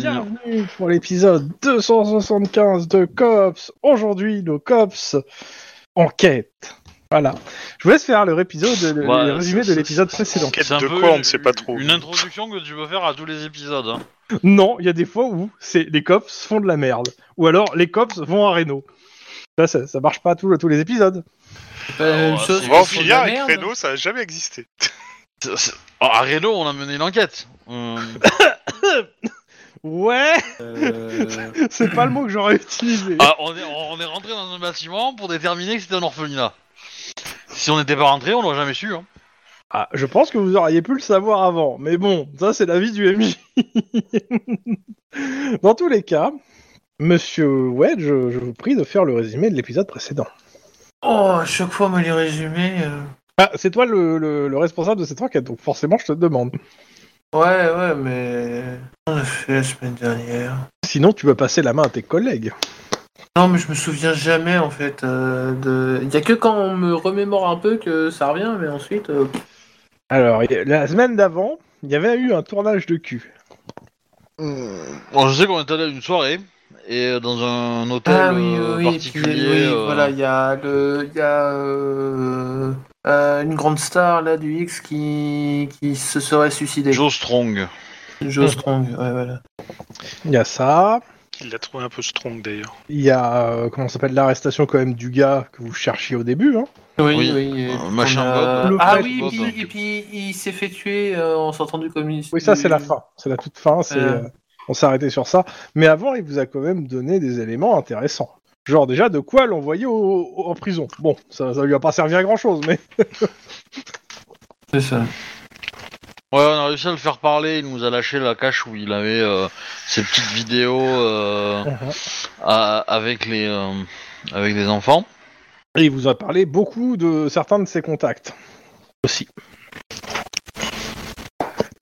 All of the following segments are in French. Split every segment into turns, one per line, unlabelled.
parti pour l'épisode 275 de Cops. Aujourd'hui, nos Cops enquête. Voilà. Je vous laisse faire leur épisode, le,
Ouais,
le résumé
c'est-
de
c'est-
l'épisode précédent.
Enquête
un
de
peu
quoi, on
une-
ne sait pas trop.
Une introduction que tu peux faire à tous les épisodes. hein.
Non, il y a des fois où c'est les cops font de la merde, ou alors les cops vont à Reno. Ça, ça, ça marche pas à tous, à tous les épisodes.
Alors, euh,
chose
c'est-
On va en
Ils font de
finir
la
avec
merde.
Reno, ça a jamais existé.
C'est- c'est- Oh, à Reno, on a mené l'enquête. Euh,
Ouais,
Euh,
c'est pas le mot que j'aurais utilisé.
ah, on est, on est rentré dans un bâtiment pour déterminer que c'était un orphelinat. Si on n'était pas rentré, on l'aurait jamais su. hein.
Ah, je pense que vous auriez pu le savoir avant, mais bon, ça c'est l'avis du MJ. Dans tous les cas, Monsieur Wedge, je, je vous prie de faire le résumé de l'épisode précédent.
Oh, à chaque fois, me les résumer. euh.
Ah, c'est toi le, le- le responsable de cette enquête, donc forcément je te demande.
Ouais, ouais, mais. On l'a fait la semaine dernière.
Sinon, tu peux passer la main à tes collègues.
Non, mais je me souviens jamais, en fait. euh, de... Il y a que quand on me remémore un peu que ça revient, mais ensuite. euh,
Alors, y- la semaine d'avant, il y avait eu un tournage de cul.
Bon, je sais qu'on est allé à une soirée et euh, dans un hôtel
Hmm. Ah oui,
euh,
oui, oui, et puis,
particulier.
oui,
euh,
voilà, il y a le, il y a euh, euh, une grande star là du X qui, qui se serait suicidée.
Joe Strong.
Joe Strong, ouais, voilà.
Il y a ça,
Il l'a trouvé un peu strong d'ailleurs.
il y a, euh, comment ça s'appelle, l'arrestation quand même du gars que vous cherchiez au début. Hein.
Oui,
Oui,
oui.
euh,
et puis
machin
on a-
Bob.
Ah
Le
oui, et
Flash Bob.
puis, et puis il s'est fait tuer euh, en sortant du communiste.
Oui, ça c'est la fin, c'est la toute fin, c'est,
Euh.
euh, on s'est arrêté sur ça. Mais avant, il vous a quand même donné des éléments intéressants. Genre déjà de quoi l'envoyer au- au- en prison. Bon, ça, ça lui a pas servi à grand chose, mais
C'est ça.
Ouais, on a réussi à le faire parler. Il nous a lâché la cache où il avait euh, ses petites vidéos euh,
Uh-huh.
à- avec les euh, avec les enfants.
Et il vous a parlé beaucoup de certains de ses contacts aussi.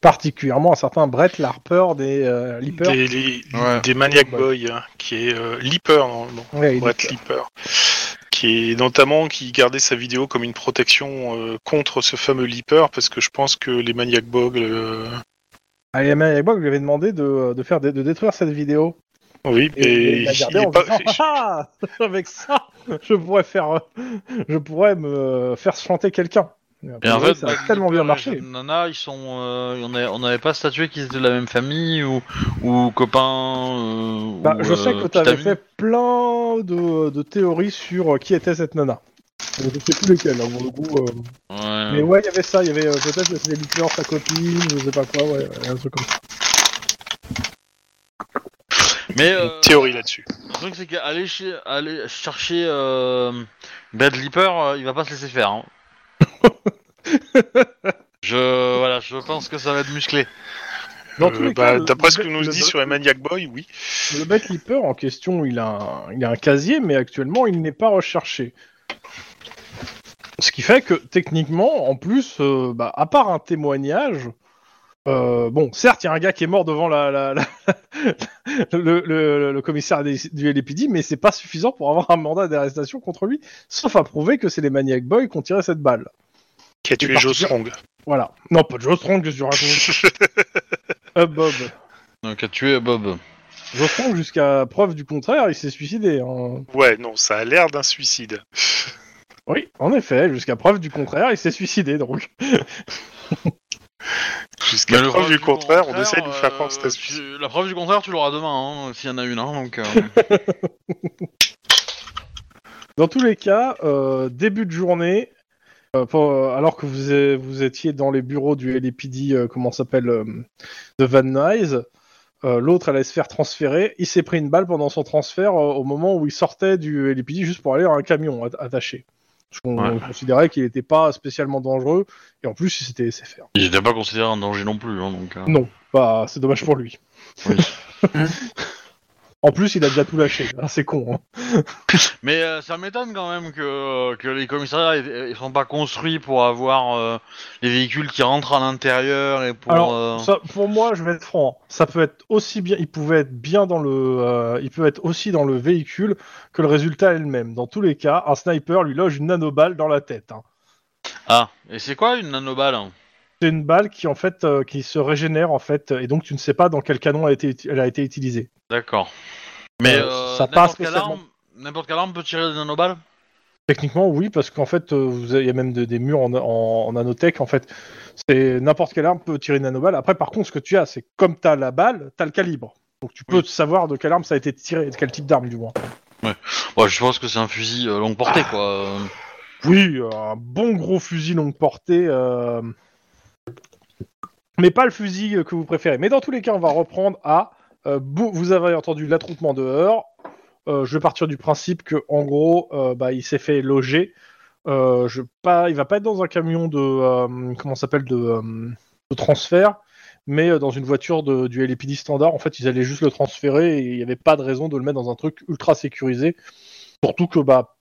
Particulièrement un certain Brett Larper des euh, Leapers.
Des, les-
Ouais.
des Maniac
Ouais.
Boy, hein, qui est euh, Leaper normalement.
Ouais, il-
Brett Leaper. Qui est notamment qui gardait sa vidéo comme une protection euh, contre ce fameux Leaper, parce que je pense que les Maniac Boy. euh,
Ah, et Maniac Boy lui avait demandé de, de faire, de, de détruire cette vidéo.
Oui, mais
Et, il l'a
il
gardé
est
en
pas-
disant, Ah, ah, avec ça, je pourrais faire, euh, je pourrais me faire chanter quelqu'un.
Et en fait,
ça
Black
a tellement bien
Panther et
marché.
Nana, ils sont, euh, on a- on n'avait pas statué qu'ils étaient de la même famille ou, ou copains. euh,
Bah,
ou,
je sais
euh,
que t'avais
petits amis.
fait plein de, de théories sur euh, qui était cette nana. Je sais plus lesquelles, hein, pour le coup. euh,
Ouais.
Mais ouais, il y avait ça, il y avait euh, peut-être que c'était Butler, sa copine, je sais pas quoi, ouais, ouais, un truc comme ça.
Mais,
Une
euh,
théorie là-dessus.
Le truc, c'est qu'aller chez- aller chercher euh, Bad Leaper, euh, il va pas se laisser faire. hein. je, voilà, je pense que ça va être musclé.
Dans
Euh,
tous les
bah,
cas, le-
D'après ce que
le-
nous
le-
dit sur les Maniac Boy, oui.
Le Bat Leaper en question, il a, un, il a un casier, mais actuellement, il n'est pas recherché. Ce qui fait que, techniquement, en plus, euh, bah, à part un témoignage, euh, bon, certes, il y a un gars qui est mort devant la, la- la- le, le- le commissaire des- du LPD, mais c'est pas suffisant pour avoir un mandat d'arrestation contre lui, sauf à prouver que c'est les Maniac Boys qui ont tiré cette balle.
Qui a tué Joe
particulier.
Strong.
Voilà. Non, pas Joe Strong, que je raconte. Euh, Bob.
Donc, a tué Bob.
Joe Strong, jusqu'à preuve du contraire, il s'est suicidé. hein.
ouais, non, ça a l'air d'un suicide.
Oui, en effet, jusqu'à preuve du contraire, il s'est suicidé donc.
Jusqu'à
Mais le
preuve du contraire, on
contraire,
essaie de lui faire croire que c'est un
euh,
suicide.
tu- La preuve du contraire, tu l'auras demain, hein, s'il y en a une. hein, donc, euh,
Dans tous les cas, euh, début de journée, euh, pour- euh, alors que vous, é- vous étiez dans les bureaux du LAPD, euh, comment ça s'appelle, euh, de Van Nuys, euh, l'autre allait se faire transférer, il s'est pris une balle pendant son transfert euh, au moment où il sortait du LAPD juste pour aller à un camion at- attaché. Parce qu'on
Ouais.
considérait qu'il n'était pas spécialement dangereux, et en plus il s'était laissé faire.
il était pas considéré un danger non plus. hein, donc, euh.
Non, bah, c'est dommage pour lui.
Oui.
en plus, il a déjà tout lâché, hein, c'est con. hein.
Mais euh, ça m'étonne quand même que, que les commissariats ils- ils sont pas construits pour avoir euh, les véhicules qui rentrent à l'intérieur et pour.
Alors,
euh,
Ça, pour moi, je vais être franc. Ça peut être aussi bien. Il pouvait être bien dans le. euh, il peut être aussi dans le véhicule que le résultat est le même. Dans tous les cas, un sniper lui loge une nanoballe dans la tête. hein.
Ah, et c'est quoi une nanoballe hein
c'est une balle qui en fait euh, qui se régénère en fait et donc tu ne sais pas dans quel canon elle a été, elle a été utilisée.
D'accord. Mais
Euh,
euh,
ça
n'importe
passe
quelle
spécialement.
arme, n'importe quelle arme peut tirer des nanoballes.
Techniquement oui parce qu'en fait euh, vous avez- il y a même de- des murs en, en, en nanotech en fait c'est n'importe quelle arme peut tirer une nanoballe. Après par contre ce que tu as c'est comme t'as la balle t'as le calibre donc tu peux
Oui.
savoir de quelle arme ça a été tiré de quel type d'arme du moins.
Bon, je pense que c'est un fusil euh, longue portée, quoi. Euh,
Oui, euh, un bon gros fusil longue portée. euh, Mais pas le fusil euh, que vous préférez. Mais dans tous les cas, on va reprendre à. euh, bou- vous avez entendu l'attroupement dehors. Euh, je vais partir du principe que, en gros, euh, bah, il s'est fait loger. Euh, je pas, il va pas être dans un camion de. euh, comment ça s'appelle de, euh, de transfert, mais euh, dans une voiture de, du LAPD standard. En fait, ils allaient juste le transférer et il n'y avait pas de raison de le mettre dans un truc ultra sécurisé. Surtout que, bah,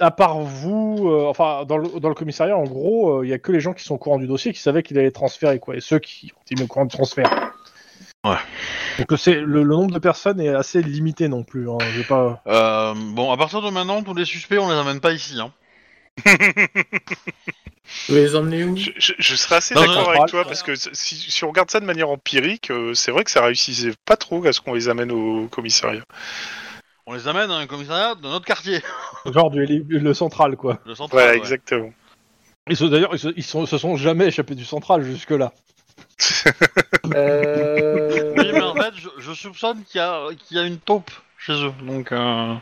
à part vous, euh, enfin dans le, dans le commissariat, en gros, euh, il y a que les gens qui sont au courant du dossier qui savaient qu'il allait transférer, quoi, et ceux qui étaient au courant du transfert.
Ouais.
Donc euh, c'est le, le nombre de personnes est assez limité non plus. Hein, je vais pas.
euh, bon, à partir de maintenant, tous les suspects, on les amène pas ici. Hein.
Vous les emmenez où
Je, je- je serais assez
Non, non,
d'accord
non,
avec
parle-
toi parce que si, si on regarde ça de manière empirique, euh, c'est vrai que ça réussissait pas trop à ce qu'on les amène au commissariat.
On les amène à un commissariat de notre quartier,
Genre du LI le central, quoi.
le central.
Voilà,
ouais.
exactement.
Ils sont d'ailleurs, ils, se- ils sont- se sont jamais échappés du central jusque là.
euh...
Oui, mais en fait, je, je soupçonne qu'il y, a- qu'il y a une taupe chez eux. Donc, euh,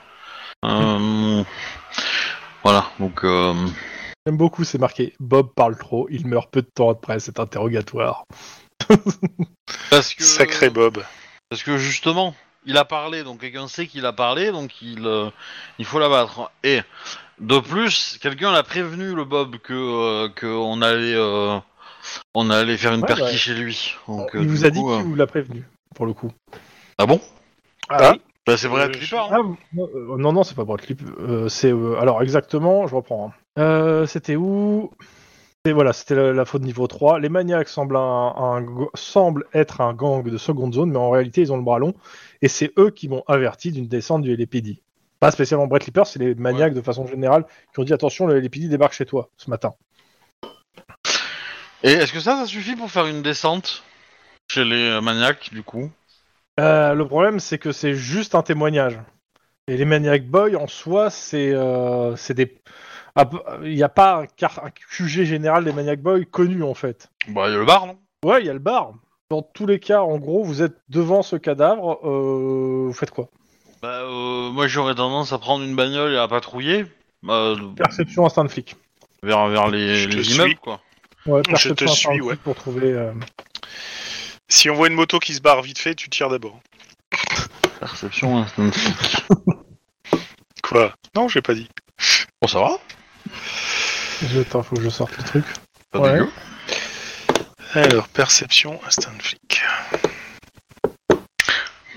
euh, voilà. Donc, euh,
J'aime beaucoup, c'est marqué. Bob parle trop, il meurt peu de temps après cet interrogatoire.
parce que
Sacré Bob.
parce que justement, il a parlé, donc quelqu'un sait qu'il a parlé, donc il euh, il faut l'abattre. Et de plus, quelqu'un l'a prévenu le Bob que euh, que on allait euh, on allait faire une
Ouais,
perquis
bah,
chez lui. Donc, euh,
il
du
vous a dit
coup,
qui
euh,
vous l'a prévenu, pour le coup.
Ah bon
Ah,
Bah, c'est vrai,
Euh,
Clipper. hein.
Ah, non, euh, non, non, c'est pas Broadclip. euh, c'est euh, alors exactement. Je reprends. hein. Euh, c'était où Et voilà, c'était la, la faute niveau 3. Les maniaques semblent, un, un go- semblent être un gang de seconde zone, mais en réalité, ils ont le bras long. Et c'est eux qui m'ont averti d'une descente du LPD. Pas spécialement Brett Clipper, c'est les maniaques de façon générale qui ont dit attention, le LPD débarque chez toi ce matin.
Et est-ce que ça, ça suffit pour faire une descente chez les euh, maniaques, du coup
Euh, le problème, c'est que c'est juste un témoignage. Et les Maniac Boys, en soi, c'est euh, c'est des. Ah, p- Il n'y a pas un, car- un QG général des Maniac Boys connu, en fait.
Bah, il y a le bar, non
Ouais, il y a le bar. Dans tous les cas, en gros, vous êtes devant ce cadavre, euh, vous faites quoi
Bah, euh, moi j'aurais tendance à prendre une bagnole et à patrouiller euh,
Perception instinct de flic.
vers, vers les,
Je te
les
suis.
immeubles quoi.
Ouais,
te
perception instinct
suis,
de flic
ouais.
pour trouver. euh,
Si on voit une moto qui se barre vite fait, tu tires d'abord.
Perception instant.
Quoi Non, j'ai pas dit.
Bon, Oh, ça va
je- Attends, faut que je sorte le truc.
Pas
Ouais.
dégueu.
Alors, perception, instinct de flic.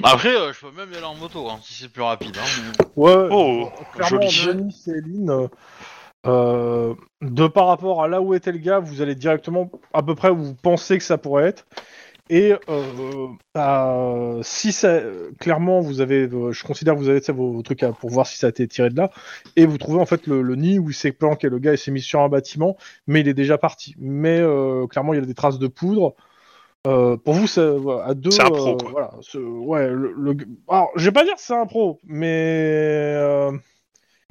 Après, euh, je peux même y aller en moto hein, si c'est plus rapide. hein, mais-
Ouais,
Oh,
clairement,
joli.
Denis et Lynn, euh, euh, de par rapport à là où était le gars, vous allez directement à peu près où vous pensez que ça pourrait être. Et euh, euh, si ça, euh, clairement, vous avez, euh, je considère que vous avez tu sais, vos, vos trucs à- pour voir si ça a été tiré de là, et vous trouvez en fait le, le nid où il s'est planqué. Le gars, il s'est mis sur un bâtiment, mais il est déjà parti. Mais euh, clairement, il y a des traces de poudre. Euh, pour vous, ça, voilà, à deux, euh,
C'est un pro, quoi.
voilà, ce- ouais, le, le- alors, je vais pas dire que c'est un pro, mais euh,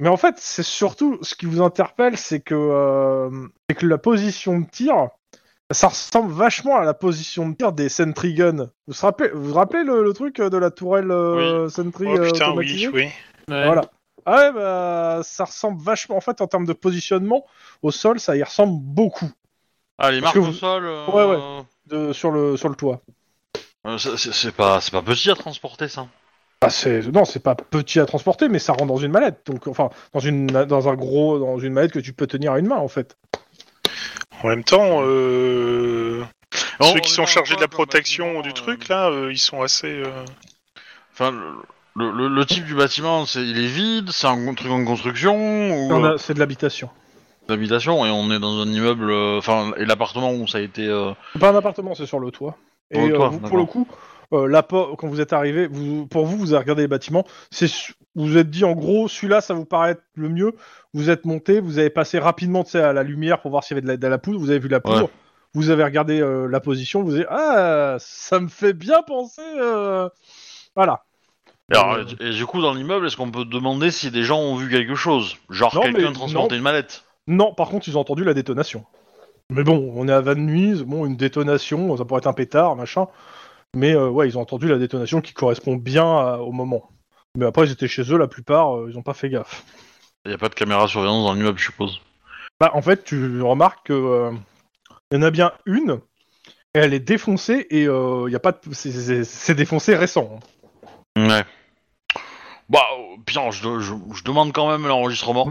mais en fait, c'est surtout ce qui vous interpelle, c'est que, euh, c'est que la position de tir, ça ressemble vachement à la position de tir des Sentry Gun. Vous vous rappelez, vous vous rappelez le, le truc euh, de la tourelle euh, Sentry
Oh
euh,
putain, oui,
automatisée
oui.
ouais.
Voilà. Ah ouais, bah, ça ressemble vachement. En fait, en termes de positionnement, au sol, ça y ressemble beaucoup
Ah, les
Parce
marques
que
au
vous-
sol. euh,
Ouais, ouais. de, sur, le, sur le toit.
euh, ça, c'est c'est pas, c'est pas petit à transporter ça.
Ah, c'est non, c'est pas petit à transporter, mais ça rentre dans une mallette. Donc, enfin, dans une dans un gros dans une mallette que tu peux tenir à une main en fait.
En même temps, euh,
On- Oh,
ceux
on
qui
est
sont
pas
chargés de la
encore comme
protection
bâtiment,
du
euh,
truc, là, euh, ils sont assez... euh,
Enfin, le, le, le- le type du bâtiment, c'est il est vide, c'est un truc en construction ou
On
euh,
a- C'est de l'habitation.
d'habitation et on est dans un immeuble. euh, Enfin, et l'appartement où ça a été. euh,
C'est pas un appartement, c'est sur le toit. Et
Sur le
euh,
toit,
vous- pour
d'accord.
le coup, euh, la po- quand vous êtes arrivé, vous, pour vous, vous avez regardé les bâtiments. C'est su- vous vous êtes dit en gros, celui-là, ça vous paraît être le mieux. Vous êtes monté, vous avez passé rapidement tu sais, à la lumière pour voir s'il y avait de la, de la poudre. Vous avez vu la poudre. vous avez regardé euh, la position, vous avez ah ça me fait bien penser euh, voilà.
Alors,
Euh,
et du coup, dans l'immeuble, est-ce qu'on peut demander si des gens ont vu quelque chose Genre
Non,
quelqu'un
mais-
transporter une mallette
Non, par contre ils ont entendu la détonation. Mais bon, on est à Van Nuys, bon une détonation, ça pourrait être un pétard machin, mais euh, ouais ils ont entendu la détonation qui correspond bien à- au moment. Mais après ils étaient chez eux la plupart, euh, ils ont pas fait gaffe.
Il n'y a pas de caméra surveillance dans l'immeuble, je suppose.
Bah, en fait, tu remarques que euh, il y en a bien une, et elle est défoncée et euh, il y a pas de... c'est- c'est c'est défoncé récent. hein.
Ouais. Bah, bien, je, de- je- je demande quand même l'enregistrement.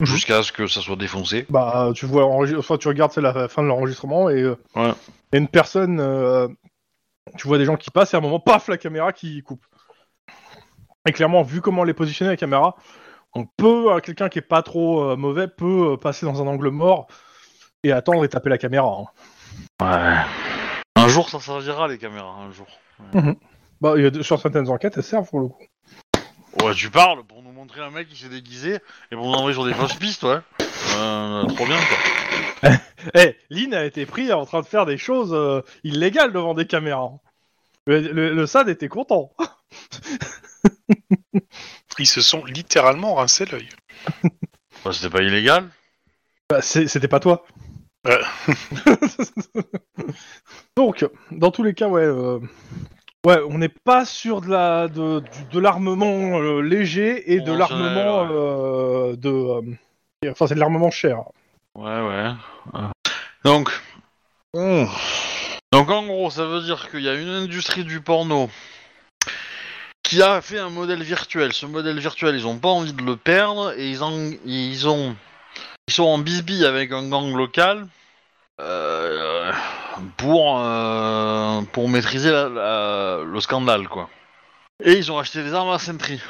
Mhm.
Jusqu'à ce que ça soit défoncé.
Bah, tu vois, enregistre- enfin, tu regardes c'est la fin de l'enregistrement et euh, il
Ouais.
y a une personne, euh, tu vois des gens qui passent et à un moment, paf, la caméra qui coupe. Et clairement, vu comment elle est positionnée la caméra, on peut euh, quelqu'un qui est pas trop euh, mauvais peut euh, passer dans un angle mort et attendre et taper la caméra. hein.
Ouais. Un jour, ça servira les caméras, un jour.
Bah, il y a de- sur certaines enquêtes, elles servent pour le coup.
Ouais, tu parles pour nous montrer un mec qui s'est déguisé et pour nous envoyer sur des fausses pistes, ouais. Euh, trop bien, quoi.
Eh, Lynn a été pris en train de faire des choses euh, illégales devant des caméras. hein. Le, le- le SAD était content.
Ils se sont littéralement rincés l'œil.
Bah, c'était pas illégal.
Bah, c'est- c'était pas toi.
Ouais.
Donc, dans tous les cas, ouais, euh, ouais, on n'est pas sûr de la de, du- de l'armement euh, léger et de
Conventionnel,
l'armement
ouais.
euh, de, euh, enfin c'est de l'armement cher.
Ouais, ouais. Euh, Donc. Donc en gros, ça veut dire qu'il y a une industrie du porno qui a fait un modèle virtuel. Ce modèle virtuel, ils ont pas envie de le perdre et ils, en- ils ont ils sont en bisbille avec un gang local euh, pour euh, pour maîtriser la- la- le scandale quoi. Et ils ont acheté des armes à Sentry.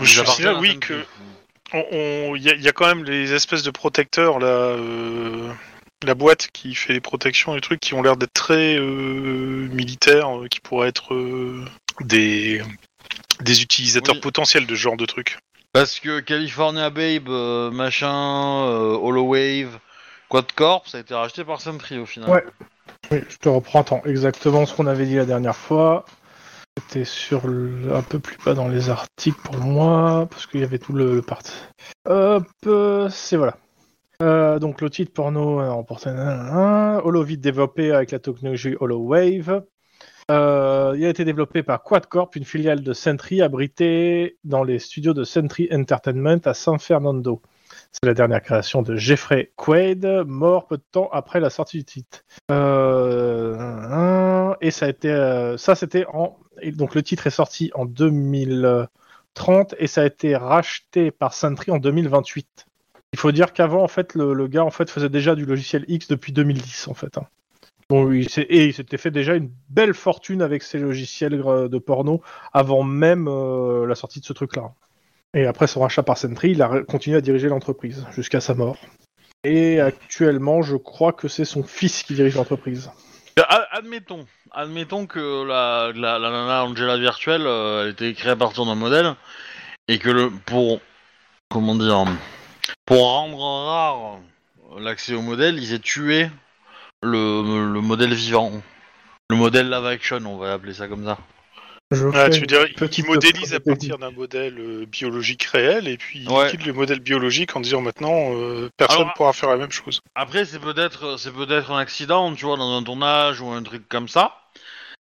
Ils
Je
appartiennent
signale,
à
oui,
Sentry.
que on- on- il y, a- il y a quand même les espèces de protecteurs là. euh, La boîte qui fait les protections et les trucs qui ont l'air d'être très euh, militaires, euh, qui pourraient être euh, des, des utilisateurs
Oui.
potentiels de ce genre de trucs.
Parce que California Babe, euh, machin, euh, Holowave, Quad Corp, ça a été racheté par Sentry au final.
Ouais. Oui, je te reprends attends, exactement ce qu'on avait dit la dernière fois. C'était sur le- un peu plus bas dans les articles pour moi, parce qu'il y avait tout le, le part. Hop, euh, c'est voilà. Euh, donc le titre porno euh, remporté, nanana, Holovite développé avec la technologie HoloWave. Euh, il a été développé par QuadCorp, une filiale de Sentry abritée dans les studios de Sentry Entertainment à San Fernando. C'est la dernière création de Jeffrey Quaid, mort peu de temps après la sortie du titre. Euh, et ça a été, euh, ça c'était en, et donc le titre est sorti en 2030 et ça a été racheté par Sentry en 2028. Il faut dire qu'avant en fait le, le gars en fait faisait déjà du logiciel X depuis 2010 en fait. hein. Bon, il s'est- et il s'était fait déjà une belle fortune avec ses logiciels euh, de porno avant même euh, la sortie de ce truc-là. Et après son rachat par Sentry, il a re- continué à diriger l'entreprise jusqu'à sa mort. Et actuellement, je crois que c'est son fils qui dirige l'entreprise.
Ah, Admettons, admettons que la, la, la nana Angela virtuelle, euh, elle était créée à partir d'un modèle et que le pour comment dire pour rendre rare l'accès au modèle, ils aient tué le, le modèle vivant, le modèle live action, on va appeler ça comme ça.
Je
Ah,
fais
tu veux dire,
une petite
ils modélisent à
parenthèse.
partir d'un modèle euh, biologique réel et puis ils
Ouais.
liquident le modèle biologique en disant maintenant euh, personne
Alors-
pourra faire la même chose.
Après, c'est peut-être c'est peut-être un accident, tu vois, dans un tournage ou un truc comme ça.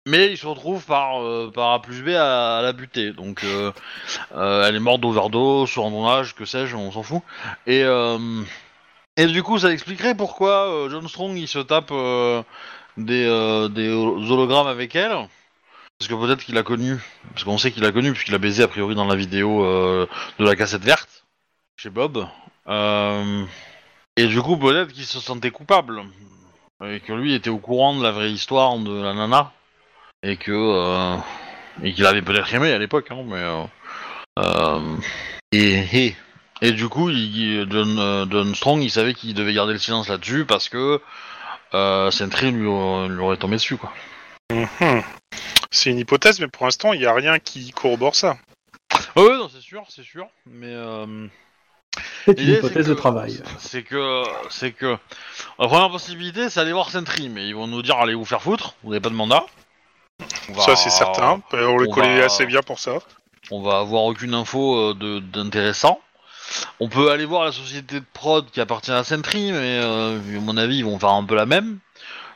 Mais ils se retrouvent par, euh, par A plus B à, à la buter. Donc, euh, euh, elle est morte d'overdose, sur un tournage, que sais-je, on s'en fout. Et, euh, et du coup, ça expliquerait pourquoi euh, John Strong, il se tape euh, des, euh, des hologrammes avec elle. Parce que peut-être qu'il a connu. Parce qu'on sait qu'il a connu, puisqu'il a baisé, a priori, dans la vidéo euh, de la cassette verte, chez Bob. Euh... Et du coup, peut-être qu'il se sentait coupable. Et que lui était au courant de la vraie histoire de la nana. Et que. euh, et qu'il avait peut-être aimé à l'époque, hein, mais. euh, euh, et, et. Et du coup, il- il- John, euh, John Strong, il savait qu'il devait garder le silence là-dessus parce que. Euh, Sentry lui, aurait- lui aurait tombé dessus, quoi.
Mhm. C'est une hypothèse, mais pour l'instant il n'y a rien qui corrobore ça.
Ah ouais, non, c'est sûr, c'est sûr. Mais. euh,
C'est une
L'idée,
hypothèse
c'est
de
que-
travail.
C'est que, c'est que, la première possibilité, c'est aller voir Sentry, mais ils vont nous dire allez vous faire foutre, vous n'avez pas de mandat. On va-
Ça, c'est certain. Euh, On les
on
connaît
va-
assez bien pour ça.
On va avoir aucune info euh, de- d'intéressant. On peut aller voir la société de prod qui appartient à Sentry, mais euh, à mon avis, ils vont faire un peu la même.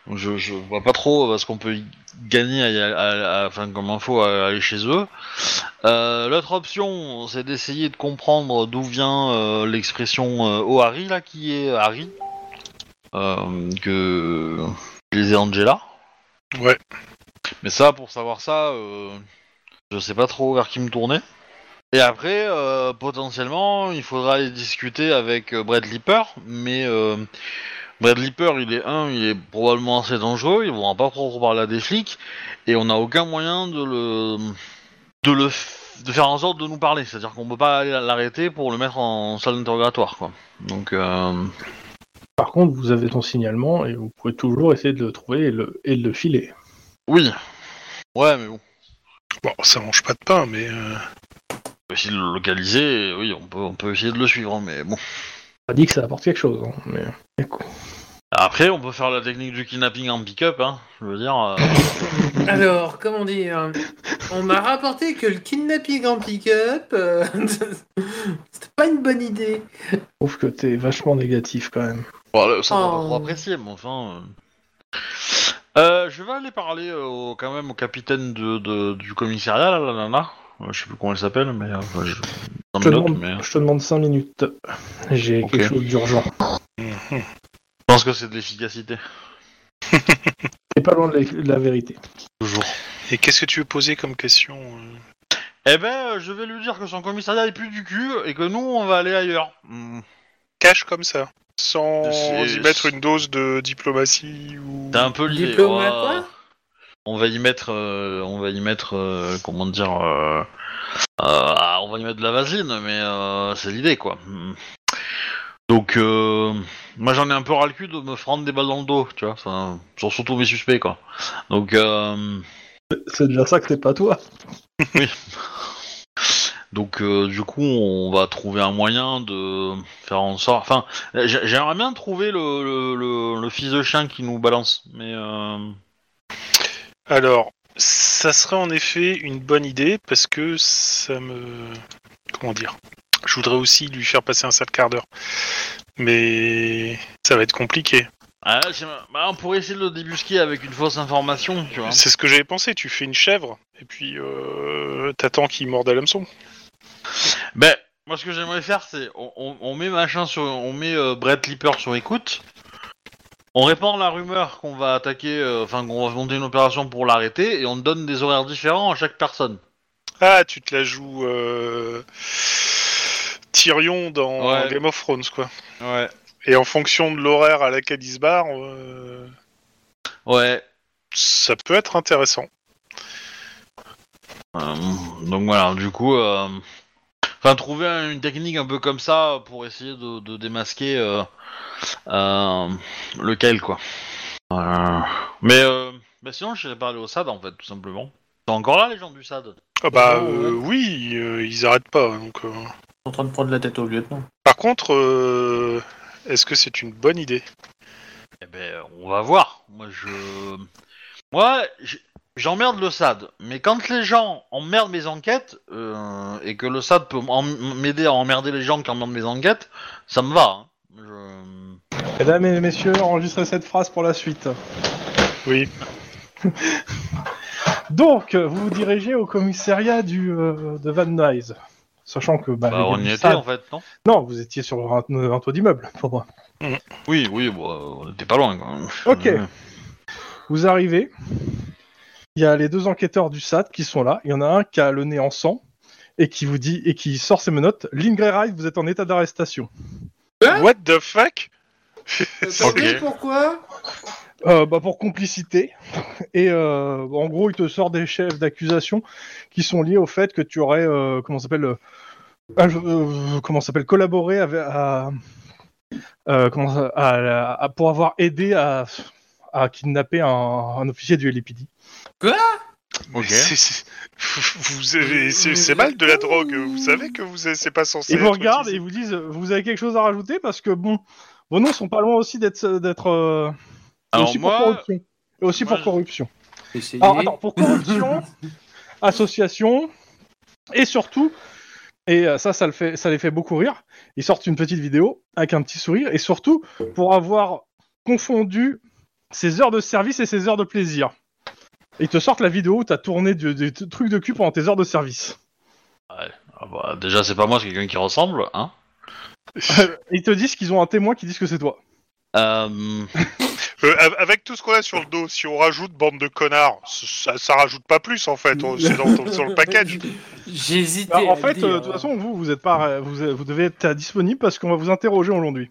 Donc, Je, je vois pas trop euh, ce qu'on peut y gagner à, y- à- à- enfin, comme info à, aller chez eux. Euh, L'autre option, c'est d'essayer de comprendre d'où vient euh, l'expression euh, O'Harry, là, qui est Harry, euh, que les Angela.
Ouais.
Mais ça, pour savoir ça, euh, je sais pas trop vers qui me tourner. Et après, euh, potentiellement, il faudra aller discuter avec euh, Brad Lipper, mais euh, Brad Lipper, il est un, il est probablement assez dangereux, ils vont pas trop parler à des flics, et on n'a aucun moyen de le, de le, f- de faire en sorte de nous parler, c'est-à-dire qu'on peut pas aller l'arrêter pour le mettre en salle d'interrogatoire, quoi. Donc, euh,
Par contre, vous avez ton signalement et vous pouvez toujours essayer de le trouver et, le, et de le filer.
oui, ouais, mais bon.
Bon, ça mange pas de pain, mais. euh,
peut essayer de le localiser, et oui, on peut, on peut essayer de le suivre, mais bon.
Pas dit que ça apporte quelque chose, hein, mais Écoute,
Après, on peut faire la technique du kidnapping en pick-up, hein, je veux dire. euh,
Alors, comment dire On m'a rapporté que le kidnapping en pick-up, euh, c'était pas une bonne idée.
je trouve que t'es vachement négatif quand même.
bon, le- ça, on va
Oh.
pas trop apprécier, mais enfin... euh. Euh, je vais aller parler euh, au- quand même au capitaine de, de- du commissariat, là, la nana. Euh, je sais plus comment elle s'appelle, mais... euh, enfin, je... dans
Je te,
mes notes,
demande,
mais, euh,
je te demande 5 minutes. J'ai
Ok.
quelque chose d'urgent.
mhm.
Je pense que c'est de l'efficacité.
T'es pas loin de la, de la vérité.
Toujours.
Et qu'est-ce que tu veux poser comme question euh
Eh ben, euh, je vais lui dire que son commissariat est plus du cul, et que nous, on va aller ailleurs. Hmm.
Cache comme ça, sans
C'est-
y mettre une dose de diplomatie ou.
C'est un peu l'idée.
Diplomate,
Oh.
on va-
quoi
On va y mettre, euh, on va y mettre, euh, comment dire, euh, euh, ah, on va y mettre de la vaseline, mais euh, c'est l'idée quoi. Mm. Donc, euh, moi j'en ai un peu ras le cul de me prendre des balles dans le dos, tu vois, ça, sur- surtout mes suspects quoi. Donc, euh,
C'est déjà ça que c'est pas toi.
donc euh, du coup, on va trouver un moyen de faire en sorte. Enfin, j'ai- j'aimerais bien trouver le, le, le- le fils de chien qui nous balance, mais euh,
Alors, ça serait en effet une bonne idée parce que ça me. Comment dire Je voudrais aussi lui faire passer un sale quart d'heure. Mais ça va être compliqué.
ah, j'ai- bah, on pourrait essayer de le débusquer avec une fausse information, tu vois.
C'est ce que j'avais pensé. Tu fais une chèvre et puis euh, t'attends qu'il morde à l'hameçon.
Ben, moi ce que j'aimerais faire, c'est on, on- on met machin sur, on met euh, Brett Lipper sur écoute. On répand la rumeur qu'on va attaquer, euh, enfin qu'on va monter une opération pour l'arrêter, et on donne des horaires différents à chaque personne.
Ah, tu te la joues. euh, Tyrion dans
Ouais.
Game of Thrones, quoi.
Ouais.
Et en fonction de l'horaire à laquelle il se barre, euh,
Ouais.
ça peut être intéressant.
Euh, donc voilà, du coup, euh, enfin trouver un- une technique un peu comme ça pour essayer de, de démasquer euh, euh, lequel quoi. Euh, mais euh, ben sinon, je vais parler au SAD en fait, tout simplement. C'est encore là les gens du SAD.
Ah bah
Oh,
euh, oui, euh, ils arrêtent pas. Donc, euh.
en train de prendre la tête au lieutenant.
Par contre, euh, est-ce que c'est une bonne idée
Eh ben, on va voir. Moi, je. Moi, j- j'emmerde le SAD. Mais quand les gens emmerdent mes enquêtes, euh, et que le SAD peut m'en- m'aider à emmerder les gens qui emmerdent mes enquêtes, ça me va. hein. Je-
Mesdames et messieurs, enregistrez cette phrase pour la suite.
Oui.
Donc, vous vous dirigez au commissariat du, euh, de Van Nuys. Sachant que... Bah,
Bah,
les
on
gars
y
du
était,
SAD-
en fait, non
Non, vous étiez sur un, un toit d'immeuble, pour moi.
Oui, oui, bon, euh, on était pas loin, quand même.
Ok.
Euh,
Vous arrivez, il y a les deux enquêteurs du SAT qui sont là. Il y en a un qui a le nez en sang et qui vous dit et qui sort ses menottes. Lynn Greyright, vous êtes en état d'arrestation.
Hein
What the fuck
Euh, pardon,
Ok.
pourquoi
Euh, bah, pour complicité. Et euh, en gros, il te sort des chefs d'accusation qui sont liés au fait que tu aurais euh, comment ça s'appelle euh, euh, comment ça s'appelle collaboré avec à, euh, comment ça- à la- à- pour avoir aidé à, à kidnapper un, un officier du LPD.
Quoi
Ok.
C'est- c'est- vous avez- C'est c'est mal de la drogue, vous savez que vous avez- c'est pas censé.
Ils vous
être
regardent et
utilisé.
ils vous disent euh, Vous avez quelque chose à rajouter Parce que bon, vos noms sont pas loin aussi d'être. euh, d'être euh,
Alors
aussi
moi-
pour corruption. Et aussi
moi,
pour
je-
corruption.
Essayez.
Alors attends, pour corruption, association, et surtout, et euh, ça, ça, le fait, ça les fait beaucoup rire, ils sortent une petite vidéo avec un petit sourire, et surtout pour avoir confondu ses heures de service et ses heures de plaisir. Ils te sortent la vidéo où t'as tourné du- des t- trucs de cul pendant tes heures de service.
Ah bah, déjà, c'est pas moi, c'est quelqu'un qui ressemble, hein.
Ils te disent qu'ils ont un témoin qui dit que c'est toi.
Euh,
Euh, av- avec tout ce qu'on a sur le dos, si on rajoute bande de connards, ça, ça rajoute pas plus en fait, on- c'est dans, ton- sur le package.
J'ai hésité.
Bah, en
à le
fait,
dire.
euh, de toute façon, vous, vous êtes pas, euh, vous, vous devez être euh, disponible parce qu'on va vous interroger aujourd'hui.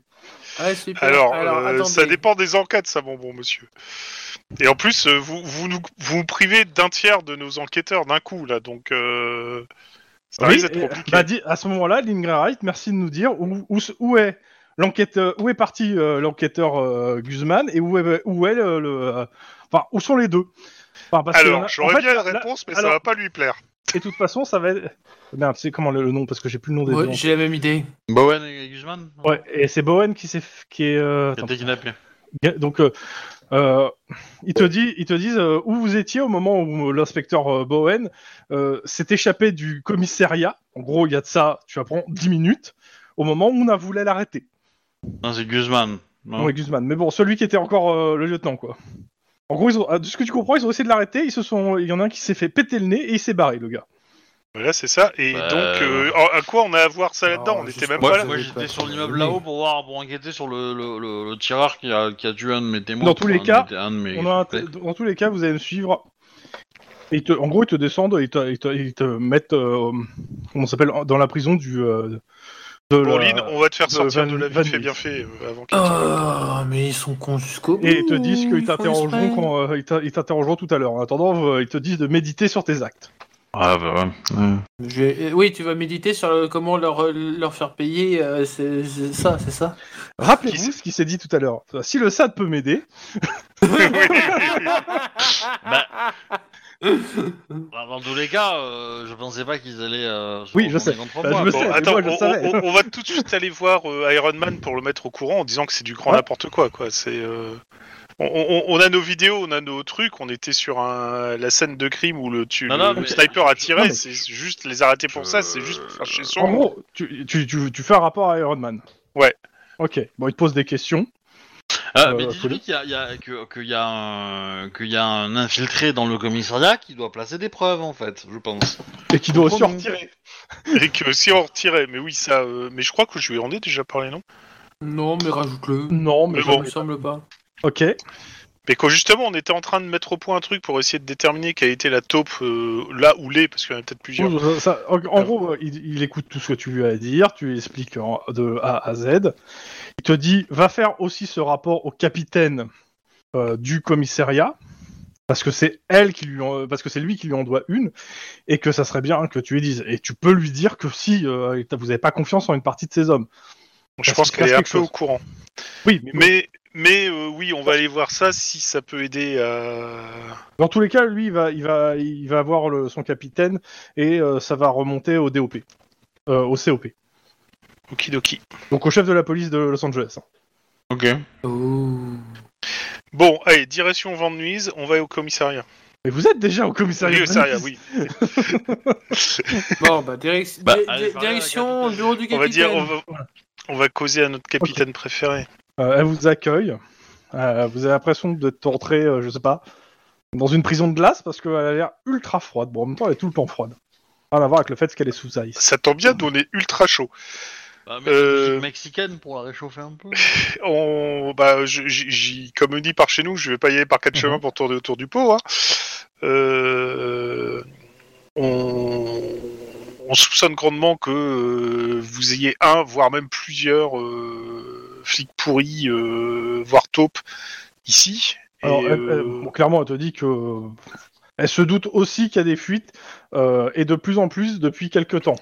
Ouais, super.
Alors, euh,
attendez.
ça dépend des enquêtes, ça, mon bon monsieur. Et en plus, euh, vous, vous nous vous nous privez d'un tiers de nos enquêteurs d'un coup là, donc euh, ça risque d'être
et-
compliqué.
bah, dis- à ce moment-là, Lynn Wright, merci de nous dire où, où, se- où est l'enquêteur, où est parti euh, l'enquêteur euh, Guzman et où est, où est le, le, euh, enfin, où sont les deux. Enfin, parce que là- en
Alors, j'aurais
fait,
bien la
là-
réponse, mais
alors-
ça va pas lui plaire.
et de toute façon, ça va. être... Merde, c'est comment le, le nom parce que j'ai plus le nom des
Ouais,
deux.
J'ai la même idée.
Bowen et bah Guzman
Ouais, et c'est Bowen qui s'est, f- qui est. euh,
Qui a été kidnappé.
Donc, euh, euh, il te dit, ils te disent euh, où vous étiez au moment où l'inspecteur euh, Bowen euh, s'est échappé du commissariat. En gros, il y a de ça, tu apprends 10 minutes, au moment où on a voulu l'arrêter.
Non, c'est Guzman. Non.
Non, et Guzman. Mais bon, celui qui était encore euh, le lieutenant, quoi. En gros, ils ont, euh, de ce que tu comprends, ils ont essayé de l'arrêter. Ils se sont, il y en a un qui s'est fait péter le nez et il s'est barré, le gars.
Voilà, c'est ça. Et
Bah,
donc, euh, en- à quoi on a à voir ça là-dedans
Non,
On
juste
était même
pour
Moi,
pas là.
ça.
moi,
vous
j'étais
êtes
sur
pas
l'immeuble
formé.
là-haut pour voir, pour enquêter sur le, le, le- le tireur qui a, qui a tué un de mes témoins.
Dans tous les
un de
cas,
mes- un de mes-
On a un t- dans tous les cas, vous allez me suivre. Et ils te- en gros, ils te descendent, ils te, ils te- ils te mettent, euh, comment ça s'appelle, dans la prison du. euh, de
Bon,
la-
Lynn, on va te faire
de
sortir
Van-
de la
Van
vie fait
Nuys.
bien fait euh, avant
Oh,
qu'il
Ah, mais ils sont cons jusqu'au bout.
Et ils te disent qu'ils
ils font
t'interrogeront
exprès.
quand euh, ils t'in- ils t'interrogeront tout à l'heure. En attendant, euh, ils te disent de méditer sur tes actes.
Ah bah ouais. ouais.
Je- euh, Oui, tu vas méditer sur le- comment leur, euh, leur faire payer euh, c'est- c'est ça, c'est ça
Rappelez-vous ce qui s'est dit tout à l'heure. Si le SAD peut m'aider,
Bah, dans tous les cas, euh, je pensais pas qu'ils allaient euh, se
Oui, je
retourner
sais.
contre
Bah,
moi,
je
quoi.
sais, mais
attends,
moi, je
on,
savais.
on- on va tout de suite aller voir euh, Iron Man pour le mettre au courant en disant que c'est du grand
Ouais.
n'importe quoi. quoi. C'est, euh, on, on- on a nos vidéos, on a nos trucs. On était sur un- la scène de crime où le, tu,
Non, non,
le
mais-
sniper a tiré.
Non, mais-
C'est juste les arrêter pour
Je-
ça. C'est juste pour faire chez
en
son.
gros, tu, tu, tu, tu fais un rapport à Iron Man.
Ouais.
Ok. Bon, il te pose des questions.
Ah,
Euh,
mais
faut le-
dis-lui qu'il y a, il y a- que- qu'il y a un- qu'il y a un infiltré dans le commissariat qui doit placer des preuves, en fait, je pense.
Et qui doit aussi en
Comprends-nous.
retirer.
Et que si on retirait, mais oui, ça. euh, mais je crois que je lui en ai déjà parlé, non
Non, mais rajoute-le.
Non, mais,
Mais
Ça
bon.
me semble pas.
Ok.
Mais quand justement on était en train de mettre au point un truc pour essayer de déterminer quelle était la taupe euh, là ou les, parce qu'il y en a peut-être plusieurs.
Ça- ça- en, en gros, euh, il, il écoute tout ce que tu lui as à dire, tu lui expliques en- de A à Z. Il te dit va faire aussi ce rapport au capitaine euh, du commissariat parce que c'est elle qui lui en- euh, parce que c'est lui qui lui en doit une et que ça serait bien que tu lui dises et tu peux lui dire que si euh, vous n'avez pas confiance en une partie de ses hommes.
je
Parce
pense
qu'il
qu'elle
cache
est un
quelque
peu
chose.
au courant.
Oui, mais,
Mais, mais euh, oui, on va aller voir ça si ça peut aider à.
dans tous les cas, lui il va il va il va voir le- son capitaine et euh, ça va remonter au DOP euh, au COP.
Okidoki.
Donc au chef de la police de Los Angeles.
Ok.
Oh.
Bon, allez, direction Van Nuys, on va au commissariat.
Mais vous êtes déjà au commissariat.
Oui, au commissariat, oui.
Bon, bah, direc-
Bah,
di-
allez,
di-
parlez à la
direction
capitaine.
bureau du capitaine.
On va dire, on va, on va causer à notre capitaine préféré.
Euh, elle vous accueille. Euh, vous avez l'impression d'être rentré, euh, je sais pas, dans une prison de glace parce qu'elle a l'air ultra froide. Bon, en même temps, elle est tout le temps froide. Rien à voir avec le fait qu'elle est sous ice.
Ça tombe bien, nous, on est ultra chaud.
Bah, mais
Euh,
musique mexicaine pour la réchauffer un peu.
On, bah, je- j- j'y- comme on dit par chez nous, je vais pas y aller par quatre chemins pour tourner autour du pot. hein. Euh, on, on soupçonne grandement que euh, vous ayez un, voire même plusieurs euh, flics pourris, euh, voire taupes, ici. Et,
Alors, elle-
euh,
elle- bon, clairement, elle te dit que. euh, Elle se doute aussi qu'il y a des fuites, euh, et de plus en plus depuis quelques temps.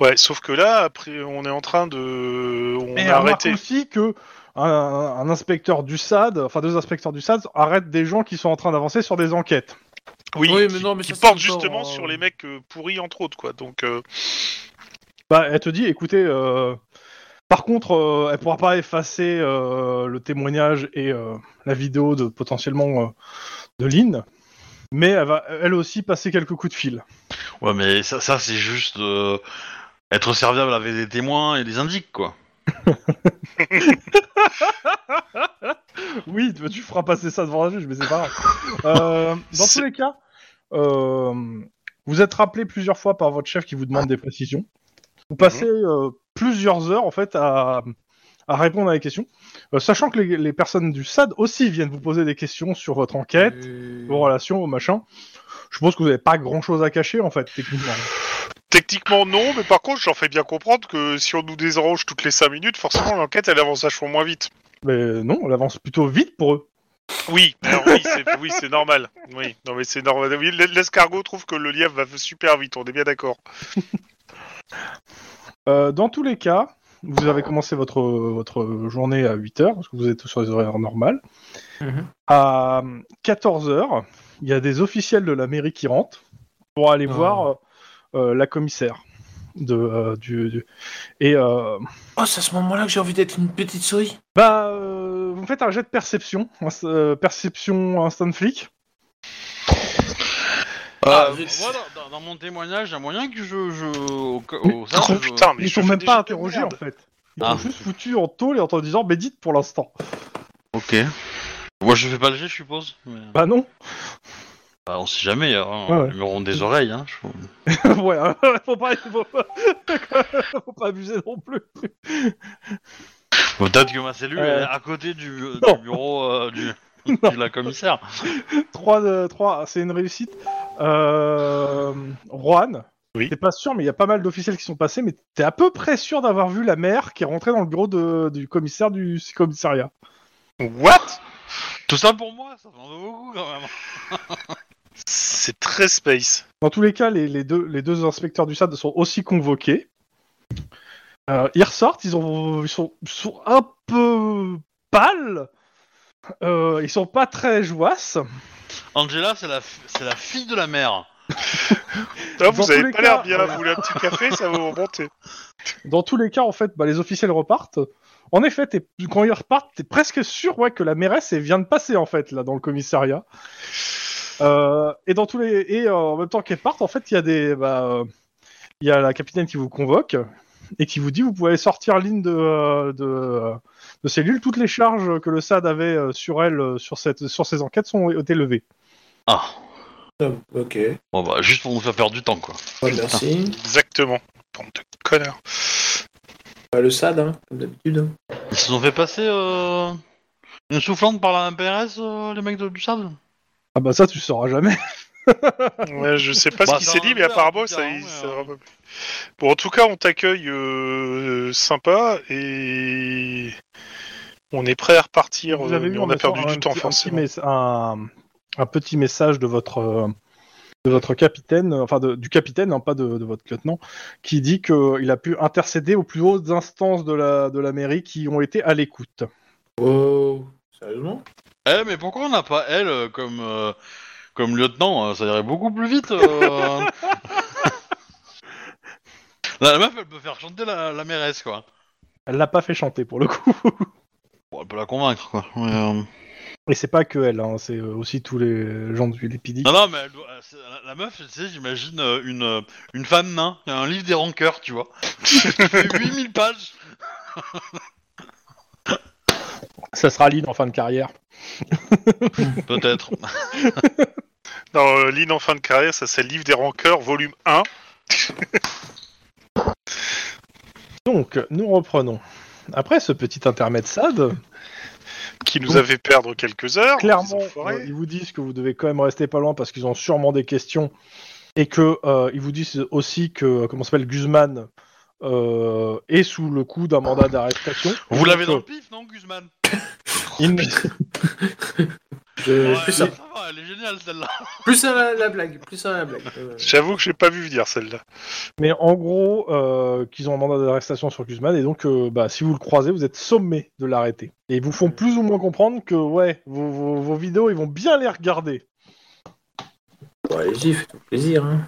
ouais, sauf que là, après, on est en train de, on
et
a arrêté.
remarque aussi que un, un inspecteur du SAD, enfin deux inspecteurs du SAD, arrêtent des gens qui sont en train d'avancer sur des enquêtes.
Oui,
Oui,
qui,
mais non, mais
qui
ça, c'est
porte
encore,
justement
euh,
sur les mecs euh, pourris, entre autres, quoi. Donc, euh,
Bah, elle te dit, écoutez, euh, par contre, euh, elle pourra pas effacer euh, le témoignage et euh, la vidéo de potentiellement euh, de Lynn, mais elle va elle aussi passer quelques coups de fil.
Ouais, mais ça, ça c'est juste euh, être serviable avec des témoins et des indices, quoi.
Oui, tu, tu feras passer ça devant la juge, mais c'est pas grave. Euh, dans tous
C'est-
les cas, euh, vous êtes rappelé plusieurs fois par votre chef qui vous demande des précisions. Vous passez euh, plusieurs heures en fait à, à répondre à des questions, euh, sachant que les, les personnes du SAD aussi viennent vous poser des questions sur votre enquête.
euh,
vos relations, vos machins. Je pense que vous n'avez pas grand chose à cacher en fait, techniquement.
techniquement, non, mais par contre, j'en fais bien comprendre que si on nous désange toutes les 5 minutes, forcément, l'enquête, elle avance vachement moins vite.
Mais non, on avance plutôt vite pour eux.
Oui, alors Ah oui, c'est oui, c'est normal. Oui, non, mais c'est normal. Oui, l'es- l'escargot trouve que le lièvre va super vite, on est bien d'accord.
Euh, dans tous les cas, vous avez commencé votre, votre journée à 8h, parce que vous êtes sur les horaires normales.
Mhm.
À 14h, il y a des officiels de la mairie qui rentrent pour aller
Ah.
voir euh, la commissaire. De, euh, du, du- Et euh,
Oh, c'est à ce moment-là que j'ai envie d'être une petite souris.
bah, euh, vous me faites un jet de perception, ins- euh, perception instant flic.
Ah,
Euh,
zut.
moi, dans, dans- dans mon témoignage, il y a moyen que je. je au, ca- au- ça,
Oh
je-
putain, mais
Ils
je
sont
fais
même
des
pas
jeux de
interrogés en
merde.
fait. Ils
Ah.
sont juste foutus en tôle et en te disant médite pour l'instant.
Ok. Moi, je fais pas le jet, je suppose. mais-
Bah non.
Bah, on sait jamais, hein.
Ouais, ouais.
ils me rendent des oreilles. Hein, je-
ouais, hein, faut pas, faut pas, faut pas abuser non plus.
Bon, Peut-être que ma cellule
Ouais.
elle est à côté du, du
Non.
bureau euh, du,
Non.
de la commissaire.
3, de- 3 euh, c'est une réussite. Euh, Juan,
Oui.
t'es pas sûr, mais il y a pas mal d'officiels qui sont passés, mais t'es à peu près sûr d'avoir vu la mère qui est rentrée dans le bureau de- du commissaire du commissariat. hein.
What
Tout ça pour moi, ça m'en veut beaucoup quand même.
C'est très space.
Dans tous les cas, les, les deux, les deux inspecteurs du SAD sont aussi convoqués. Euh, ils ressortent, ils, ont, ils sont, ils sont un peu pâles. Euh, ils sont pas très joasses.
Angela, c'est la, fi- c'est la fille de la mère.
Ah,
Dans
vous
tous les
avez pas l'air
cas,
bien,
voilà.
vous voulez un petit café, ça va vous remonter.
Dans tous les cas, en fait, bah, les officiels repartent. En effet, t'es- quand ils repartent, t'es presque sûr ouais, que la mairesse elle vient de passer, en fait, là, dans le commissariat. Euh, et dans tous les... et euh, en même temps qu'elle partent, en fait, il y a des... bah, euh, il y a la capitaine qui vous convoque et qui vous dit vous pouvez aller sortir ligne de, euh, de, euh, de cellule. Toutes les charges que le SAD avait euh, sur elle, euh, sur, cette, sur ces enquêtes, sont été levées.
Ah,
Ok,
bon bah, juste pour nous faire perdre du temps quoi.
merci.
Exactement. Bande de connards.
le SAD, hein, comme d'habitude.
Ils se sont fait passer euh, une soufflante par la MPRS, euh, les mecs de, du sable
Ah bah ça, tu sauras jamais.
Ouais, je sais pas
Bah,
ce qui
ça
s'est
en
dit, mais
a ouvert, en
apparemment,
tout
ça,
cas, hein,
il-
mais,
ça
euh,
va pas plus. Bon, en tout cas, on t'accueille euh, sympa et on est prêt à repartir.
Vous
euh,
avez
mais
eu en
on a
même
perdu
temps
du
un
temps,
petit- un petit
forcément.
mess- Un un petit message de votre... euh, de votre capitaine, euh, enfin de- du capitaine, hein, pas de, de votre lieutenant, qui dit qu'il a pu intercéder aux plus hautes instances de la, de la mairie qui ont été à l'écoute.
Wow, sérieusement
Eh, mais pourquoi on n'a pas elle euh, comme, euh, comme lieutenant euh, Ça irait beaucoup plus vite. euh. la meuf, elle peut faire chanter la, la mairesse quoi.
Elle l'a pas fait chanter pour le coup.
Bon, elle peut la convaincre quoi. Mais, euh,
Et c'est pas que elle, hein, c'est euh, aussi tous les gens du Lépidi.
Non, non, mais elle doit- euh, c'est- la, la meuf, tu sais, j'imagine euh, une, euh, une femme nain, qui a un livre des rancœurs, tu vois. Qui fait 8000 pages.
Ça sera Lynn en fin de carrière.
Peut-être.
Non, euh, Lynn en fin de carrière, ça c'est Livre des rancœurs, volume 1.
Donc, nous reprenons. Après ce petit intermède sad,
qui nous
Donc,
avait perdre quelques heures.
clairement,
les enfoirés.
euh, ils vous disent que vous devez quand même rester pas loin parce qu'ils ont sûrement des questions et que euh, ils vous disent aussi que euh, comment s'appelle Guzman euh, est sous le coup d'un mandat d'arrestation.
Vous l'avez dans le
Donc, euh,
pif, non, Guzman
il ne-
Je-
Ouais,
plus, ça,
ça va, Elle est géniale, celle-là.
plus ça va, la blague, plus ça va, la blague. Euh,
J'avoue que j'ai pas vu venir celle-là.
Mais en gros, euh, qu'ils ont un mandat d'arrestation sur Guzman et donc, euh, bah, si vous le croisez, vous êtes sommé de l'arrêter. Et ils vous font plus ou moins comprendre que ouais, vos, vos- vos vidéos, ils vont bien les regarder.
Bon, allez-y, faites-vous plaisir. Hein.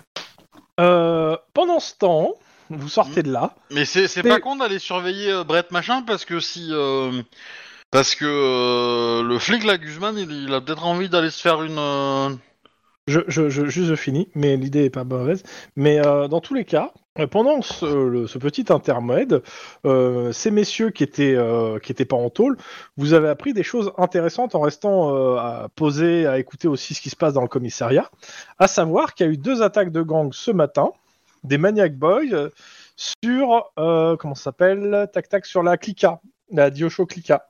Euh, pendant ce temps, vous sortez de là.
Mais c'est c'est
Mais-
pas con d'aller surveiller euh, Brett machin parce que si euh, parce que euh, le flic là Guzman il, il a peut-être envie d'aller se faire une euh,
Je, je, je- juste je finis, mais l'idée est pas mauvaise. Mais euh, dans tous les cas, euh, pendant ce, le- ce petit intermède, euh, ces messieurs qui étaient euh, qui étaient pas en tôle, vous avez appris des choses intéressantes en restant euh, à poser, à écouter aussi ce qui se passe dans le commissariat. À savoir qu'il y a eu deux attaques de gang ce matin, des maniac boys euh, sur euh, comment ça s'appelle, tac tac sur la Clica, la Diosho Clica,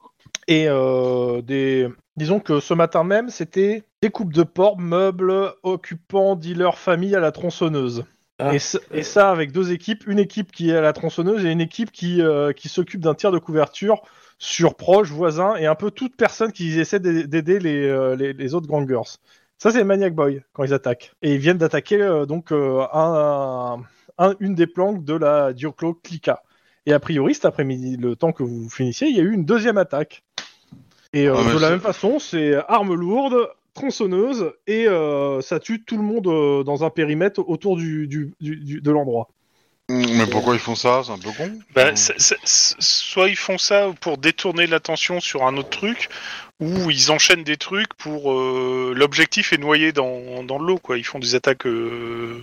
et euh, des Disons que ce matin même, c'était découpe de porc, meubles, occupants, dealers, famille à la tronçonneuse.
Ah.
et, ce- et ça avec deux équipes, une équipe qui est à la tronçonneuse et une équipe qui, euh, qui s'occupe d'un tir de couverture sur proches, voisins et un peu toute personne qui essaie d'a- d'aider les, euh, les, les autres gangers. Ça, c'est les Maniac Boy quand ils attaquent. Et ils viennent d'attaquer euh, donc euh, un, un- une des planques de la Dioclo Clica. Et a priori, cet après-midi, le temps que vous finissiez, il y a eu une deuxième attaque. Et euh,
Ah, mais
de la
c'est-
même façon, c'est armes lourdes, tronçonneuse, et euh, ça tue tout le monde euh, dans un périmètre autour du, du- du- du- de l'endroit.
Mm, Mais pourquoi ils font ça C'est un peu con.
Bah, c'est- c'est- c'est- soit ils font ça pour détourner l'attention sur un autre truc, ou ils enchaînent des trucs pour euh, l'objectif est noyé dans, dans l'eau quoi. Ils font des attaques. euh,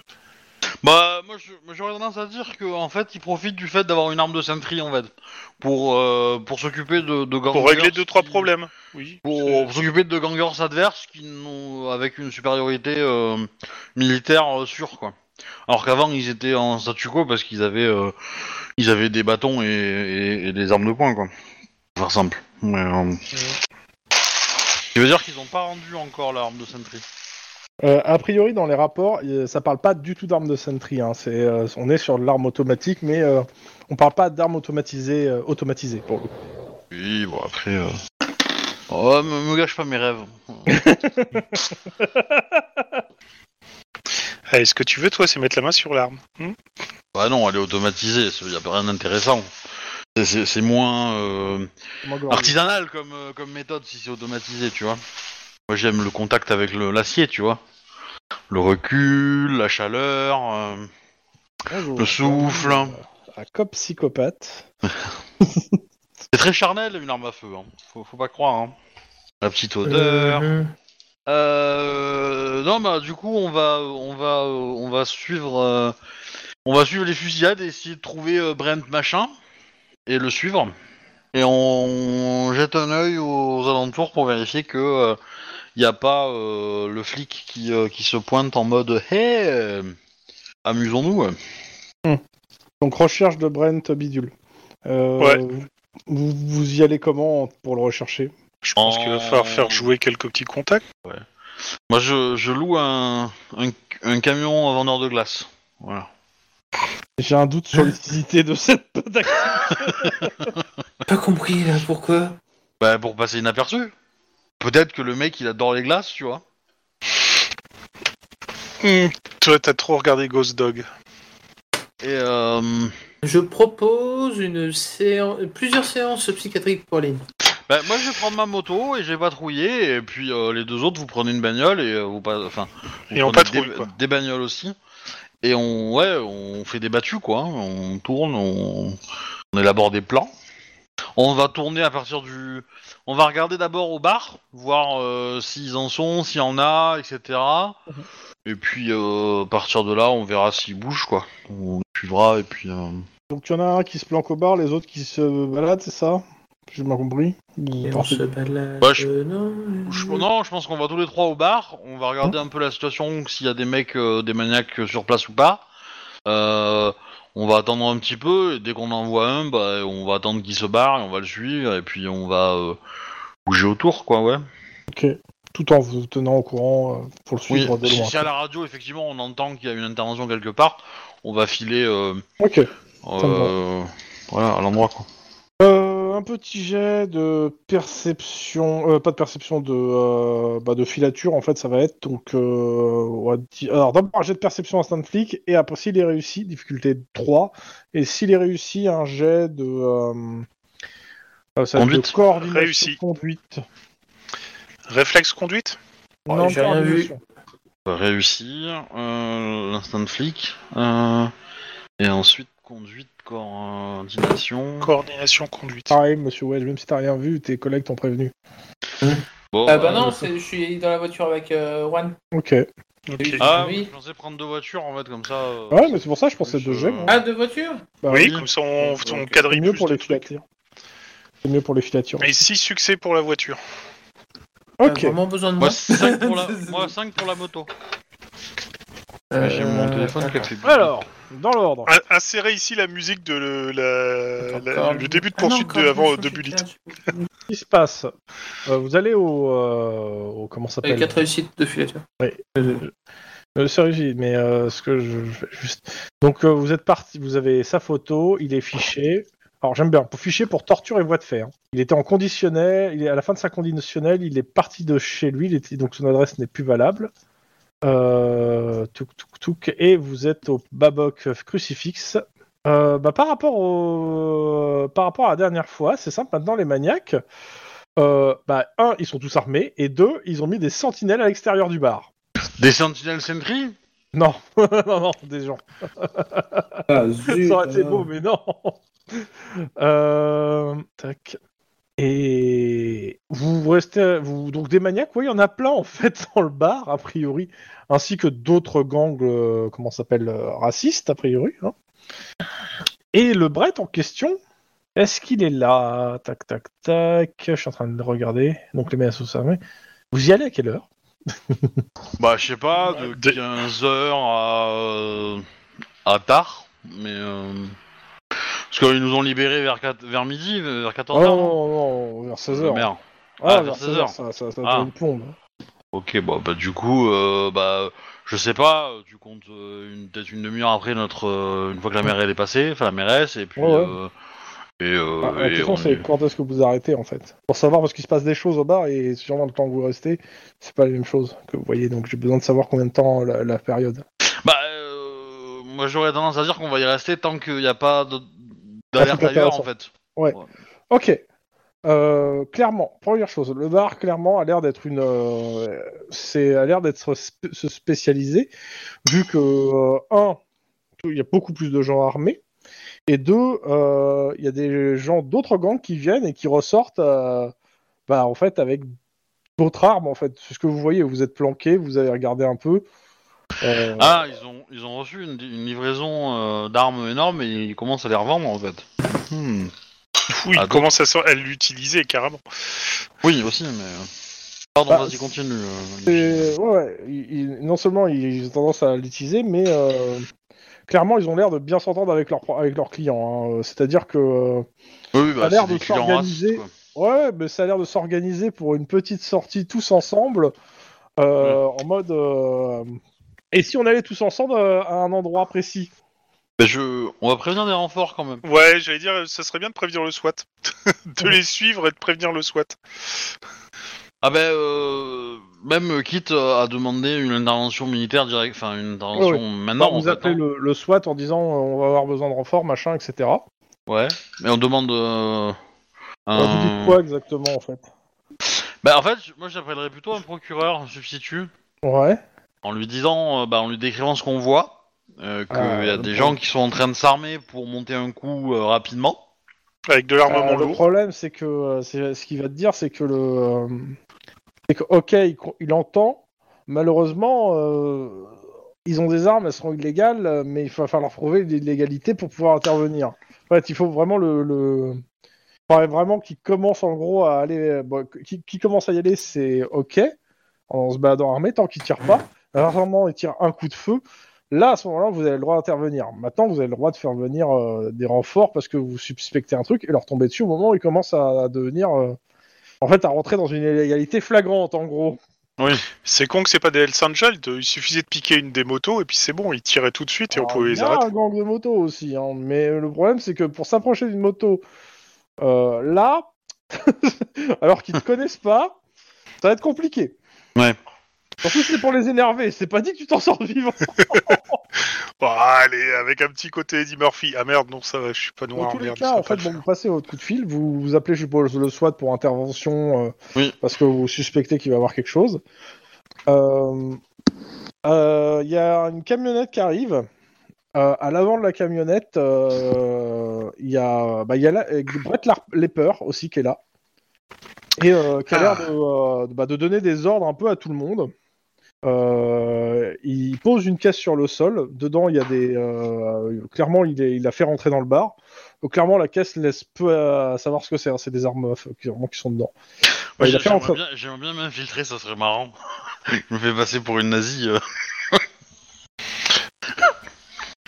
Bah moi je- moi, j'aurais tendance à dire que en fait ils profitent du fait d'avoir une arme de sinterie en fait pour euh, pour s'occuper de, de
pour
gangers
régler deux trois
qui-
problèmes. Oui.
Pour pour s'occuper de gangers adverses qui n'ont avec une supériorité euh, militaire euh, sûre quoi. Alors qu'avant ils étaient en statu quo parce qu'ils avaient euh, ils avaient des bâtons et, et- et des armes de poing quoi. Pour faire simple. Mais, euh, Ce qui veut dire qu'ils n'ont pas rendu encore l'arme de sentry.
Euh, a priori, dans les rapports, euh, ça parle pas du tout d'armes de sentry. hein. C'est, euh, on est sur de l'arme automatique, mais euh, on parle pas d'armes automatisées, euh, automatisées pour le coup.
Oui bon après. euh, Oh me, me gâche pas mes rêves.
Ah, Est-ce que tu veux toi, c'est mettre la main sur l'arme Hmm
Bah non elle est automatisée, il n'y a rien d'intéressant. C'est- C'est c'est moins euh,
Comment dire
Artisanal comme, euh, comme méthode si c'est automatisé, tu vois. Moi j'aime le contact avec le- l'acier, tu vois. Le recul, la chaleur. euh.
Bonjour.
Le souffle.
Un cop psychopathe.
C'est très charnel une arme à feu, hein. faut, faut pas croire. hein. La petite odeur.
Mhm.
Euh, Non bah du coup on va on va euh, on va suivre euh, on va suivre les fusillades et essayer de trouver euh, Brent machin et le suivre. Et on jette un œil aux alentours pour vérifier que euh, y a pas euh, le flic qui, euh, qui se pointe en mode Hey euh, amusons-nous.
Donc recherche de Brent Bidule. Euh,
Ouais.
Vous, vous y allez comment pour le rechercher
Je pense
Oh.
qu'il va falloir faire jouer quelques petits contacts.
Moi je, je loue un, un, un camion à vendeur de glace. Voilà.
J'ai un doute sur l'utilité de cette attaque.
Pas compris là, pourquoi
Bah pour passer inaperçu. Peut-être que le mec il adore les glaces, tu vois.
Hmm. Toi, t'as trop regardé Ghost Dog.
Et euh,
Je propose une séance, plusieurs séances psychiatriques pour les.
Bah, moi, je vais prendre ma moto et je vais patrouiller. Et puis, euh, les deux autres, vous prenez une bagnole et euh, vous pas. Enfin, vous
Et on
prenez
patrouille,
des,
quoi.
des bagnoles aussi. Et on, ouais, on fait des battues, quoi. hein. On tourne, on, on élabore des plans. On va tourner à partir du. On va regarder d'abord au bar, voir euh, s'ils en sont, s'il y en a, etc. Et puis, euh, à partir de là, on verra s'ils bougent, quoi. On suivra et puis. euh,
Donc il y en a un qui se planque au bar, les autres qui se baladent, c'est ça J'ai bien compris. Vous
Et on
partez-
se balade. euh,
Bah, je-
Non.
Je- non, je pense qu'on va tous les trois au bar. On va regarder un peu la situation, s'il y a des mecs, euh, des maniaques euh, sur place ou pas. Euh, on va attendre un petit peu. Et dès qu'on en voit un, bah, on va attendre qu'il se barre et on va le suivre. Et puis on va euh, bouger autour, quoi, ouais.
Tout en vous tenant au courant euh, pour le
Oui.
suivre de
Si,
loin.
si à la radio, effectivement, on entend qu'il y a une intervention quelque part, on va filer, euh,
Ok. me va.
euh, voilà, à l'endroit, quoi.
Euh, un petit jet de perception, euh, pas de perception de, euh, bah, de filature en fait, ça va être donc. euh, on va di- Alors d'abord un jet de perception instant flic et après s'il est réussi, difficulté 3 et s'il est réussi un jet de. euh, euh, ça va être de
Conduite.
coordination
Réussi.
conduite.
Réflexe conduite
j'ai rien vu.
coordination.
va réussir. euh, L'instinct de flic. euh, et ensuite, conduite, coordination.
Coordination conduite.
Pareil, monsieur Wedge, même si t'as rien vu, tes collègues t'ont prévenu.
Bon,
Ah bah
euh,
non, c'est- je suis dans la voiture avec euh, Juan.
Ok.
Ok.
Oui.
Ah, oui. je pensais prendre deux voitures en fait, comme ça. euh,
Ouais, mais c'est pour ça que je pensais
plus,
deux jets,
euh,
moi.
Ah, deux voitures
Bah
oui,
oui.
comme ça on,
Donc,
on
euh,
C'est
quadrille
mieux
plus
pour
de
les
trucs.
filatures. C'est mieux pour les filatures.
Et 6 succès pour la voiture.
Ok.
T'as vraiment besoin de moi.
Moi 5 pour, la... moi, cinq pour la moto.
Euh,
J'ai mon téléphone qui a fait bip.
Alors, dans l'ordre.
In- Insérez ici la musique de le, la- Euh, la-
Encore.
le début de
Ah non,
poursuite
quand
de,
je
avant
suis
de
chez
Bullet.
Cage.
Ce qui se passe euh, Vous allez au, euh, au- comment ça
Avec
s'appelle
4 réussites de filature.
Euh, c'est rigide, mais euh, ce que je, je vais juste. Donc euh, vous êtes parti, vous avez sa photo, il est fiché. Alors j'aime bien. Pour fiché pour torture et voie de fait. hein. Il était en conditionnel. Il est à la fin de sa conditionnelle, il est parti de chez lui. il était- donc son adresse n'est plus valable. Euh, touk, touk, touk. et vous êtes au Babok crucifix. Euh, bah, par rapport au, par rapport à la dernière fois, c'est simple. Maintenant les maniaques, euh, bah, un, ils sont tous armés et deux, ils ont mis des sentinelles à l'extérieur du bar.
Des sentinelles sentry
Non, non, non, des gens.
Ah,
Ça aurait été beau, mais non. Euh, tac. Et vous restez, vous donc des maniaques, oui, il y en a plein en fait dans le bar a priori, ainsi que d'autres gangs, euh, comment ça s'appelle, euh, racistes a priori. hein. Et le Brett en question, est-ce qu'il est là Tac, tac, tac. Je suis en train de regarder. Donc les menaces sont armées. Vous y allez à quelle heure
Bah, je sais pas, de
Des-
15h à. euh, à tard. Mais. euh, Parce qu'ils nous ont libérés vers, quatre- vers midi, vers 14h.
Oh, non, non, vers 16 heures.
Merde.
Ah,
Ah,
vers
vers
16
16.
heures, ça, ça, ça
Ah.
donne une plombe. hein.
Ok, bon, bah, du coup, euh, bah. Je sais pas, tu comptes euh, une- peut-être une demi-heure après notre. euh, une fois que la mère elle est passée, enfin la mairesse, et puis.
Ouais, ouais.
euh, et, euh,
Ah, la
et
question
on
c'est
y-
quand est-ce que vous arrêtez en fait Pour savoir parce qu'il se passe des choses au bar et sûrement le temps que vous restez, c'est pas la même chose que vous voyez donc j'ai besoin de savoir combien de temps la, la période.
Bah, euh, moi j'aurais tendance à dire qu'on va y rester tant qu'il n'y a pas de-
Ah,
d'alerte
c'est
ailleurs
intéressant.
en fait.
Ok. Euh, clairement, première chose, le bar clairement a l'air d'être une, euh, c'est a l'air d'être sp- se spécialiser vu que euh, un, il y a beaucoup plus de gens armés et deux, euh, il y a des gens d'autres gangs qui viennent et qui ressortent, euh, bah en fait avec d'autres armes en fait. C'est ce que vous voyez, vous êtes planqués, vous avez regardé un peu. Euh,
Ah, ils ont, ils ont reçu une, une livraison euh, d'armes énormes et ils commencent à les revendre en fait. Hmm.
Fou, il
Ah, donc-
commence à, sor- à l'utiliser carrément.
Oui, aussi, mais. euh, Pardon,
Bah,
vas-y, continue. euh,
C'est- ouais, ouais, ils- ils- non seulement ils ont tendance à l'utiliser, mais euh, clairement ils ont l'air de bien s'entendre avec, leurs pro- avec leurs clients. hein. C'est-à-dire que euh,
Oui, oui,
Ça a
bah,
l'air
c'est
de
des clients
s'organiser.
racistes, quoi.
ouais, mais ça a l'air de s'organiser pour une petite sortie tous ensemble, euh, en mode. euh, et si on allait tous ensemble euh, à un endroit précis
Mais je... On va prévenir des renforts quand même.
Ouais, j'allais dire, ça serait bien de prévenir le SWAT. de les suivre et de prévenir le SWAT.
Ah, ben, euh, même euh, quitte euh, à demander une intervention militaire directe, enfin une intervention
Ouais,
maintenant en
Bah, vous
fait.
appelez
hein.
le, le SWAT en disant euh, on va avoir besoin de renfort, machin, etc.
Ouais, mais on demande. euh, un-
Alors, Bah, Vous dites quoi exactement en fait
Bah en fait, moi j'appellerais plutôt un procureur, un substitut,
Ouais.
en lui disant, euh, bah, en lui décrivant ce qu'on voit, euh, qu'il
Ah,
y a
le
des
pro-
gens qui sont en train de s'armer pour monter un coup euh, rapidement.
Avec de l'armement
Euh, le
lourd.
problème, c'est que euh, c'est- ce qu'il va te dire, c'est que le, euh, c'est que ok, il, co- il entend. Malheureusement, euh, ils ont des armes, elles seront illégales, euh, mais il va falloir prouver l'illégalité pour pouvoir intervenir. En fait, il faut vraiment le, le... il faudrait vraiment qu'il commence en gros à aller, bon, qui, qui commence à y aller, c'est ok, en se baladant armé, tant qu'il tire pas. Rarement, il tire un coup de feu. Là, à ce moment-là, vous avez le droit d'intervenir. Maintenant, vous avez le droit de faire venir euh, des renforts parce que vous suspectez un truc et leur tomber dessus au moment où ils commencent à, à devenir. euh, En fait, à rentrer dans une illégalité flagrante, en gros.
C'est con que c'est pas des Hells Angels, de- il suffisait de piquer une des motos et puis c'est bon, ils tiraient tout de suite et on
Alors,
pouvait
il
les
y a
arrêter.
un gang de moto aussi, hein, mais le problème, c'est que pour s'approcher d'une moto, euh, là, alors qu'ils ne te connaissent pas, ça va être compliqué.
Ouais.
Surtout si c'est pour les énerver, c'est pas dit que tu t'en sors vivant.
Bon, allez, avec un petit côté Eddie Murphy. Ah merde, non, ça va, je suis pas
Dans
noir,
tous les
merde.
cas,
ça va
en
pas
fait,
le
bon,
faire.
vous passez votre coup de fil, vous, vous appelez, je suppose, le SWAT pour intervention euh,
Oui.
parce que vous suspectez qu'il va y avoir quelque chose. Euh, Euh, Il y a une camionnette qui arrive. Euh, à l'avant de la camionnette, euh, il y a, bah, il y a la- euh, Brett Lar- Lepper aussi qui est là. Et euh, qui a l'air
Ah.
de, euh, de- bah, de donner des ordres un peu à tout le monde. Euh, il pose une caisse sur le sol. Dedans, il y a des. euh, clairement, il, est- il la fait rentrer dans le bar. Donc, clairement, la caisse laisse peu à savoir ce que c'est. hein. C'est des armes euh, clairement, qui sont dedans. Bah,
Moi,
il a
j'ai-
fait
J'aimerais
rentrer-
bien, j'aimerais bien m'infiltrer, ça serait marrant. Je me fais passer pour une nazie. euh.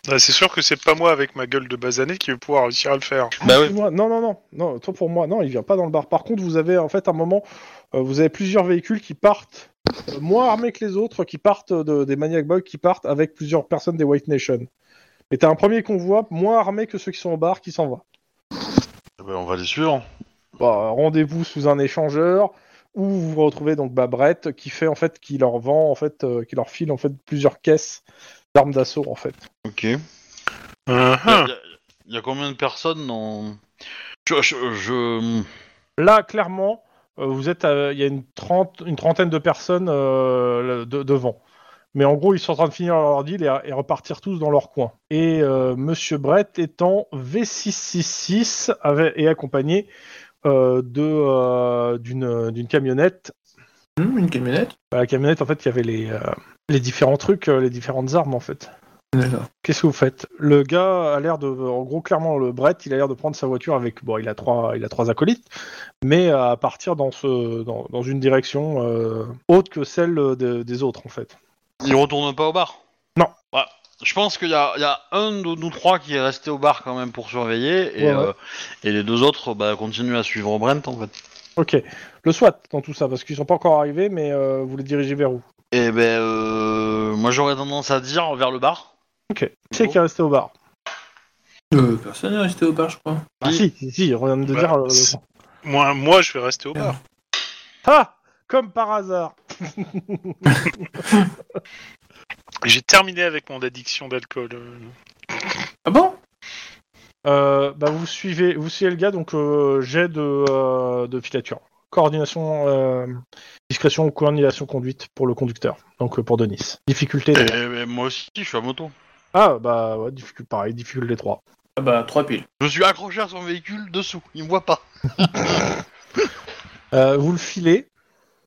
Ah, c'est sûr que c'est pas moi avec ma gueule de basané qui vais pouvoir réussir à le faire.
Bah oui.
Pour moi, non, non, non, non, toi pour moi, non, il vient pas dans le bar. Par contre, vous avez en fait un moment, euh, vous avez plusieurs véhicules qui partent, euh, moins armés que les autres, qui partent euh, de- des Maniac Boys, qui partent avec plusieurs personnes des White Nation. Et t'as un premier convoi moins armé que ceux qui sont au bar qui s'en va.
Bah, on va les suivre.
Bah, Rendez-vous sous un échangeur où vous vous retrouvez donc Babrette qui fait en fait qui leur vend en fait euh, qui leur file en fait plusieurs caisses d'armes d'assaut en fait.
Ok. Il
Uh-huh.
y, a- y a combien de personnes dans... Je... je- je-
Là clairement, euh, vous êtes à- il y a une, trente- une trentaine de personnes euh, là, de- devant. Mais en gros, ils sont en train de finir leur deal et, et repartir tous dans leur coin. Et euh, Monsieur Brett étant V666 avec- et accompagné euh, de, euh, d'une d'une camionnette
Hmm,
Hum, une camionnette
Bah, la camionnette, en fait, il y avait les, euh, les différents trucs, euh, les différentes armes, en fait.
D'accord.
Qu'est-ce que vous faites Le gars a l'air de, en gros, clairement, le Brett, il a l'air de prendre sa voiture avec, bon, il a trois, il a trois acolytes, mais à partir dans ce, dans, dans une direction euh, autre que celle de- des autres, en fait.
Ils retournent pas au bar
Non.
Bah, je pense qu'il y, a- il y a un de nous trois qui est resté au bar quand même pour surveiller. Et,
Ouais, ouais.
euh, et les deux autres bah, continuent à suivre Brent en fait.
Ok. Le SWAT dans tout ça, parce qu'ils sont pas encore arrivés, mais euh, vous les dirigez vers où
Et ben, euh, moi j'aurais tendance à dire vers le bar.
Ok. Qui c'est qui est resté au bar
Euh, personne n'est resté au bar, je crois.
Ah si, si, si, on vient de
Bah,
dire. euh,
c'est- Moi, moi, je vais rester au bar.
Ah Comme par hasard.
J'ai terminé avec mon addiction d'alcool. euh.
Ah bon
Euh, bah vous suivez, vous suivez le gars, donc euh, jet de, euh, de filature. Coordination, euh, discrétion, coordination conduite pour le conducteur, donc euh, pour Denis. Difficulté.
Et,
les-
ben, moi aussi, je suis à moto.
Ah bah ouais, difficulté, pareil, difficulté 3.
Ah bah, trois piles.
Je suis accroché à son véhicule dessous, il me voit pas.
Euh, vous le filez.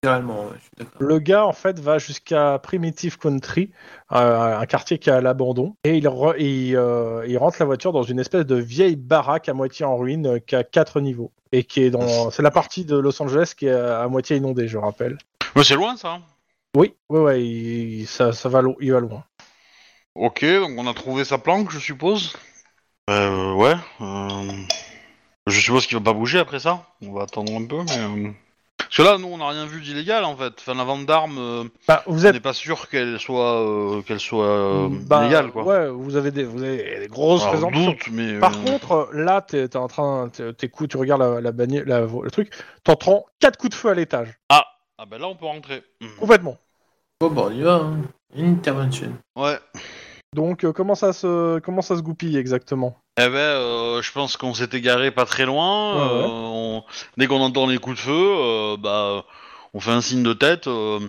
Littéralement, ouais, je suis d'accord.
Le gars en fait va jusqu'à Primitive Country, euh, un quartier qui est à l'abandon, et il, re- il, euh, il rentre la voiture dans une espèce de vieille baraque à moitié en ruine euh, qui a quatre niveaux et qui est dans, c'est la partie de Los Angeles qui est à à moitié inondée, je rappelle.
Mais c'est loin ça. hein.
Oui, oui, oui, il- ça, ça va, lo- il va loin.
Ok, donc on a trouvé sa planque, je suppose. Euh, ouais. euh, Je suppose qu'il va pas bouger après ça. On va attendre un peu, mais. euh, Parce que là, nous, on n'a rien vu d'illégal en fait. Enfin, la vente d'armes, euh,
Bah, vous
on
êtes.
n'est pas sûr qu'elle soit, euh, qu'elle soit euh,
bah,
légale quoi.
Ouais, vous avez des, vous avez des grosses
Alors,
présomptions.
doute, mais.
Par
euh,
contre, là, t'es es en train, t'es- t'écoutes, tu regardes la, la bagna- la- le truc, t'entends quatre coups de feu à l'étage,
Ah, ah ben là, on peut rentrer. Mm.
complètement.
Bon, bah, on y va. hein. Intervention.
Ouais.
Donc, euh, comment ça se, comment ça se goupille exactement
Eh ben, euh, je pense qu'on s'est égaré pas très loin.
Ouais,
euh,
ouais.
on- Dès qu'on entend les coups de feu, euh, bah, on fait un signe de tête, euh,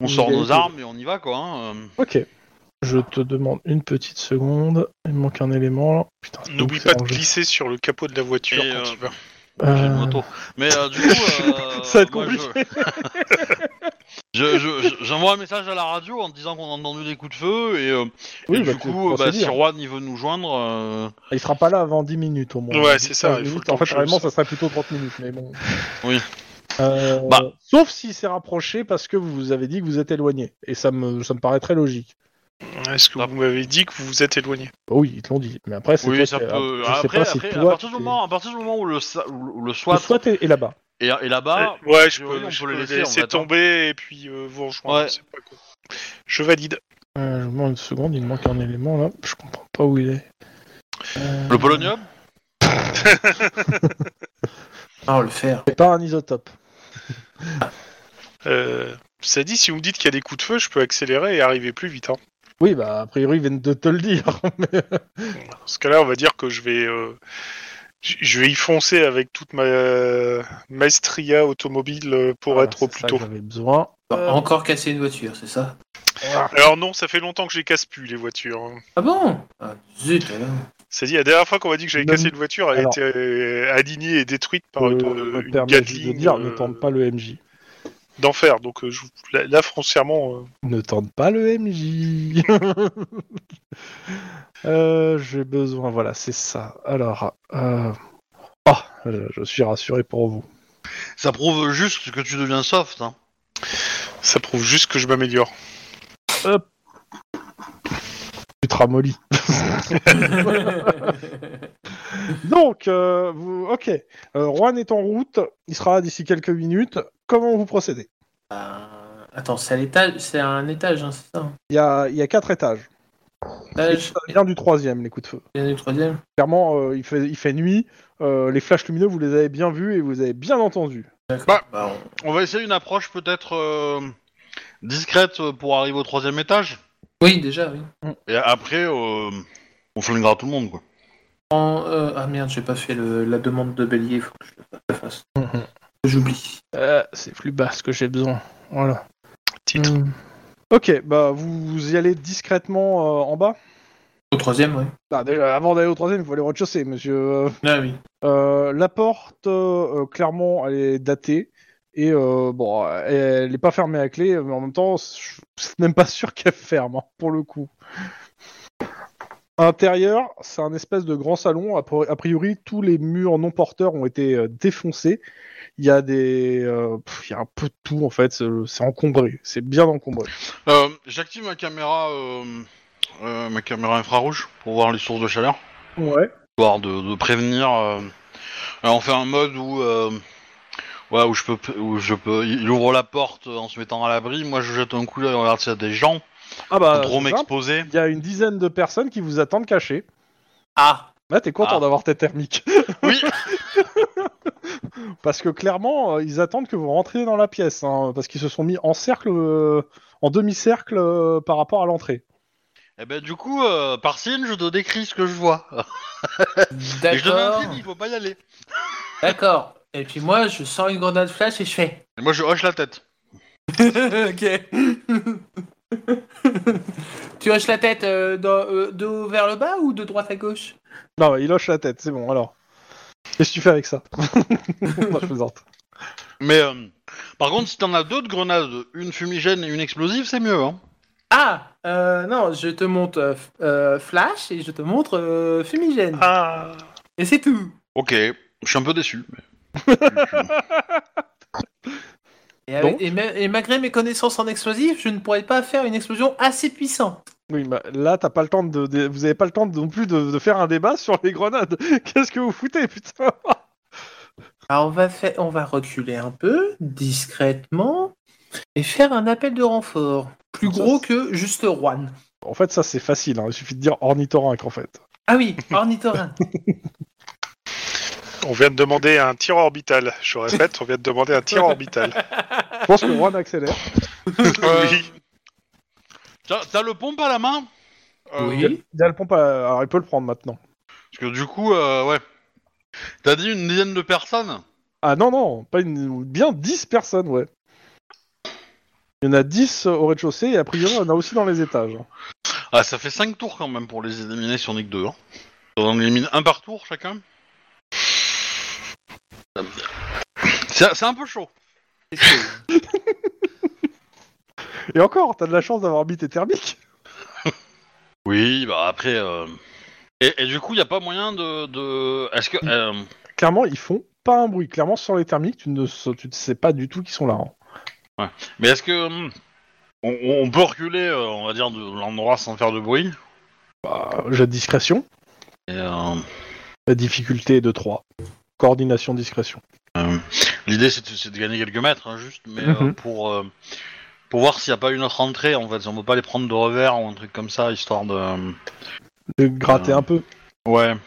on
Il
sort
y a
nos
les-
armes et on y va, quoi. hein, euh.
Ok. Je te demande une petite seconde. Il me manque un élément. Putain, c'est
N'oublie
donc,
pas
c'est
de
en jeu.
glisser sur le capot de la voiture
Et,
quand
euh,
tu vas.
J'ai une
Euh,
moto. Mais euh, du coup, euh,
Ça va être
moi, je-
compliqué.
je- je- je- j'envoie un message à la radio en disant qu'on a entendu des coups de feu et, euh,
Oui,
et
bah,
du
tu-
coup,
on
euh,
se
bah,
dit,
si
hein.
Juan, il veut nous joindre, euh,
il sera pas là avant 10 minutes au moins.
Ouais, c'est ça,
15
il faut
minutes.
le
En fait,
temps que je-
réellement, ça serait plutôt 30 minutes, mais bon.
Oui.
Euh,
Bah.
Sauf s'il s'est rapproché parce que vous avez dit que vous êtes éloigné. Et ça me, ça me paraît très logique.
Est-ce que
Ah.
vous m'avez dit que vous vous êtes éloigné
Bah oui, ils te l'ont dit. Mais après, c'est
oui,
toi
ça
qui-
peut.
je sais
Après,
pas si
après, à,
toi,
partir
tu
du
t'es-
moment, à partir du moment où le, sa- où le
Le
SWAT,
SWAT est, est là-bas.
est, est là-bas,
Ouais, je
Ah. oui,
peux,
on
je
peut le
peux
laisser,
laisser,
en fait, hein.
tomber et puis euh, vous rejoindre.
Ouais.
c'est pas quoi. Je valide.
Euh, je vous demande une seconde, il me manque un élément là. Je comprends pas où il est. Euh,
le polonium.
Ah, on le faire.
C'est pas un isotope.
Euh, ça dit, si vous me dites qu'il y a des coups de feu, je peux accélérer et arriver plus vite. hein.
Oui, bah, a priori, ils viennent de te le dire. mais-
Dans ce cas-là, on va dire que je vais, euh, je- je vais y foncer avec toute ma euh, maestria automobile euh, pour
Voilà,
être au
Ah, c'est
plus
ça
tôt.
que J'avais besoin.
Bon, Encore casser une voiture, c'est ça
Alors non, ça fait longtemps que je les casse plus, les voitures. hein.
Ah bon Ah, Zut alors.
C'est dit, la dernière fois qu'on m'a dit que j'avais
Non,
cassé une voiture, elle
alors.
était euh, alignée et détruite par
Euh,
une,
me
une
permets juste de
Gatling,
dire,
euh,
ne tente pas le MJ.
d'enfer. Donc euh, je- là, là, foncièrement, euh,
Ne tente pas le MJ. Euh, J'ai besoin, voilà, c'est ça. Alors, euh... ah, euh, je suis rassuré pour vous.
Ça prouve juste que tu deviens soft. Hein.
ça prouve juste que je m'améliore.
Tu te ramollis. Donc, euh, vous... ok. Euh, Juan est en route. Il sera là d'ici quelques minutes. Comment vous procédez
Euh, Attends, c'est à l'étage, c'est à un étage, hein, c'est ça
il y, a, il y a quatre étages.
Étage,
Ça vient du troisième, les coups de feu.
il y en a eu le troisième.
Clairement, euh, il, fait, il fait nuit. euh, les flashs lumineux, vous les avez bien vus et vous avez bien entendus.
Bah.
Bah, on-
On va essayer une approche peut-être euh, discrète euh, pour arriver au troisième étage.
Oui, déjà, oui.
Et après, euh, on flinguera tout le monde. Quoi.
En, euh, Ah merde, j'ai pas fait le- la demande de bélier, faut que je le la fasse.
Mhm.
J'oublie.
Euh, c'est plus bas ce que j'ai besoin. Voilà.
Titre.
Hmm. Ok, bah vous, vous y allez discrètement euh, en bas.
Au troisième, oui.
Ah, déjà, avant d'aller au troisième, il faut aller au rez-de-chaussée, monsieur. Euh,
Ah oui.
euh, la porte, euh, euh, clairement, elle est datée. Et euh, bon, elle n'est pas fermée à clé, mais en même temps, je suis même pas sûr qu'elle ferme, hein, pour le coup. Intérieur, c'est un espèce de grand salon. A pri- a priori, tous les murs non porteurs ont été euh, défoncés. Il y a des, euh, pff, il y a un peu de tout en fait. C'est c'est encombré, c'est bien encombré.
Euh, J'active ma caméra, euh, euh, ma caméra infrarouge pour voir les sources de chaleur,
Ouais.
voir de, de prévenir. euh. Alors, on fait un mode où, euh, ouais, où je peux, où je peux, il ouvre la porte en se mettant à l'abri. Moi, je jette un coup d'œil, on regarde s'il y a des gens,
Ah bah,
trop
c'est ça.
m'exposer.
il y a une dizaine de personnes qui vous attendent cachées.
Ah
Là, t'es content
Ah.
d'avoir tes thermiques.
Oui.
parce que clairement, euh, ils attendent que vous rentriez dans la pièce. hein, parce qu'ils se sont mis en cercle, euh, en demi-cercle euh, par rapport à l'entrée.
Eh ben, du coup, euh, par signe, je te décris ce que je vois. Et je te donne un
D'accord.
signe, il faut pas y aller.
D'accord. Et puis moi, je sors une grenade flash et je fais.
Et moi, je hoche la tête.
ok. tu hoches la tête euh, dans- euh, de haut vers le bas ou de droite à gauche
Non, il hoche la tête, c'est bon, alors. Qu'est-ce que tu fais avec ça Non, je plaisante.
Mais euh, par contre, si t'en as deux de grenades, une fumigène et une explosive, c'est mieux. Hein.
Ah euh, Non, je te montre euh, f- euh, flash et je te montre euh, fumigène.
Ah,
Et c'est tout.
Ok, je suis un peu déçu. mais-
Et, avec-
Donc
et ma- et malgré mes connaissances en explosifs, je ne pourrais pas faire une explosion assez puissante.
Oui, bah, là, t'as pas le temps de, de- vous avez pas le temps de- non plus de, de faire un débat sur les grenades. Qu'est-ce que vous foutez, putain
Alors on va, faire, on va reculer un peu, discrètement, et faire un appel de renfort. Plus
Ça,
gros que juste Juan.
En fait, ça, c'est facile. hein, Il suffit de dire ornithorynque, en fait.
Ah oui, ornithorin.
on vient de demander un tir orbital. Je répète, on vient de demander un tir orbital.
Je pense que Juan accélère.
Euh,
Oui.
T'as t'as le pompe à la main Euh,
Il a le pompe à- Alors, il peut le prendre maintenant.
Parce que du coup, euh, ouais. T'as dit une dizaine de personnes
Ah non, non, pas une... bien 10 personnes, ouais. Il y en a 10 au rez-de-chaussée et a priori, il y en a aussi dans les étages.
Ah, ça fait 5 tours quand même pour les éliminer si on est que 2. Hein. On en élimine un par tour chacun C'est c'est un peu chaud.
Et encore, t'as de la chance d'avoir mis tes thermiques.
Oui, bah après. euh, Et, et du coup, il a pas moyen de. de... Est-ce que. euh,
Clairement, ils font pas un bruit. Clairement, sans les thermiques, tu ne, sa- tu ne sais pas du tout qu'ils sont là. hein.
Mais est-ce que. hum, On, on peut reculer, euh, on va dire, de l'endroit sans faire de bruit
Bah, jeu de discrétion.
Et, euh,
La difficulté est de 3. Coordination, discrétion.
euh, L'idée, c'est de, c'est de gagner quelques mètres, hein, juste, mais euh,
Mhm.
pour, euh, pour voir s'il n'y a pas une autre entrée, en fait. si On peut pas les prendre de revers ou un truc comme ça, histoire de. euh,
De gratter
Euh,
un peu.
Ouais, de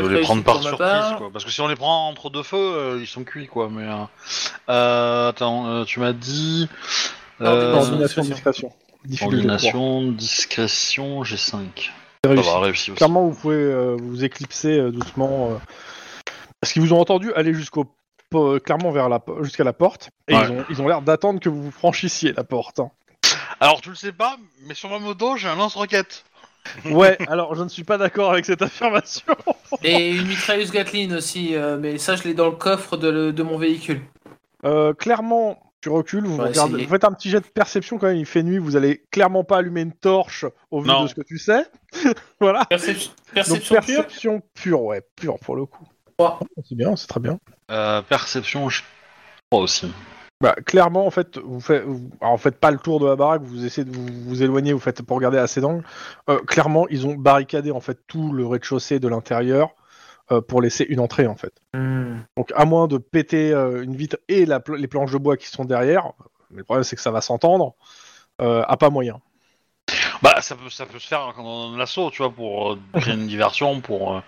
Peut-être
les prendre par
réussite
surprise,
pour ma part.
quoi. Parce que si on les prend entre deux feux, euh, ils sont cuits, quoi. Mais. euh, euh, attends, euh, tu m'as dit.
Ah,
Coordination,
Euh,
Coordination,
discrétion.
discrétion. Difficulté de trois.
coordination, discrétion, G5.
C'est
Ça
réussi.
va, réussi aussi.
Clairement, vous pouvez euh, vous éclipser euh, doucement. euh, parce qu'ils vous ont entendu aller jusqu'au po- clairement vers la po- jusqu'à la porte et
Ouais.
ils ont ils ont l'air d'attendre que vous franchissiez la porte. hein.
Alors tu le sais pas, mais sur ma moto j'ai un lance-roquette.
Ouais, alors je ne suis pas d'accord avec cette affirmation.
Et une mitrailleuse Gatlin aussi, euh, mais ça, je l'ai dans le coffre de, le- de mon véhicule.
Euh, clairement, tu recules, vous,
Ouais,
regardez-
essayez.
vous faites un petit jet de perception quand même, il fait nuit, vous allez clairement pas allumer une torche au vu
Non.
de ce que tu sais. voilà.
Percep-
Donc
perception pure
perception pure, ouais, pure pour le coup.
Trois.
Oh, C'est bien, c'est très bien.
Euh, perception, je crois aussi.
Bah, clairement, en fait, vous faites, vous- alors, faites pas le tour de la baraque, vous essayez de vous, vous éloigner, vous faites pour regarder assez d'angle. Euh, clairement, ils ont barricadé en fait tout le rez-de-chaussée de l'intérieur euh, pour laisser une entrée en fait.
Hmm.
Donc à moins de péter euh, une vitre et la pla- les planches de bois qui sont derrière, mais le problème c'est que ça va s'entendre, euh, à pas moyen.
Bah ça peut, ça peut se faire quand on a un assaut, tu vois, pour euh, créer une diversion, pour euh,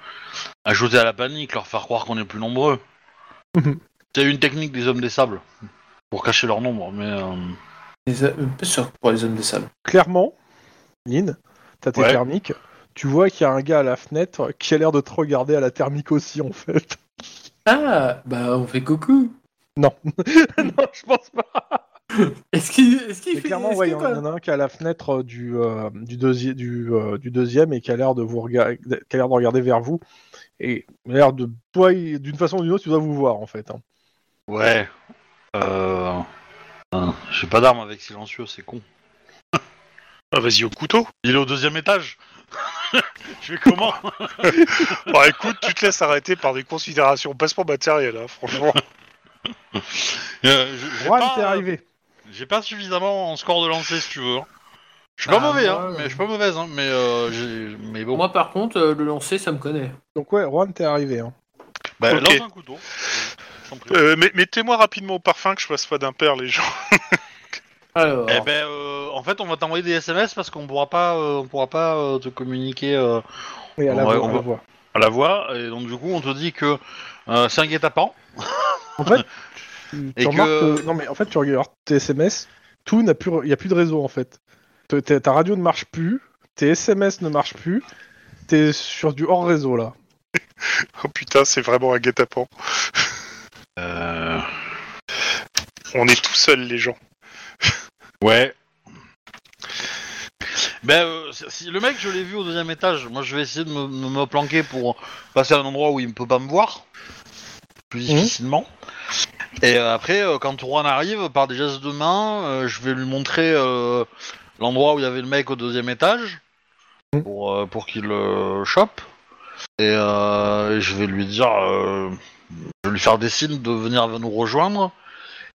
ajouter à la panique, leur faire croire qu'on est plus nombreux.
Mhm.
C'est une technique des hommes des sables, pour cacher leur nombre, mais... euh,
Les hommes- euh, Pas sûr pour les hommes des sables.
Clairement, Lynn, t'as tes
Ouais.
thermiques, tu vois qu'il y a un gars à la fenêtre qui a l'air de te regarder à la thermique aussi en fait.
Ah, bah on fait coucou.
non, je pense pas.
Est-ce qu'il est
Mais clairement, ouais, il y, en il y en a un qui est à la fenêtre euh, du, euh, du, deuxi- du, euh, du deuxième et qui a l'air de vous regarder, qui a l'air de regarder vers vous et il a l'air de toi, il- d'une façon ou d'une autre, tu dois vous voir en fait. hein.
Ouais. Euh... euh, J'ai pas d'arme avec silencieux, c'est con.
Ah, vas-y, au couteau.
Il est au deuxième étage. Je fais comment
Bah, écoute, tu te laisses arrêter par des considérations passement matériel, hein, franchement.
Euh, je- J'ai
Juan, t'es
pas, euh,
arrivé.
j'ai pas suffisamment en score de lancer, si tu veux. hein. Je suis pas
Ah,
mauvais,
moi,
hein, mais je suis pas mauvaise, hein, mais, euh, j'ai- mais bon.
Moi par contre, euh, le lancer, ça me connaît.
Donc ouais, Juan, t'es arrivé. hein.
Bah,
Ok.
lance un couteau. Je t'en prie.
Euh, mais- Mettez-moi rapidement au parfum que je fasse pas d'impair, les gens.
Alors,
Eh ben, euh, en fait, on va t'envoyer des SMS parce qu'on pourra pas, euh, on pourra pas euh, te communiquer euh,
Et à la
Ouais,
voix,
on
à la
va-
voix.
à la voix, et donc du coup, on te dit que euh, c'est un guet-apens.
En fait, tu, tu
Et
remarques
que-
que- Non, mais en fait, tu regardes tes SMS, tout n'a plus... Il n'y a plus de réseau, en fait. Te- Ta ta radio ne marche plus, tes SMS ne marchent plus, t'es sur du hors-réseau, là.
Oh putain, c'est vraiment un guet-apens.
Euh...
On est tout seul, les gens.
Ouais. Ben, euh, si- si le mec, je l'ai vu au deuxième étage. Moi, je vais essayer de me, me- me planquer pour passer à un endroit où il ne peut pas me voir. Plus
Mhm.
difficilement. Et euh, après, euh, quand Juan arrive, par des gestes de main, euh, je vais lui montrer euh, l'endroit où il y avait le mec au deuxième étage.
Mhm.
Pour, euh, pour qu'il le chope. Et euh, je vais lui dire. euh, je vais lui faire des signes de venir nous rejoindre.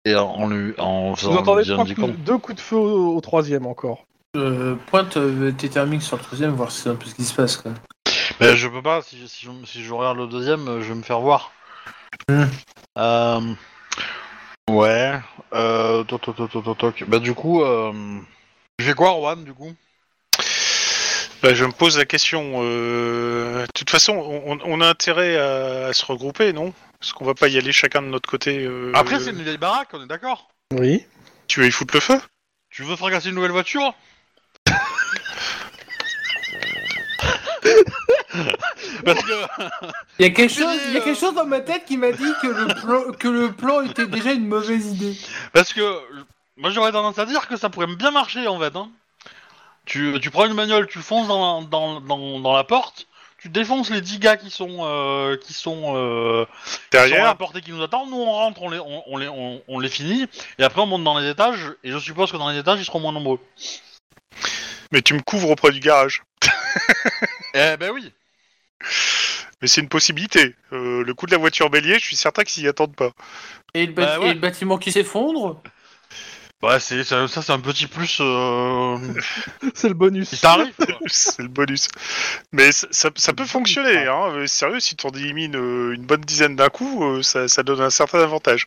Et en, lui, en faisant
Vous entendez
lui
trois
indiquant-
coups- deux coups de feu au, au troisième, encore.
euh, pointe euh, tes thermiques sur le troisième, voir si c'est un peu ce qui se passe. Quoi.
Ben, je peux pas, si je, si je- si je regarde le deuxième, euh, je vais me faire voir.
Hmm.
Euh, ouais. Euh, toc, toc, toc, toc, toc, toc. Ben, du coup, euh, je fais quoi, Juan, du coup
Bah, je me pose la question. euh, De toute façon, on, on a intérêt à, à se regrouper, non Parce qu'on va pas y aller chacun de notre côté. euh,
Après, c'est une vieille baraque, on est d'accord
Oui.
Tu veux y foutre le feu
Tu veux fracasser une nouvelle voiture Parce que...
Il y a quelque
Mais,
chose, il y a quelque
euh,
chose dans ma tête qui m'a dit que le plan, que le plan était déjà une mauvaise idée.
Parce que euh, moi j'aurais tendance à dire que ça pourrait bien marcher en fait. hein. Tu, tu prends une bagnole, tu fonces dans, dans, dans, dans la porte, tu défonces les 10 gars qui sont euh, qui sont, euh, qui sont à la
Derrière
porte et qui nous attendent. Nous on rentre, on les on, on les on, on les finit et après on monte dans les étages et je suppose que dans les étages ils seront moins nombreux.
Mais tu me couvres auprès du garage.
Eh ben oui.
Mais c'est une possibilité. Euh, le coup de la voiture bélier, je suis certain qu'ils s'y attendent pas.
Et le,
Bah
bati-
ouais.
et le bâtiment qui s'effondre
Bah c'est ça, ça, c'est un petit plus euh,
C'est le bonus.
qui t'arrive. quoi.
c'est le bonus. Mais ça, ça- ça peut fonctionner. Hein. Euh, Sérieux, si t'en élimines euh, une bonne dizaine d'un coup, euh, ça, ça donne un certain avantage.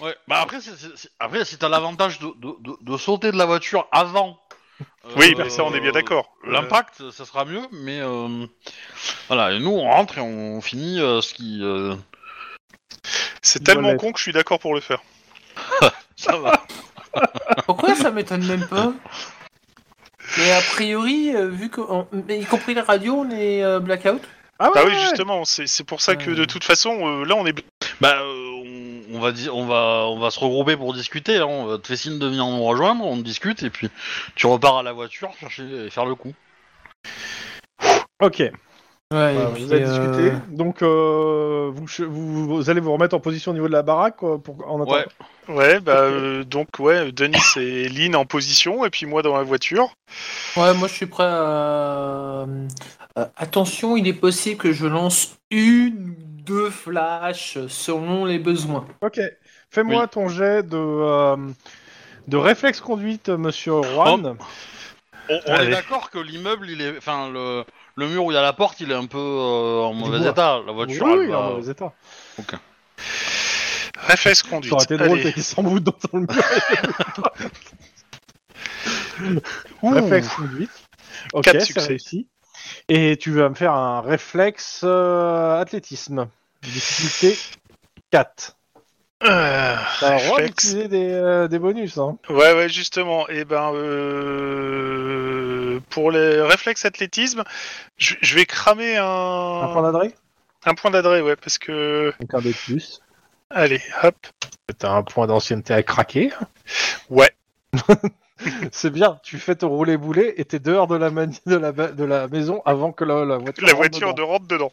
Ouais. Bah après c'est- c'est- c'est- après si t'as l'avantage de, de, de, de sauter de la voiture avant.
Oui,
euh,
mais ça, on est bien d'accord.
L'impact, ça sera mieux, mais euh, voilà. Et nous, on rentre et on finit euh, ce qui. euh,
Euh, C'est tellement
Voilà.
con que je suis d'accord pour le faire.
Ça va.
Pourquoi ça m'étonne même pas Mais a priori, euh, vu que, on- mais y compris la radio, on est euh, blackout.
Ah ouais,
Bah oui,
ouais, ouais.
justement, c'est c'est pour ça que
Ouais.
de toute façon, euh, là, on est
Bah, euh, on, on va, di- on va, on va se regrouper pour discuter. hein. On va te fait signe de venir nous rejoindre, on discute et puis tu repars à la voiture chercher et faire le coup.
Ok,
Ouais,
Bah,
et puis,
vous avez
euh,
discuté. Donc, euh, vous, che- vous- vous allez vous remettre en position au niveau de la baraque quoi, pour, en attendant.
Ouais.
Ouais, bah euh, donc ouais, Denis et Lynn en position, et puis moi dans la voiture.
Ouais, moi je suis prêt à. Euh, attention, il est possible que je lance une, deux flashs selon les besoins.
Ok. Fais-moi
Oui.
ton jet de, euh, de réflexe conduite, monsieur
Oh,
Juan.
On, on est
Allez.
d'accord que l'immeuble, il est, enfin le, le mur où il y a la porte, il est un peu euh, en mauvais
bois.
état. La
oui,
voiture,
oui,
elle
il est
va-
en mauvais état.
Réflexe
Ça
conduite.
aurait été drôle
Allez.
qu'il s'emboute dans le mur.
Ouh.
réflexe conduite. Ok,
Quatre
c'est
succès.
réussi. Et tu vas me faire un réflexe euh, athlétisme. Difficulté 4.
Euh,
T'as le droit
réflexe.
d'utiliser des, euh, des bonus. Hein.
Ouais, ouais, justement. Et ben, euh, pour les réflexes athlétisme, je, je vais cramer un,
Un point d'adresse
un point d'adresse, ouais, parce que.
Donc un des plus.
Allez, hop.
T'as un point d'ancienneté à craquer.
Ouais.
C'est bien, tu fais ton roulé boulet et t'es dehors de la, mani- de la, ba- de la maison avant que la, la voiture.
La
rentre dedans.
voiture de rentre dedans.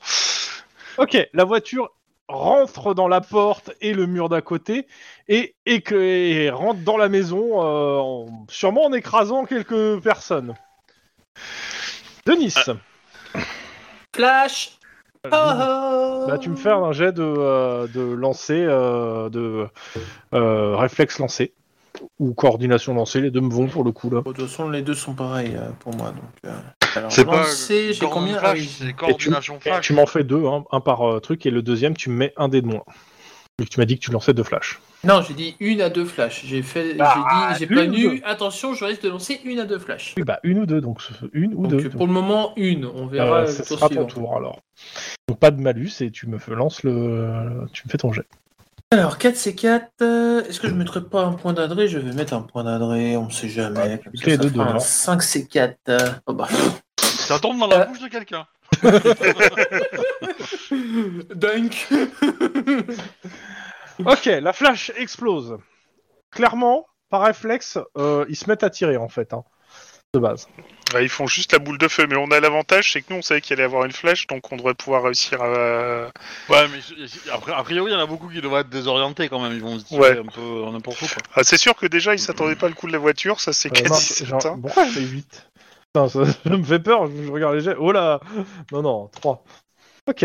Ok, la voiture rentre dans la porte et le mur d'à côté et, et, que- et rentre dans la maison, euh, en- sûrement en écrasant quelques personnes. Denis,
Euh.
Flash oh, oh.
Ah, bah, tu me fais un jet de, euh, de lancer, euh, de euh, réflexe lancé ou coordination lancée, les deux me vont pour le coup là.
Bon, de toute façon, les deux sont pareils euh, pour moi. Donc, euh, alors,
C'est pas
lancer, j'ai
Gordon
combien Ah
Flash,
oui.
c'est coordination
Et
flash.
tu m'en fais deux, hein, un par euh, truc, et le deuxième, tu me mets un dé de moins. Vu que tu m'as dit que tu lançais deux flashs.
Non, j'ai dit une à deux flashs. J'ai fait,
Ah,
j'ai dit, j'ai
une ou
prévenu.
deux
Attention, je risque de lancer une à deux flashs.
Oui, bah, une ou deux, donc ce- une ou
Donc,
deux.
pour le moment, une. On
Euh,
verra
ce
le tour
sera ton
suivant.
tour alors. Donc pas de malus, et tu me fais- lances le. Tu me fais ton jet.
Alors, 4 c'est 4. Est-ce que je ne mettrai pas un point d'adresse Je vais mettre un point d'adresse, on ne sait jamais. Comme ça,
les
ça
deux
fera un
dedans.
5 c'est 4. Oh bah.
Ça tombe dans la
Euh.
bouche de quelqu'un.
Dunk
Ok, la flash explose. Clairement, par réflexe, euh, ils se mettent à tirer en fait, hein, de base.
Ouais, Bah, ils font juste la boule de feu, mais on a l'avantage, c'est que nous, on savait qu'il allait avoir une flèche, donc on devrait pouvoir réussir à.
Ouais, mais je- après, a priori, il y en a beaucoup qui devraient être désorientés quand même. Ils vont se tirer
Ouais.
un peu en n'importe où. quoi.
Ah, c'est sûr que déjà, ils s'attendaient pas le coup de la voiture, ça c'est
Euh,
quasi
mince, j'ai un-
certain.
Pourquoi j'ai 8 Putain, ça, ça me fait peur, je, je regarde les jets. Oh là Non, non, 3. Ok.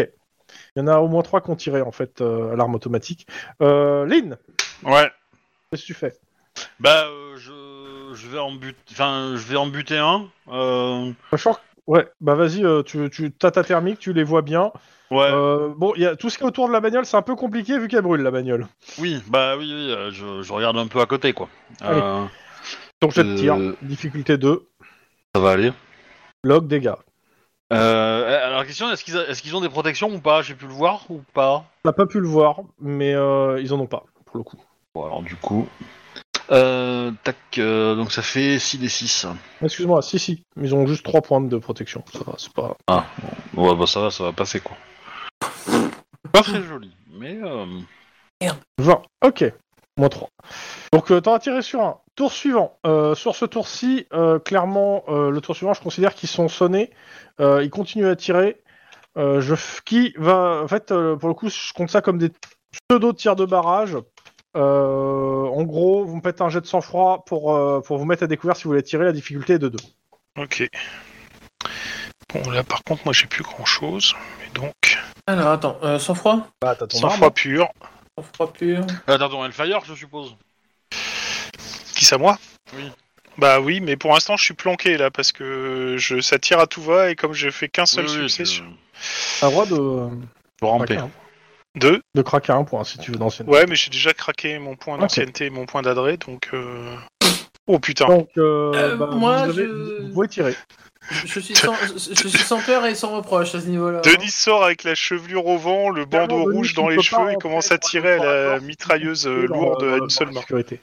Il y en a au moins 3 qui ont tiré en fait euh, à l'arme automatique. Euh, Lynn,
Ouais.
qu'est-ce que tu fais
Bah, euh, je, je vais en but, enfin, je vais en buter un. Euh,
Sachant que- Ouais, bah vas-y, euh, tu, tu t'as ta thermique, tu les vois bien.
ouais.
Euh, bon, il y a tout ce qui est autour de la bagnole, c'est un peu compliqué vu qu'elle brûle la bagnole.
Oui, bah oui, oui, euh, je, je regarde un peu à côté, quoi.
Allez.
Euh,
Donc je te tire,
Euh.
difficulté 2,
ça va aller.
log dégâts.
Euh, alors, la question, est-ce qu'ils, a- est-ce qu'ils ont des protections ou pas J'ai pu le voir ou pas
On n'a pas pu le voir, mais euh, ils en ont pas pour le coup.
Bon, alors du coup. Euh, tac, euh, donc ça fait 6 des 6.
Excuse-moi, si, si, ils ont juste 3 points de protection. Ça va, c'est pas.
Ouais, bah ça va, ça va passer, quoi. Pas très joli, mais. euh,
20. Ok. Moins 3. Donc euh, t'en as tiré sur un. Tour suivant. Euh, sur ce tour-ci, euh, clairement, euh, le tour suivant, je considère qu'ils sont sonnés. Euh, ils continuent à tirer. Euh, je f- qui va en fait euh, pour le coup je compte ça comme des pseudo tirs de barrage. Euh, en gros, vous me faites un jet de sang-froid pour, euh, pour vous mettre à découvert si vous voulez tirer. La difficulté est de 2.
Ok. Bon, là par contre, moi j'ai plus grand chose, mais donc.
Alors, attends, euh, sans froid
Ah, t'as
Sans froid pur.
Sans froid pur.
Attends, attends, Hellfire, je suppose.
Qui ça, moi
Oui.
Bah oui, mais pour l'instant, je suis planqué là, parce que je, ça tire à tout va, et comme je fais qu'un seul
Oui, oui,
succès
tu-
sur
T'as le droit de,
Pour ramper.
deux.
de craquer un point si tu veux d'ancienne.
Ouais, mais j'ai déjà craqué mon point
Ok.
d'ancienneté et mon point d'adresse, donc. euh, Oh putain.
Donc, euh,
Euh,
bah,
moi,
vous, avez-
je-
vous pouvez tirer.
Je suis sans, je suis sans peur et sans reproche à ce niveau-là.
Denis sort avec la chevelure au vent, le
Clairement,
bandeau
Denis,
rouge
tu
dans
ne
les
peux pas
cheveux et
rentrer
commence à
dans le
tirer à la
corridor.
mitrailleuse euh,
Dans,
lourde
euh,
à
dans
une seule main.
l'obscurité.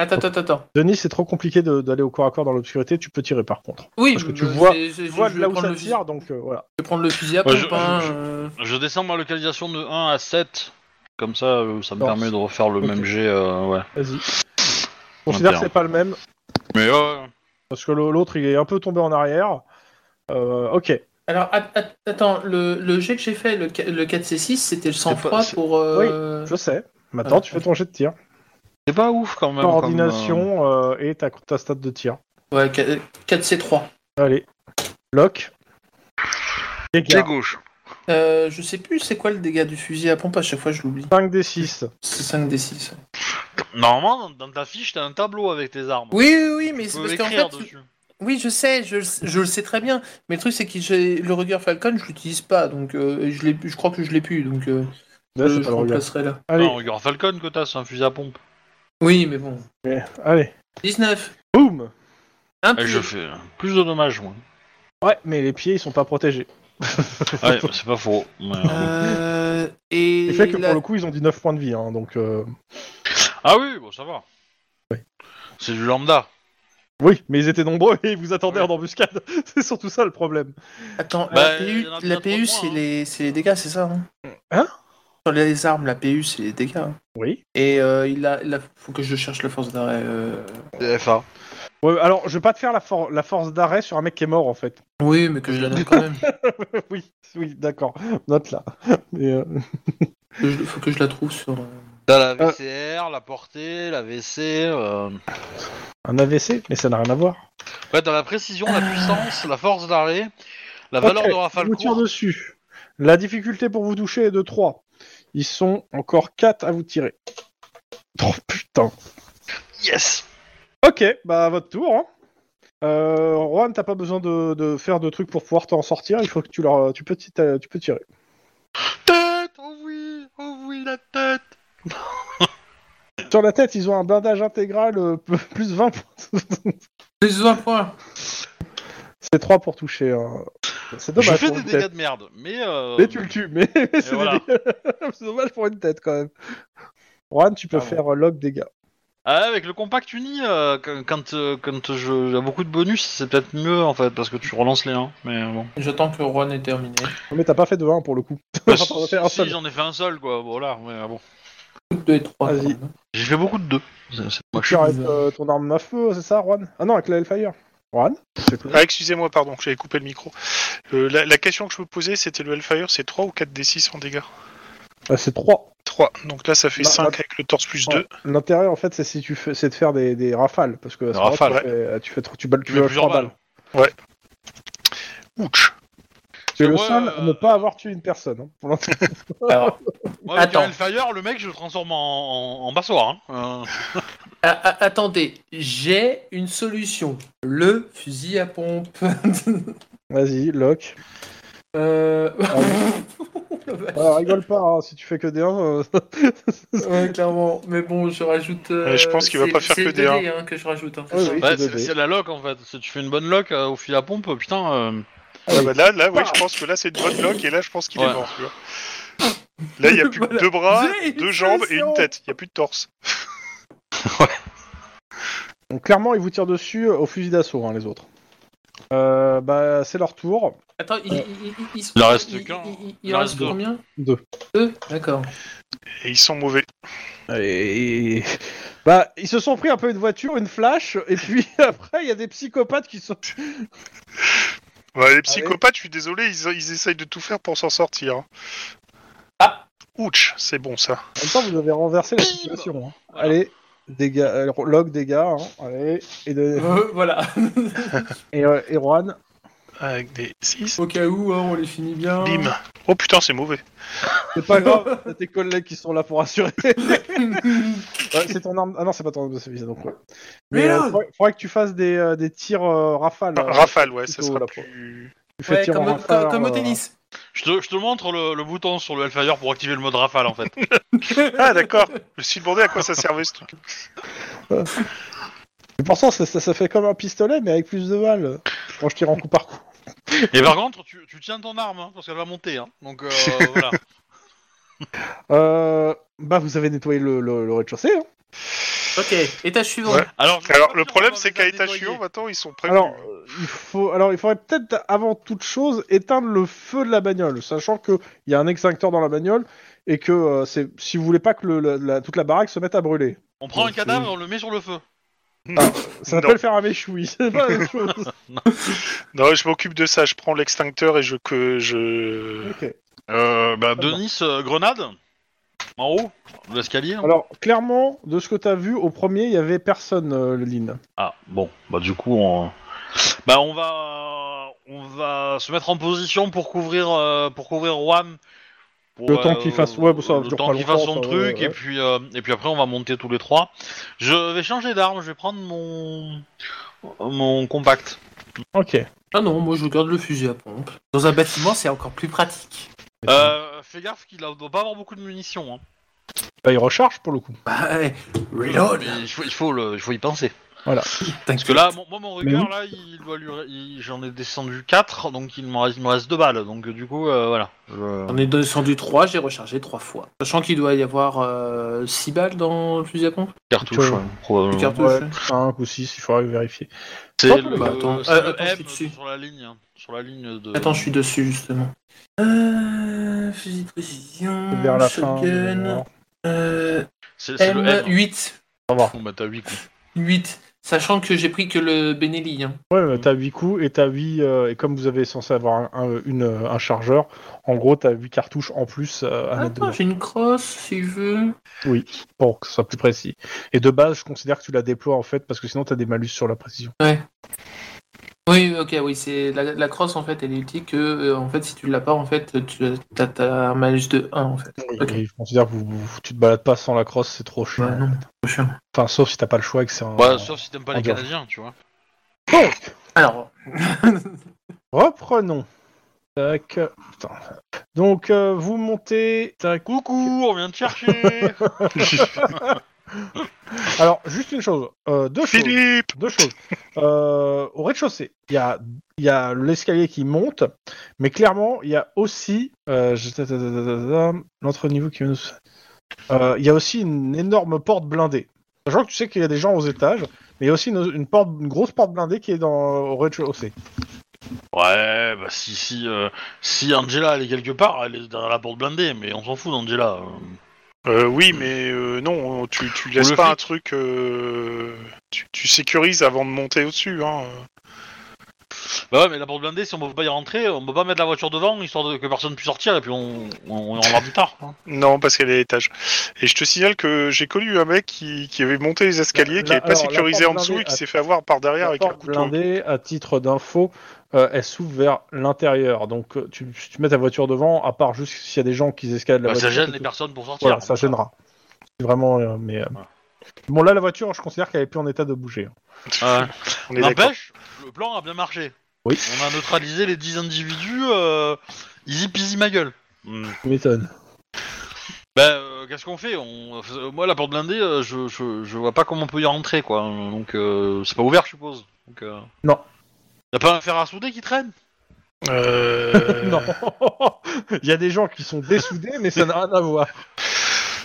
Attends, attends, attends.
Denis, c'est trop compliqué de- d'aller au corps à corps dans l'obscurité. Tu peux tirer par contre.
Oui,
Parce que tu
bah,
vois-
c'est- c'est-
Tu vois
je
de
vais
là où
prendre
ça
le fusil-
tire, donc euh, voilà.
Je vais prendre le fusil à
Ouais, je-
pompe, hein,
je-
euh.
Je descends ma localisation de 1 à 7. Comme ça, euh, ça me
Non,
permet de refaire le
ok.
même jet. euh, ouais.
Vas-y. Je Considère que c'est pas le même,
Mais ouais.
parce que le- l'autre, il est un peu tombé en arrière. Euh, ok.
Alors, at- at- attends, le, le jet que j'ai fait, le, ca- le 4C6, c'était le sang-froid
pas- c'est-
pour. euh,
Je sais. Maintenant,
Ah,
tu fais ton jet de tir.
C'est pas ouf quand même. comme, euh,
Coordination euh, et ta, ta stat de tir.
Ouais, 4C3.
Allez. Lock.
Pied
Dégâts.
gauche.
Euh, je sais plus c'est quoi le dégât du fusil à pompe, à chaque fois je l'oublie.
5 des 6.
C'est 5d6.
Normalement, dans, dans ta fiche, t'as un tableau avec tes armes.
Oui, oui, oui, mais
Tu
c'est
peux
parce qu'en
écrire
fait.
dessus.
Oui, je sais, je, le sais- je le sais très bien. Mais le truc, c'est que j'ai- le Ruger Falcon, je l'utilise pas, donc euh, et je, l'ai- je crois que je l'ai plus, donc euh,
Là,
je,
c'est
je
pas le regard.
remplacerai là.
Allez,
Non, regarde Falcon que t'as, c'est un fusil à pompe.
Oui, mais bon.
allez.
19.
Boum
Un
Et
pied.
je fais euh, plus de dommages, moi.
Ouais, mais les pieds, ils sont pas protégés.
ouais, c'est pas faux. mais, euh,
Euh, et
Il fait que
la-
pour le coup, ils ont 19 points de vie, hein, donc... euh,
Ah oui, bon, ça va.
Oui.
C'est du lambda.
Oui, mais ils étaient nombreux et ils vous attendaient
Oui.
en embuscade. c'est surtout ça, le problème.
Attends,
Bah,
la
il
PU,
y en a
la
bien trop
PU,
de moi,
c'est
hein.
les, c'est les dégâts, c'est ça hein
Hein
Sur les armes, la PU, c'est les dégâts. hein.
Oui.
Et euh, il a, il a- faut que je cherche la force d'arrêt. euh.
FA.
Ouais, alors, je vais pas te faire la, for- la force d'arrêt sur un mec qui est mort, en fait.
Oui, mais que je la note quand même.
oui, oui, d'accord. Note là. Mais, euh,
Que je- faut que je la trouve sur. euh,
T'as la VCR, la portée, la VC. Euh...
Un AVC, mais ça n'a rien à voir.
Ouais, t'as la précision, la puissance, la force d'arrêt, la
Ok,
valeur de rafale
je vous tire
court.
dessus. La difficulté pour vous toucher est de 3. Ils sont encore 4 à vous tirer. Oh putain.
Yes
Ok, bah à votre tour. Hein. Euh, Juan, t'as pas besoin de, de faire de trucs pour pouvoir t'en sortir. Il faut que tu leur, tu peux, ti- t'as- tu peux tirer.
Tête Oh oui Oh oui, la tête
Sur la tête, ils ont un blindage intégral euh, p- plus 20. points.
Plus 20 points.
C'est 3 pour toucher. hein. C'est
Je
dommage.
fais
pour
des
une
dégâts
tête.
de merde, mais. Euh...
Mais tu le tues. Mais c'est des
voilà.
dégâts. C'est dommage pour une tête quand même. Juan, tu peux
Pardon.
faire euh, log dégâts.
Ah, avec le compact uni, euh, quand, quand, euh, quand je- j'ai beaucoup de bonus, c'est peut-être mieux en fait, parce que tu relances les 1. Mais bon.
J'attends que Juan ait terminé.
Mais t'as pas fait de 1 pour le coup.
Bah,
J'en ai fait un
si,
seul.
j'en ai fait un seul, quoi. Voilà, ouais, bon.
2 et 3.
Vas-y.
J'ai fait beaucoup de deux. C'est- c'est moche.
Tu arrêtes
bizarre.
euh, ton arme à feu, c'est ça, Juan Ah non, avec la Hellfire. Juan
Ah, excusez-moi, pardon, j'avais coupé le micro. Euh, la, la question que je me posais, c'était le Hellfire, c'est 3 ou 4 des 6 en dégâts
Ah, C'est 3.
3. Donc là, ça fait
Bah,
5
bah,
avec le torse plus 2.
L'intérêt, en fait, c'est si tu fais, c'est de faire des, des rafales. Parce que à ce
Des
moment-là, tu
rafales,
fais- euh, tu, fais, tu, balles-
Tu
tu
mets
balles
plusieurs
trois
balles.
Ouch
Tu es
Parce
le
que
seul
moi,
à
euh,
ne pas avoir tué une personne. hein, pour l'instant.
Alors,
Moi, avec
Attends.
un Hellfire, le mec, je le transforme en, en, en bassoir. Hein. Euh,
a- a- attendez, j'ai une solution. Le fusil à pompe.
Vas-y, lock.
euh...
Ah, rigole pas, hein, si tu fais que des 1.
ouais, clairement. Mais bon, je rajoute. euh,
Ouais, je pense qu'il va
c'est-
pas faire
c'est
que des
2D, hein, que je rajoute. hein, c'est
Oui,
ça.
oui.
ouais,
c'est
c'est
deux dés.
c'est la lock en fait. Si tu fais une bonne lock euh, au fil à pompe, putain. euh,
Ah bah là, là, oui, je pense que là, c'est de bonne lock, et là, je pense qu'il
Ouais.
est mort, tu vois. Là, il n'y a plus que
Voilà.
deux bras,
J'ai une
deux jambes et
solution.
une tête. Il n'y a plus de torse.
Donc, clairement, ils vous tirent dessus euh, au fusil d'assaut, hein, les autres. Euh, bah, c'est leur tour.
Attends, il, il, il, il,
Il en reste
il-
qu'un.
il- il- il en reste
deux.
combien
Deux.
Deux D'accord.
Et ils sont mauvais.
Et... Bah, ils se sont pris un peu une voiture, une flash, et puis après, il y a des psychopathes qui sont Ah
Ouais, les psychopathes, je suis désolé, ils, ils essayent de tout faire pour s'en sortir. hein.
Ah.
Ouch, c'est bon ça.
En même temps, vous avez renversé la
Bim
situation. hein.
Voilà.
Allez, dégâts, euh, log dégâts. hein. Allez, et, de,
Euh, voilà.
et, euh, et Juan.
Avec des 6.
Au cas où, hein, on les finit bien.
Bim. Oh putain, c'est mauvais.
C'est pas grave, t'as tes collègues qui sont là pour assurer. Ouais, c'est ton arme. Ah non, c'est pas ton arme de service, donc ouais. Mais
Mais
euh,
non
faudrait, faudrait que tu fasses des, euh, des tirs euh, rafales.
Ah, Rafale, ouais, ça
plutôt
sera
la
plus.
Tu fais
Ouais,
tir en
comme, au-
rafale,
comme au
euh,
tennis.
Je, te, je te montre le, le bouton sur le Hellfire pour activer le mode rafale en fait.
Ah d'accord, je me suis demandé à quoi ça servait ce truc.
Et pour ça, ça, ça- ça fait comme un pistolet, mais avec plus de balles. Quand je tire en coup par coup.
Et par contre, tu, tu tiens ton arme hein, parce qu'elle va monter. Hein. Donc euh, voilà.
Euh, Bah, vous avez nettoyé le, le- le rez-de-chaussée. hein.
Ok, étage suivant.
Ouais.
Alors,
Alors, le problème, c'est qu'à étage
étagier.
suivant, maintenant, ils sont prévenus.
Alors, euh, il faut, alors, il faudrait peut-être, avant toute chose, éteindre le feu de la bagnole, sachant qu'il y a un extincteur dans la bagnole et que euh, c'est, si vous voulez pas que le- la- la- toute la baraque se mette à brûler.
On prend un
Oh,
Ok.
cadavre et on le met sur le feu.
Ça
Non.
s'appelle faire un méchoui, c'est pas la même chose.
Non, je m'occupe de ça. Je prends l'extincteur et je que je.
Ok.
Euh, bah,
bon.
Denis, euh, grenade En haut, de l'escalier hein.
Alors, clairement, de ce que t'as vu, au premier, il y avait personne, euh, Lynn.
Ah, bon, bah du coup, on... Bah, on va... On va se mettre en position pour couvrir, euh, pour couvrir Juan. Pour, euh,
Le temps qu'il fasse- ouais, bah, ça
le
dure
temps
pas
qu'il
longtemps,
fasse son
ça,
truc,
ouais, ouais.
Et, puis, euh, et puis après, on va monter tous les trois. Je vais changer d'arme, je vais prendre mon... Mon compact.
Ok.
Ah non, moi je garde le fusil à pompe. Dans un bâtiment, c'est encore plus pratique.
Euh, fais gaffe qu'il a- doit pas avoir beaucoup de munitions. hein.
Bah, il recharge pour le coup.
Bah, ouais.
Mais
reload
Il faut, il, faut le- il faut y penser.
Parce
Parce que là, mon- moi, mon
Mais
regard, là, il doit lui... il- J'en ai descendu 4, donc il me reste, il me reste 2 balles. Donc euh, du coup, euh, voilà. Je-
On est descendu 3, j'ai rechargé 3 fois. Sachant qu'il doit y avoir 6 balles dans le fusil à pompe.
Cartouche,
Ouais.
ouais, probablement.
Le cartouche.
5 ou 6, il faudra vérifier.
C'est
Hop,
le,
bah, attends.
c'est
Euh,
le
attends, je
M
suis dessus.
sur la ligne, hein, sur la ligne de.
Attends, je suis dessus justement. Euh, fusil de précision,
Vers la fin.
shotgun, euh,
C'est c'est le M. hein.
M8.
Bon, bah, t'as huit coups.
8. Sachant que j'ai pris que le Benelli. hein.
Ouais, mais t'as 8 coups et t'as 8. euh, et comme vous avez censé avoir un, un- une, euh, un chargeur, en gros, t'as 8 cartouches en plus euh, à mettre
Attends,
dedans
j'ai une crosse si je veux.
pour que ce soit plus précis. Et de base, je considère que tu la déploies en fait parce que sinon t'as des malus sur la précision.
Oui, ok, oui, c'est la, la crosse en fait, elle est utile que euh, en fait si tu l'as pas en fait, tu t'as, t'as un malus de 1 en fait. Ok.
Et je considère que vous- vous- tu te balades pas sans la crosse, c'est trop chiant.
Ouais, non, trop chiant.
Enfin, sauf si t'as pas le choix et que c'est un.
Ouais, Bah, sauf si t'aimes pas
en
les
dehors.
Canadiens, tu vois.
Donc,
Alors,
reprenons. Tac. Putain. Donc, euh, vous montez. Tac.
Coucou, on vient te chercher
Alors, juste une chose. euh, deux choses.
Philippe.
Deux choses. Euh, au rez-de-chaussée, il y a, il y a l'escalier qui monte, mais clairement, il y a aussi euh, je- l'entre-niveau qui nous. Euh, Il y a aussi une énorme porte blindée. Sachant que tu sais qu'il y a des gens aux étages, mais il y a aussi une, une porte, une grosse porte blindée qui est dans, au rez-de-chaussée.
Ouais, bah si, si, euh, si Angela elle est quelque part, elle est derrière la porte blindée, mais on s'en fout d'Angela. euh.
Euh,
Hmm.
oui, mais euh, non, tu, tu laisses
le
pas
flic.
un truc. euh, tu, tu sécurises avant de monter au-dessus. Hein.
Bah ouais, mais la porte blindée, si on peut pas y rentrer, on peut pas mettre la voiture devant, histoire de, que personne puisse sortir, et puis on, on, on en verra plus tard. hein.
Non, parce qu'elle est à l'étage. Et je te signale que j'ai connu un mec qui, qui avait monté les escaliers,
La-
qui n'avait pas
alors, la
sécurisé en
porte
dessous
blindée
et qui
a-
s'est fait avoir par derrière
La
avec un
porte
couteau.
blindée, à titre d'info, euh, elle s'ouvre vers l'intérieur. Donc, euh, tu, si tu mets ta voiture devant, à part juste s'il y a des gens qui escaladent la
Bah, ça
voiture.
gêne
c'est
les
tout.
personnes pour sortir.
Voilà, ça gênera. C'est Vraiment, euh, mais. euh,
Voilà.
Bon, là, la voiture, je considère qu'elle est plus en état de bouger. hein.
Ah Ouais.
On est d'accord.
N'empêche, le plan a bien marché.
Oui.
On a neutralisé les 10 individus, euh, easy peasy ma gueule. Hmm.
M'étonne.
Bah, euh, qu'est-ce qu'on fait on... euh, Moi, la porte blindée, euh, je, je, je vois pas comment on peut y rentrer, quoi. Donc, euh, c'est pas ouvert, je suppose. Donc, euh,
Non.
Y'a pas un fer à souder qui traîne
Euh,
Non Il y a des gens qui sont dessoudés, mais ça n'a rien à voir.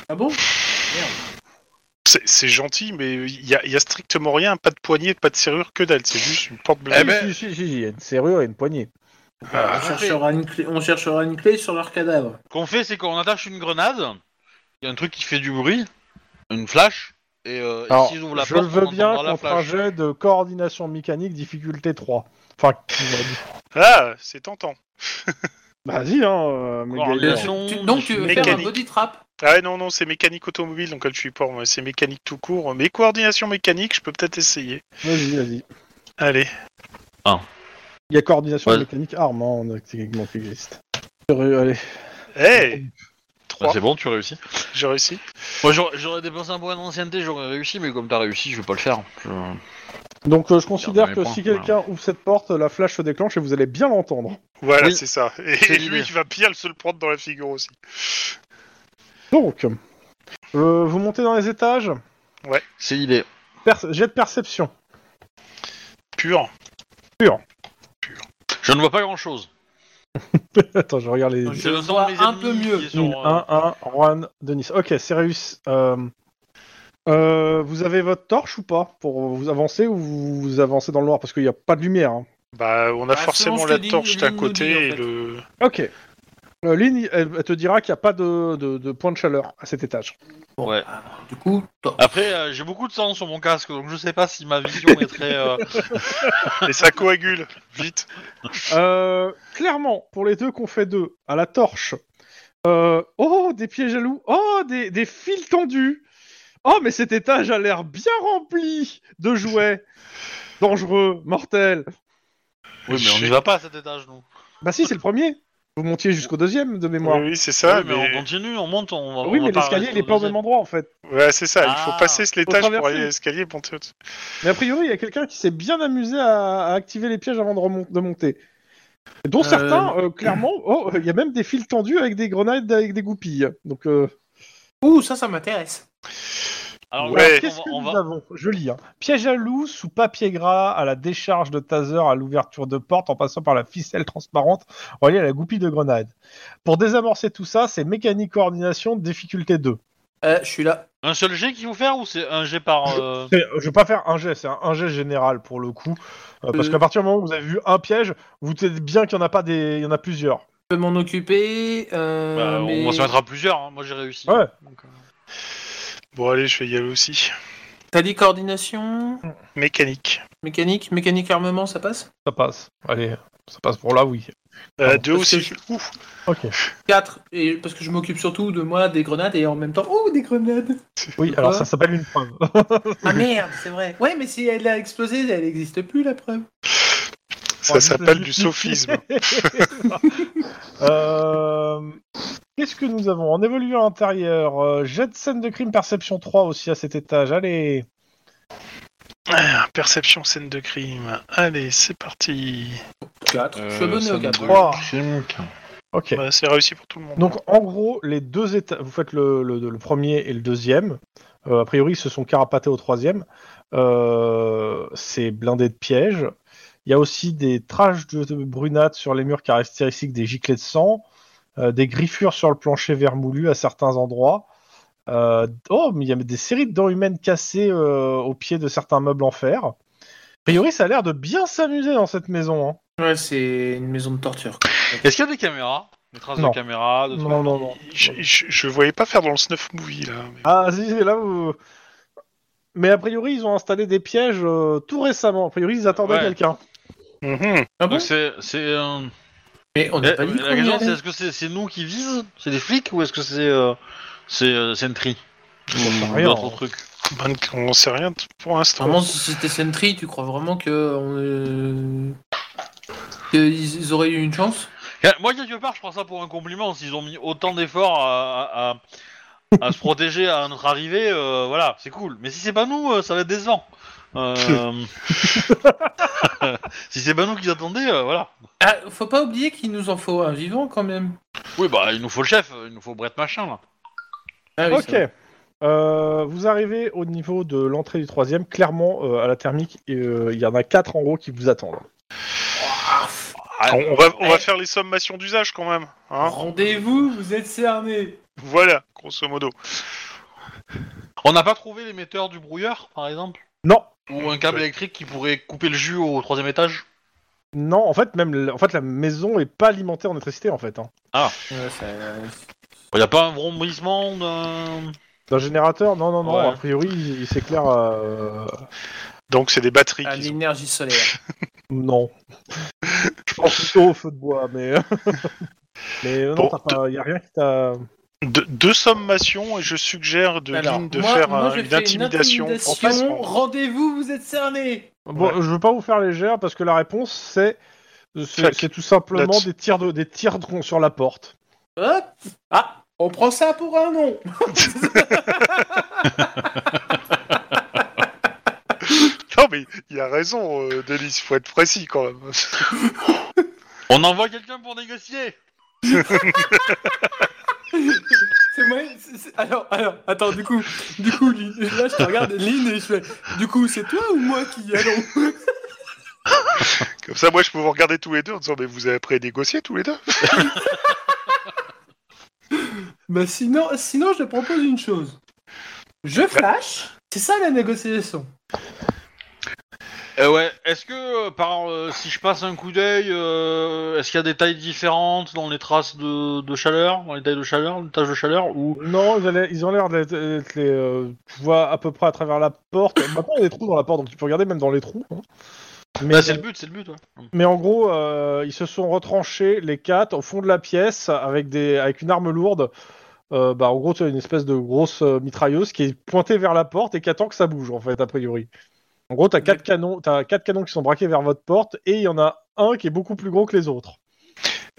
ah bon
C'est c'est gentil, mais il y, a- il y a strictement rien, pas de poignée, pas de serrure, que dalle. C'est juste une porte blindée.
Eh ben-
Si, si, si, si, il y a une serrure et une poignée.
Bah,
on, cherchera une clé, on cherchera une clé sur leur cadavre.
Ce qu'on fait, c'est qu'on attache une grenade, y a un truc qui fait du bruit, une flash, et, euh, et
Alors,
s'ils ouvrent la
je
porte,
veux
on
bien
entendra la
contre un
flash.
jet de coordination mécanique difficulté 3. Enfin, qui va dire-
Eh ben.
Ah, c'est tentant.
vas-y, hein, euh, mais
Coordination.
gars,
Non,
Tu- donc tu veux faire un
mécanique.
body trap
Ah non, non, c'est mécanique automobile, donc là je suis pas, moi, c'est mécanique tout court. Mais coordination mécanique, je peux peut-être essayer.
Vas-y, vas-y.
Allez.
Il y a coordination
Ouais.
mécanique arme, hein, on a techniquement qui existe. Serrure, euh, allez.
Eh
Bah,
3,
c'est bon, tu réussis.
j'ai réussi.
Moi, j'aurais- j'aurais dépensé un point d'ancienneté, j'aurais réussi, mais comme t'as réussi, je vais pas le faire. Je-
Donc, euh,
Garde
je considère
mes
que
points,
si quelqu'un ouvre cette porte, la flash se déclenche et vous allez bien l'entendre.
Voilà,
Oui.
c'est ça. Et,
C'est
et
l'idée.
lui, il va pire se le prendre dans la figure aussi.
Donc, euh, vous montez dans les étages.
C'est l'idée.
Perce- jet de perception.
Pur.
Je ne vois pas grand chose.
Attends, je regarde les.
Je
C'est le
vois
sang de mes
un
ennemis
peu
qui
mieux.
est sur,
Nil,
euh,
1, 1, Juan, Denis. Ok, c'est réussi. Euh, euh, vous avez votre torche ou pas Pour vous avancer ou vous vous avancez dans le noir Parce qu'il n'y a pas de lumière. hein.
Bah, on a
Bah,
forcément
selon ce
la
que dit-
torche d'à
Lynn nous
côté
dit, en
et
fait.
le.
Ok. Euh, Lynn, elle, elle te dira qu'il n'y a pas de, de- de point de chaleur à cet étage.
Bon,
Ouais.
alors, du coup, t'en-
Après, euh, j'ai beaucoup de sang sur mon casque, donc je sais pas si ma vision est très. euh,
Et ça coagule, vite.
Euh, clairement, pour les deux qu'on fait deux, à la torche. euh, oh, des pieds jaloux. Oh, des, des fils tendus. Oh, mais cet étage a l'air bien rempli de jouets dangereux, mortels.
Oui, mais on n'y va pas à cet étage, nous.
Bah si, c'est le premier. Vous montiez jusqu'au deuxième de mémoire.
Oui, oui, c'est ça,
Oui, Ah, mais, on
mais.
continue, on monte, on va.
Oui,
on va
mais l'escalier, il est
rester
pas
au
au même endroit en fait.
Ouais, c'est ça, il faut
Ah,
passer l'étage pour
traverser.
aller à l'escalier et monter au-dessus.
Mais a priori, il y a quelqu'un qui s'est bien amusé à, à activer les pièges avant de, remon- de monter. Dont
Euh,
certains, euh, clairement, oh, il y a même des fils tendus avec des grenades, avec des goupilles. Donc, euh,
ouh, ça, ça m'intéresse.
Alors,
Ouais.
Ah on va-
qu'est-ce que
on
nous
va,
avons Je lis. hein. Piège à loup sous papier gras à la décharge de taser à l'ouverture de porte en passant par la ficelle transparente reliée à la goupille de grenade. Pour désamorcer tout ça, c'est mécanique coordination difficulté 2.
Euh, je suis là.
Un seul jet qu'il faut faire ou c'est un jet par. euh,
C'est- Je vais pas faire un jet, c'est un, un jet général pour le coup, euh, parce
Euh.
qu'à partir du moment où vous avez vu un piège, vous savez bien qu'il y en a pas des, il y en a plusieurs.
Je peux m'en occuper. euh,
bah,
mais-
On va se mettre à plusieurs, hein. moi j'ai réussi.
Ouais.
Donc, euh,
Bon, allez, je vais y aller aussi.
T'as dit coordination,
Mécanique.
mécanique, mécanique armement, ça passe
Ça passe. Allez, ça passe pour là, oui.
Euh,
Pardon.
deux
Parce que
aussi.
je-
Ouf.
4, et parce que je m'occupe surtout de moi, des grenades, et en même temps, oh, des grenades
Oui,
Quoi
alors ça s'appelle une preuve.
Ah merde, c'est vrai Ouais, mais si elle a explosé, elle n'existe plus, la preuve.
Ça s'appelle du sophisme.
Euh, Qu'est-ce que nous avons En évoluant à l'intérieur, euh, jet de scène de crime perception 3 aussi à cet étage. Allez,
Ah, Perception, scène de crime. Allez, c'est parti.
4, je suis
euh,
abonné
ça
au
me
4.
trois.
brûle. C'est mon cas.
ok.
Bah, c'est réussi pour tout le monde.
Donc en gros, les deux états, vous faites le, le- le premier et le deuxième. Euh, a priori, ils se sont carapatés au troisième. Euh, c'est blindé de pièges. Il y a aussi des traces de, de brunâtre sur les murs caractéristiques des giclées de sang, euh, des griffures sur le plancher vermoulu à certains endroits. Euh, oh, mais il y a des séries de dents humaines cassées euh, au pied de certains meubles en fer. A priori, ça a l'air de bien s'amuser dans cette maison. hein.
Ouais, c'est une maison de torture. quoi.
Est-ce qu'il y a des caméras Des traces
Non.
de caméras de trucs
Non, non, non.
Je, je, je voyais pas faire dans le snuff movie là. mais-
Ah, si, c'est là où. Mais a priori, ils ont installé des pièges euh, tout récemment. A priori, ils attendaient
Ouais.
quelqu'un.
Mhm.
Ah bon
Donc c'est. c'est, euh,
Mais on n'a
eh,
pas dit
La
qu'on y
question c'est
allait.
est-ce que c'est c'est nous qui visent C'est des flics ou est-ce que c'est. euh, C'est euh, Sentry Ou
rien.
d'autres trucs
Bonne- on sait rien t- pour l'instant.
Vraiment, si c'était Sentry, tu crois vraiment que on, euh, qu'ils ils auraient eu une chance
Eh, Moi, quelque part, je prends ça pour un compliment. S'ils ont mis autant d'efforts à, à- à- à se protéger à notre arrivée, euh, voilà, c'est cool. Mais si c'est pas nous, euh, ça va être décevant. Euh, si c'est pas nous qui attendaient, euh, voilà.
Ah, faut pas oublier qu'il nous en faut un vivant quand même.
Oui, bah, il nous faut le chef, il nous faut Brett Machin, là.
Ah oui,
ok.
ça va.
Euh, vous arrivez au niveau de l'entrée du troisième. Clairement, euh, à la thermique, et, euh, il y en a quatre en gros qui vous attendent.
On, on va, on va
Eh. Oh.
faire les sommations d'usage quand même. hein.
Rendez-vous, vous êtes cerné.
Voilà, grosso modo.
On n'a pas trouvé l'émetteur du brouilleur, par exemple
Non,
Ou un câble électrique qui pourrait couper le jus au troisième étage
non. En fait, même, l- en fait, la maison est pas alimentée en électricité en fait. hein.
Il n'y a pas un vrombissement d'un...
D'un générateur, non, non, non.
Ouais.
A priori, il, il s'éclaire. euh,
Donc c'est des batteries.
À
qu'ils ont.
l'énergie solaire.
Non. Je pense plutôt au feu de bois, mais. mais euh, non,
Bon,
t'as pas- il y a rien qui t'a.
De- deux sommations et je suggère de
Alors,
Lynn de
moi-
faire
moi,
un-
je
une
fais
intimidation. en face.
intimidation. Rendez-vous, vous êtes cerné.
Bon,
Ouais.
je veux pas vous faire légère parce que la réponse c'est c'est
Fuck.
c'est tout simplement
Let's-
des tirs de des tirs de- sur la porte.
Hop. Ah, on prend ça pour un nom.
Non mais il a raison, euh, Denis, faut être précis quand même.
On envoie quelqu'un pour négocier
C'est moi. c'est- c'est- Alors, alors, attends, du coup, du coup, Lynn- là, je te regarde, Lynn, et je fais, du coup, c'est toi ou moi qui y allons
Comme ça, moi, je peux vous regarder tous les deux en disant, mais vous avez après négocié tous les deux
Bah sinon, sinon, je te propose une chose. Je flash. C'est ça la négociation.
Eh ouais, est-ce que euh, par euh, si je passe un coup d'œil, euh, est-ce qu'il y a des tailles différentes dans les traces de, de chaleur, dans les tailles de chaleur, les taches de chaleur ou
Non, ils, allaient- ils ont l'air d'être d'être les. euh, tu vois à peu près à travers la porte. Maintenant, il y a des trous dans la porte, donc tu peux regarder même dans les trous. hein. Mais,
Bah, c'est le but, c'est le but. ouais.
mais en gros, euh, ils se sont retranchés les quatre au fond de la pièce avec des avec une arme lourde. Euh, bah, en gros, tu as une espèce de grosse euh, mitrailleuse qui est pointée vers la porte et qui attend que ça bouge en fait a priori. En gros, t'as quatre canons, t'as quatre canons qui sont braqués vers votre porte et il y en a un qui est beaucoup plus gros que les autres.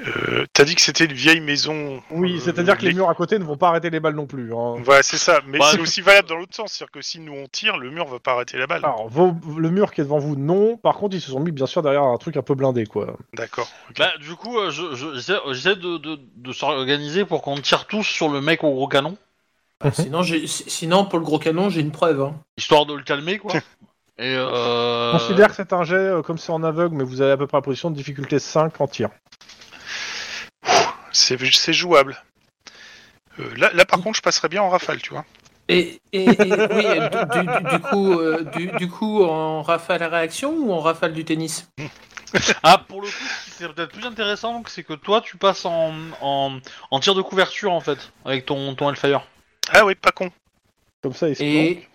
Euh, T'as dit que c'était une vieille maison.
Oui,
euh,
c'est-à-dire que les murs à côté ne vont pas arrêter les balles non plus. hein.
Voilà, c'est ça. Mais
Bah,
c'est
je-
aussi valable dans l'autre sens. C'est-à-dire que si nous on tire, le mur va pas arrêter la balle.
Ah.
Alors, vos- le mur qui est devant vous, non. Par contre, ils se sont mis, bien sûr, derrière un truc un peu blindé, quoi.
D'accord. ok.
Bah du coup, euh, je- je- j'essaie j'essaie de, de, de s'organiser pour qu'on tire tous sur le mec au gros canon,
Bah, Sinon, j'ai- si- sinon pour le gros canon, j'ai une preuve. hein.
histoire de le calmer quoi. Et euh...
Considère que c'est un jet, euh, comme c'est en aveugle, mais vous avez à peu près la position de difficulté 5 en tir.
C'est c'est jouable. Euh, là, là, par contre, je passerais bien en rafale, tu vois.
Et, et- et- oui, euh, du, du- du coup, euh, du, du coup, en rafale à réaction ou en rafale du tennis
Ah, pour le coup, ce qui serait peut-être plus intéressant, donc, c'est que toi, tu passes en, en, en tir de couverture, en fait, avec ton, ton Hellfire.
Ah oui, pas con.
Comme ça, ils se planquent.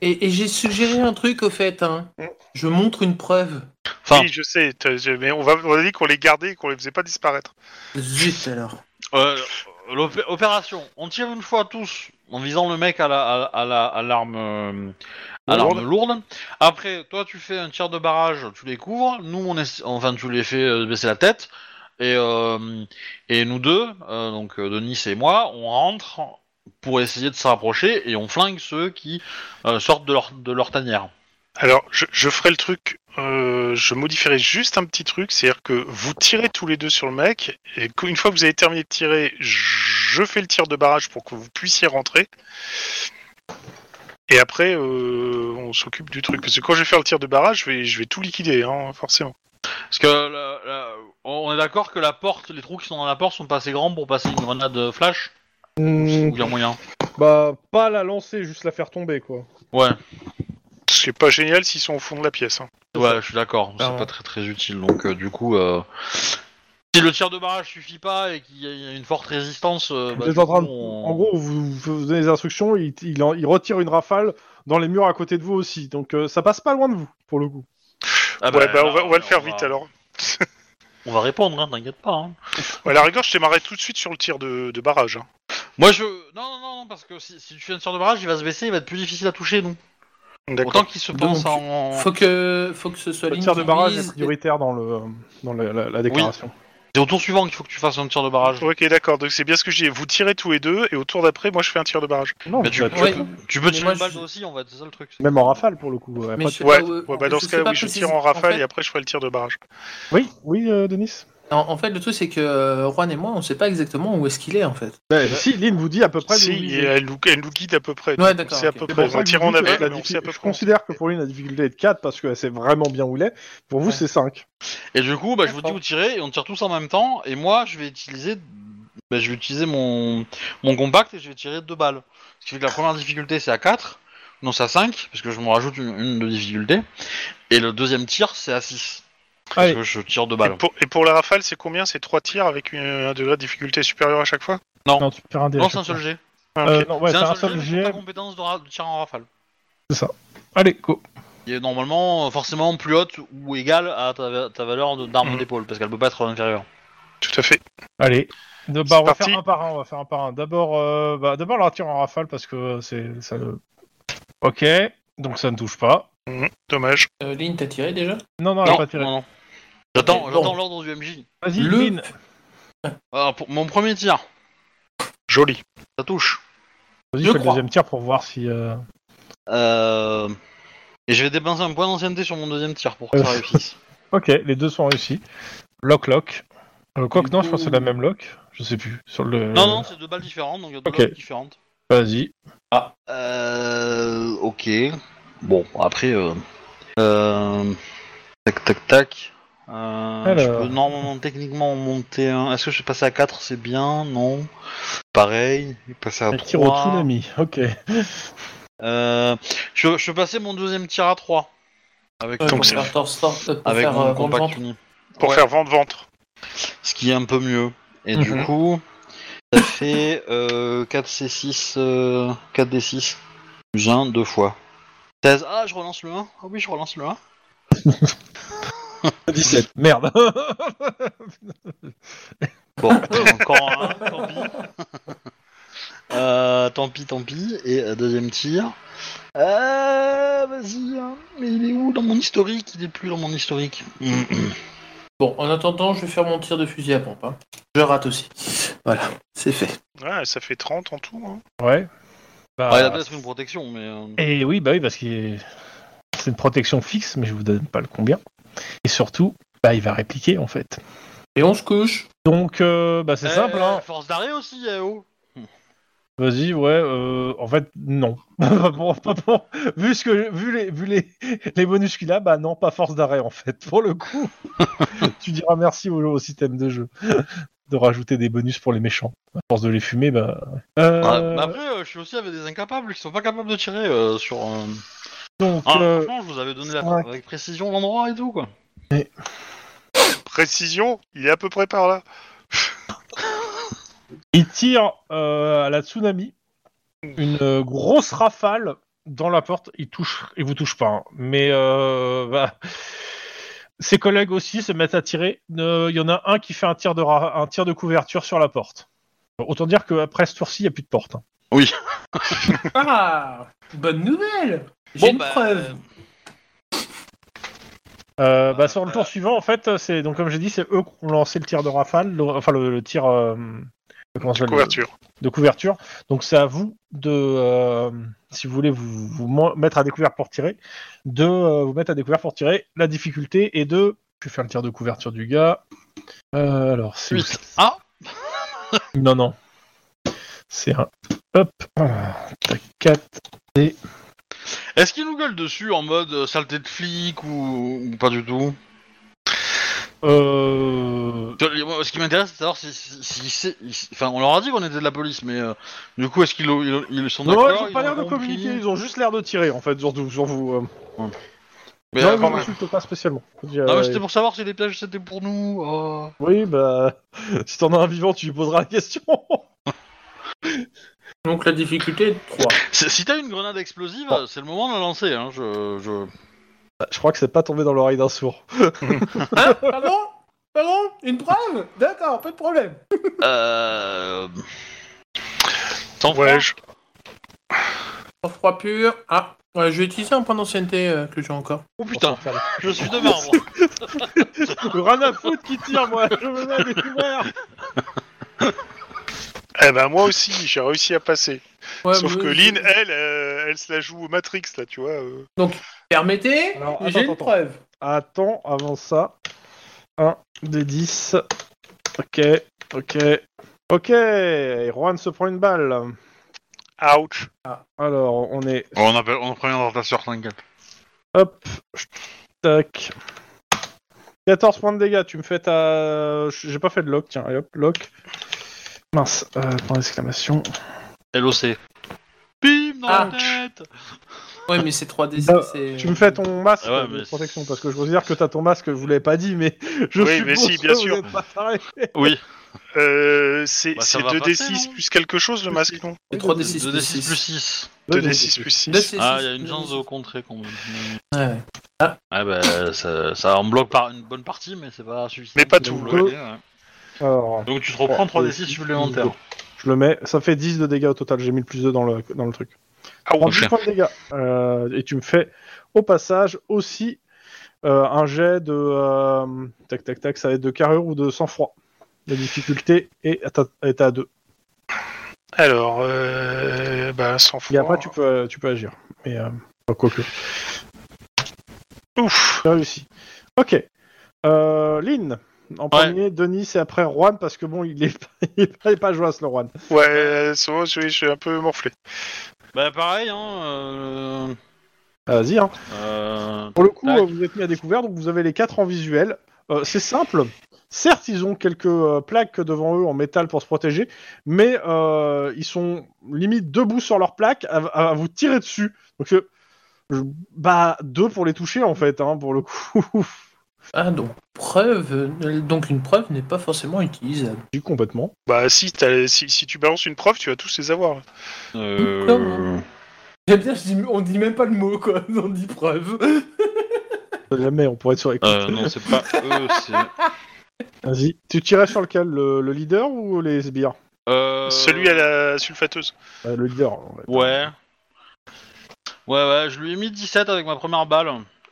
Et, et, et j'ai suggéré un truc au fait. hein. Je montre une preuve.
Enfin,
Oui, je sais. t'as- je- Mais on, va, on a dit qu'on les gardait et qu'on les faisait pas disparaître.
Zut alors.
euh, l'opé- opération, on tire une fois tous, en visant le mec à la, à, à la, à l'arme, euh, à
Lourde.
l'arme lourde. Après, toi, tu fais un tir de barrage, tu les couvres, nous, on est, enfin, tu les fais euh, baisser la tête, et, euh, et nous deux, euh, donc euh, Denis et moi, on rentre pour essayer de se rapprocher, et on flingue ceux qui euh, sortent de leur, de leur tanière.
Alors, je, je ferai le truc. euh, je modifierai juste un petit truc. C'est-à-dire que vous tirez tous les deux sur le mec. Et qu'une fois que vous avez terminé de tirer, je fais le tir de barrage pour que vous puissiez rentrer. Et après, euh, on s'occupe du truc. Parce que quand je vais faire le tir de barrage, je vais, je vais tout liquider, hein, forcément.
Parce que la- la- on est d'accord que la porte, les trous qui sont dans la porte sont pas assez grands pour passer une grenade euh, flash
Hmm,
Ou il y a moyen
bah, pas la lancer, juste la faire tomber, quoi.
Ouais,
C'est pas génial s'ils sont au fond de la pièce. hein.
ouais, je suis d'accord. C'est
Clairement.
pas très très utile. Donc euh, du coup, euh, si le tir de barrage suffit pas et qu'il y a- il y a une forte résistance, euh, bah,
Vous êtes
du
en train
coup,
de-
on-
Oh.
En gros, vous, vous donnez les instructions, il, il en- il retire une rafale dans les murs à côté de vous aussi. Donc, euh, ça passe pas loin de vous, pour le coup.
Ah
ouais, bah,
là,
on va, on va le faire vite alors.
On va répondre, hein, t'inquiète pas. hein.
Ouais, à la rigueur, je démarrerai tout de suite sur le tir de, de barrage. hein.
Moi je, non non non, parce que si, si tu fais une tir de barrage, il va se baisser, il va être plus difficile à toucher, non Autant
D'accord.
qu'il se pense
Donc,
en.
Faut que, faut que ce soit
Le
ligne
tir de
qui
barrage
vise.
est prioritaire dans, le, dans la, la- la déclaration.
C'est au tour suivant qu'il faut que tu fasses un tir de barrage.
Ok, d'accord. Donc c'est bien ce que je dis. Vous tirez tous les deux et au tour d'après, moi, je fais un tir de barrage.
Non,
Mais
vous
tu,
êtes-
tu
Ouais.
peux, tu peux
Mais
tirer
moi,
une balle
je-
toi aussi en fait, c'est ça le truc.
même en rafale, pour le coup. ouais. Après,
Mais je
tu-
sais
Ouais,
pas où-
Ouais, bah, dans
je
ce
sais
cas,
pas
oui, je
préciser-
tire en rafale
fait-
et après, je ferai le tir de barrage.
Oui, oui, euh, Denis
En, en fait, le truc, c'est que euh, Juan et moi, on sait pas exactement où est-ce qu'il est, en fait.
Bah, Si, Lynn vous dit à peu près d'où
Si,
il
il-
est.
elle nous, elle nous guide à peu près.
Ouais,
donc on
d'accord,
sait à
ok.
peu
C'est
près.
pour ça
On
que
tire
vous
en
dites que
aveugle,
la
mais on
diffi-
sait à peu
Je
près.
considère que pour lui, la difficulté est de 4 parce que c'est vraiment bien où il est. Pour vous,
Ouais.
c'est 5.
Et du coup, bah, je vous dis
D'accord.
où tirer et on tire tous en même temps. Et moi, je vais utiliser, bah, je vais utiliser mon, mon compact et je vais tirer deux balles. Ce qui fait que la première difficulté c'est à 4, non c'est à 5, parce que je me rajoute une, une de difficulté. Et le deuxième tir c'est à 6, parce
Allez.
que je tire deux
Et
balles.
pour, et pour la rafale, c'est combien C'est trois tirs avec une- un degré de difficulté supérieur à chaque fois
Non, tu perds un dé.
Non, c'est un seul jet.
Ah, ok.
Euh, non, ouais,
c'est
c'est un seul
mais j'ai
jet.
pas compétence de, ra- de tir en rafale.
Allez, go.
Qui est normalement euh, forcément plus haute ou égale à ta, va- ta valeur de- d'arme
Mm.
Mhm.
d'épaule, parce qu'elle peut pas être inférieure.
Tout à fait.
Allez. De,
C'est
bah, on va
parti.
faire un par un. On va faire un par un. D'abord, euh, bah, d'abord, la tire en rafale parce que c'est ça. le- Ok. Donc ça ne touche pas.
Mhm. Dommage.
Euh, Lynn, t'as tiré déjà
Non, non, Ah, elle
non,
a pas tiré.
non, non. J'attends
Ok,
j'attends
bon.
l'ordre du MJ.
Vas-y,
Le-
Lynn.
Alors, pour mon premier tir,
Joli.
ça touche.
Vas-y,
Je
fais le
crois.
deuxième tir pour voir si. euh,
Euh, Et je vais dépenser un point d'ancienneté sur mon deuxième tir pour que ça
Euh.
réussisse.
Ok, les deux sont réussis. Lock, lock. Euh, Quoique,
Du
non, je pense
coup-
que c'est la même lock. Je sais plus. Sur le.
Non, non, c'est deux balles différentes, donc il y a deux
Euh. Ok.
balles différentes.
Vas-y.
Euh... Ok. Bon, après... Euh... euh, Tac, tac, tac. Euh, Je
Alors.
peux normalement techniquement en monter un. Est-ce que je suis passé à 4 C'est bien Non. Pareil. Passer à
Un tir au
3.
tsunami, ok.
Euh, je, je peux passer mon deuxième tir à 3. Avec,
donc
mon-
pour
c'est-
faire, tor- tor- euh, pour
Euh, avec
faire,
mon
euh,
compact
ventre.
uni.
Pour
Ouais.
faire vente-ventre.
Ce qui est un peu mieux. Et du
Mhm.
coup, ça fait euh, 4C6. euh, 4D6. Plus 1, deux fois. 16. Ah, je relance le 1. Ah oui, je relance le 1.
17. Merde.
Bon, encore un, tant pis. Euh, tant pis, tant pis. Et euh, deuxième tir. Euh, Vas-y, hein. mais il est où dans mon historique Il est plus dans mon historique.
Ah,
Bon, en attendant, je vais faire mon tir de fusil à pompe. hein. Je rate aussi. Voilà, c'est fait.
Ouais, ça fait 30 en tout. hein.
ouais. Bah,
Ah, il a peut-être une protection, mais. euh,
Et oui, bah oui, parce que c'est une protection fixe, mais je vous donne pas le combien. Et surtout, bah il va répliquer en fait.
Et on se couche.
Donc, euh, bah c'est
eh,
simple. Hein.
eh, Force d'arrêt aussi, eh oh.
Vas-y, ouais. euh, en fait, non. Pas pour- pas pour- vu ce que, vu les, vu les, les bonus qu'il a, bah non, pas force d'arrêt en fait. Pour le coup, tu diras merci au, au système de jeu de rajouter des bonus pour les méchants. À force de les fumer, bah. Euh,
Ouais, mais après, euh, je suis aussi avec des incapables qui sont pas capables de tirer euh, sur. euh,
donc,
ah,
euh,
Franchement, je vous avais donné la...
ouais.
avec précision l'endroit et tout, quoi.
Précision, il est à peu près par là.
Il tire euh, à la tsunami une euh, grosse rafale dans la porte. Il touche, il vous touche pas, hein. mais euh, bah, ses collègues aussi se mettent à tirer. Euh, Il y en a un qui fait un tir de ra- un tir de couverture sur la porte. Autant dire qu'après ce tour-ci, il n'y a plus de porte. hein.
Ah Bonne nouvelle J'ai
Bon,
une
bah,
preuve.
Euh, bah, sur le
Euh,
tour suivant, en fait, c'est donc comme j'ai dit, c'est eux qui ont lancé le tir de rafale, le- enfin le, le tir euh, comment ça s'appelle, le-
Couverture.
de couverture. Donc c'est à vous de, euh, si vous voulez vous, vous mo- mettre à découvert pour tirer, de euh, vous mettre à découvert pour tirer. La difficulté est de... Je vais faire le tir de couverture du gars. Euh, alors, c'est...
Huit. Ah
Non, non. C'est un... Hop. 4.
Est-ce qu'il nous gueule dessus en mode euh, saleté de flic ou, ou pas du tout
Euh...
Tu vois, moi, Ce qui m'intéresse, c'est de savoir si, si- si- si- si- Enfin, on leur a dit qu'on était de la police, mais euh, du coup, est-ce qu'ils l'ont- ils, ils sont d'accord
Non, ils ont pas l'air de
compris
communiquer, ils ont juste l'air de tirer, en fait, surtout sur vous. euh.
Mais,
non,
euh,
ils
quand
vous
même.
insultent pas spécialement.
Non, mais c'était pour savoir si les pièges c'était pour nous. euh.
euh, Oui, bah... si t'en as un vivant, tu lui poseras la question.
Donc la difficulté est de 3.
C'est- Si t'as une grenade explosive, euh, c'est le moment de la lancer. Hein, je, je...
Ah, Je crois que c'est pas tombé dans l'oreille d'un sourd.
Hein Pardon Pardon Une preuve D'accord, pas de problème.
Euh... Sans froid.
Ouais, je-
Sans froid pur. Ah, ouais, je vais utiliser un point d'ancienneté euh, que j'ai encore.
Oh putain, je suis de marbre.
Rien à foutre qui tire, moi, je me mets à découvert.
Eh ben moi aussi, j'ai réussi à passer.
Ouais,
Sauf
mais-
que Lynn, elle, euh, elle se la joue au Matrix, là, tu vois. euh.
Permettez
Alors,
J'ai
attends,
une
attends.
preuve.
Attends, avant ça. 1, 2, 10. Ok, ok, ok. Et Juan se prend une balle.
Ouch.
Alors, on est.
on, appelle, on préviendra ta soeur, t'inquiète.
Hop. Tac. 14 points de dégâts, tu me fais ta. J'ai pas fait de lock, tiens, allez hop, lock. Mince, euh, point d'exclamation.
LOC. Bim, dans la
Ouch.
tête
Ouais, mais c'est 3D.
Bah,
c'est-
Tu me fais ton masque
Ah ouais,
de
mais-
protection, parce que je veux dire que t'as ton masque, je vous l'avais pas dit, mais je
Oui, mais
suppose
si, bien
que vous
sûr.
êtes pas tarés.
Oui.
Euh, c'est
Bah, ça
c'est
va
2d6
passer, non
plus quelque chose le masque, non
C'est 3D6 plus
2d6 plus
6.
6.
2d6 plus 6.
2D6
Ah, il y a une chance de contrer quand même.
Ouais.
Ah bah, ça, ça en bloque par une bonne partie, mais c'est pas suffisant.
Mais pas
pour
tout,
nous
quoi.
bloquer, ouais.
Alors,
Donc tu te reprends 3d6 supplémentaires.
Je le mets, ça fait 10 de dégâts au total, j'ai mis le plus 2 dans le, dans le truc.
Ouch.
Prends 10 points de dégâts. Euh, et tu me fais, au passage, aussi euh, un jet de. euh, tac, tac, tac, ça va être de carrure ou de sang-froid. La difficulté est à, ta- est à 2.
Alors, euh, bah, sans
Et
froid.
après, tu peux, tu peux agir. Mais. Euh, quoique.
Ouf.
J'ai réussi. Ok. Euh, Lynn, en premier, Denis et après Juan, parce que bon, il est, pas- il est pas, il est pas jouasse le Juan.
Ouais, euh, c'est vrai, je, je suis un peu morflé.
Bah pareil, hein. Euh...
Ah, Vas-y, hein.
euh,
Pour le coup,
Tac.
euh, vous êtes mis à découvert, donc vous avez les quatre en visuel. Euh, c'est simple. Certes, ils ont quelques euh, plaques devant eux en métal pour se protéger, mais euh, ils sont limite debout sur leur plaque à, à vous tirer dessus. Donc, euh, je- bah, deux pour les toucher en fait, hein, pour le coup.
Ah, donc, preuve... donc une preuve n'est pas forcément utilisable.
Du complètement.
Bah si, t'as- si, si tu balances une preuve, tu vas tous les avoir.
Euh,
J'aime bien, je dis- on dit même pas le mot, quoi. On dit preuve.
Jamais, on pourrait être sur les
euh, non, c'est pas eux, c'est.
Vas-y. Tu tirais sur lequel le, le leader ou les sbires
Euh,
Celui à la sulfateuse.
Euh, Le leader. en fait.
Ouais. Ouais, ouais, je lui ai mis 17 avec ma première balle.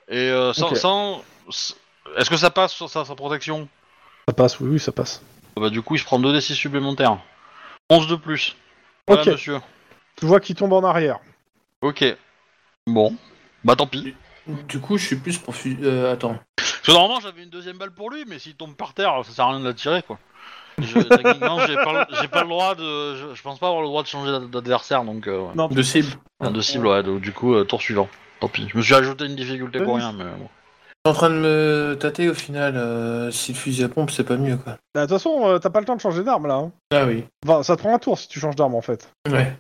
Et euh, sans.
Ok.
sans- s- Est-ce que ça passe sur sa, sa protection
Ça passe, oui, oui, ça passe.
Bah, du coup, il se prend 2d6 supplémentaires. 11 de plus. Voilà,
Ok.
monsieur.
Tu vois qu'il tombe en arrière.
Ok. Bon. Bah, tant pis.
Du coup, je suis plus pour... fu- euh, attends.
Parce que normalement, j'avais une deuxième balle pour lui, mais s'il tombe par terre, ça sert à rien de la tirer, quoi. Je, techniquement, j'ai pas, le- j'ai pas le droit de. Je, je pense pas avoir le droit de changer d'ad- d'adversaire, donc. euh, ouais.
De cible.
Enfin, De cible, ouais, donc, du coup, euh, tour suivant. Tant pis. Je me suis ajouté une difficulté pour
Denis.
rien, mais bon.
Je suis en train de me tâter au final. euh, si le fusil à pompe, c'est pas mieux, quoi.
Bah, De toute façon, euh, t'as pas le temps de changer d'arme là. hein.
Ah oui.
Enfin, ça te prend un tour si tu changes d'arme en fait.
Ouais.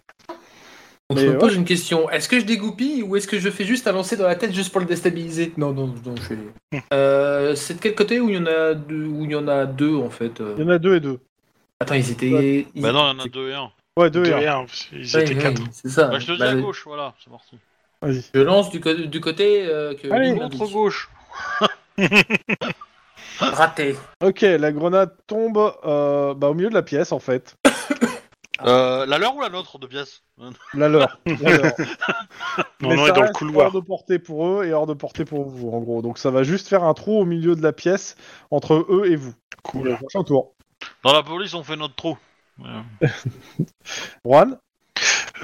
Donc,
Mais
je me
ouais.
pose une question. Est-ce que je dégoupille ou est-ce que je fais juste un lancer dans la tête juste pour le déstabiliser Non, non, non, je fais.
Hmm.
Euh, c'est de quel côté où il y en a deux, où il y en a deux en fait euh
Il y en a deux et deux.
Attends, ils étaient. ils-
Bah, non, il y en a deux et un.
Ouais, deux, et un.
Derrière, ils
Ouais,
étaient
ouais,
quatre.
C'est ça.
Bah, je te dis
Bah,
à gauche, voilà, c'est parti.
Vas-y.
je lance du, co- du côté euh, que.
Allez.
Lino a dit.
Contre gauche.
Raté.
Ok, la grenade tombe euh, bah, au milieu de la pièce en fait.
Euh, la leur ou la nôtre de pièce
La leur. la leur.
Non,
Mais
non,
ça
et dans le
reste
couloir.
Hors de portée pour eux et hors de portée pour vous en gros. Donc ça va juste faire un trou au milieu de la pièce entre eux et vous.
Cool.
Prochain tour.
Dans la police, on fait notre trou.
Juan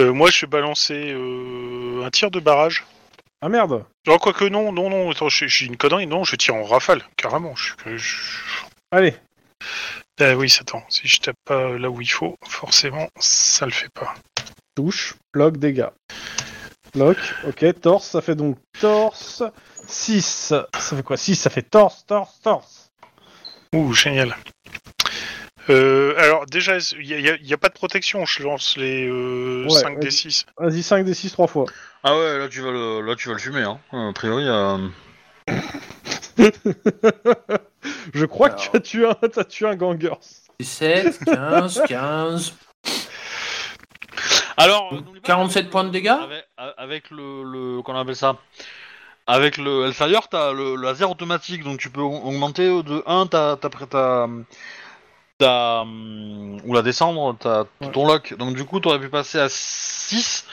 Euh, moi, je vais balancer euh, un tir de barrage.
Ah merde
Non, Oh, quoique, non, non, non, attends, je je suis une connerie. Non, je tire en rafale, carrément. Je, je-
Allez,
Ah oui, attends, si je tape pas là où il faut, forcément, ça le fait pas.
touche, bloc, dégâts. Bloc, ok, torse, ça fait donc torse, 6. Ça fait quoi 6, ça fait torse, torse, torse.
Ouh, génial. Euh, alors, déjà, il n'y a, il y a- il y a pas de protection, je lance les
Ouais,
5
vas-y.
des 6.
Vas-y, 5 des 6 3 fois.
Ah ouais, là tu vas le, là, tu vas le fumer, hein. Euh, A priori, euh,
Je crois que
Alors.
tu as tué un, t'as tué un gangers.
17, 15, 15.
Alors, euh, n'oublie pas
47
que-
points de dégâts
Avec, avec le, le- Qu'on appelle ça Avec le Hellfire, t'as le, le laser automatique, donc tu peux au- augmenter de 1 ta. ta, ta, ta- ta- hum, ou la descendre, ta, ton lock. Donc du coup, t'aurais pu passer à 6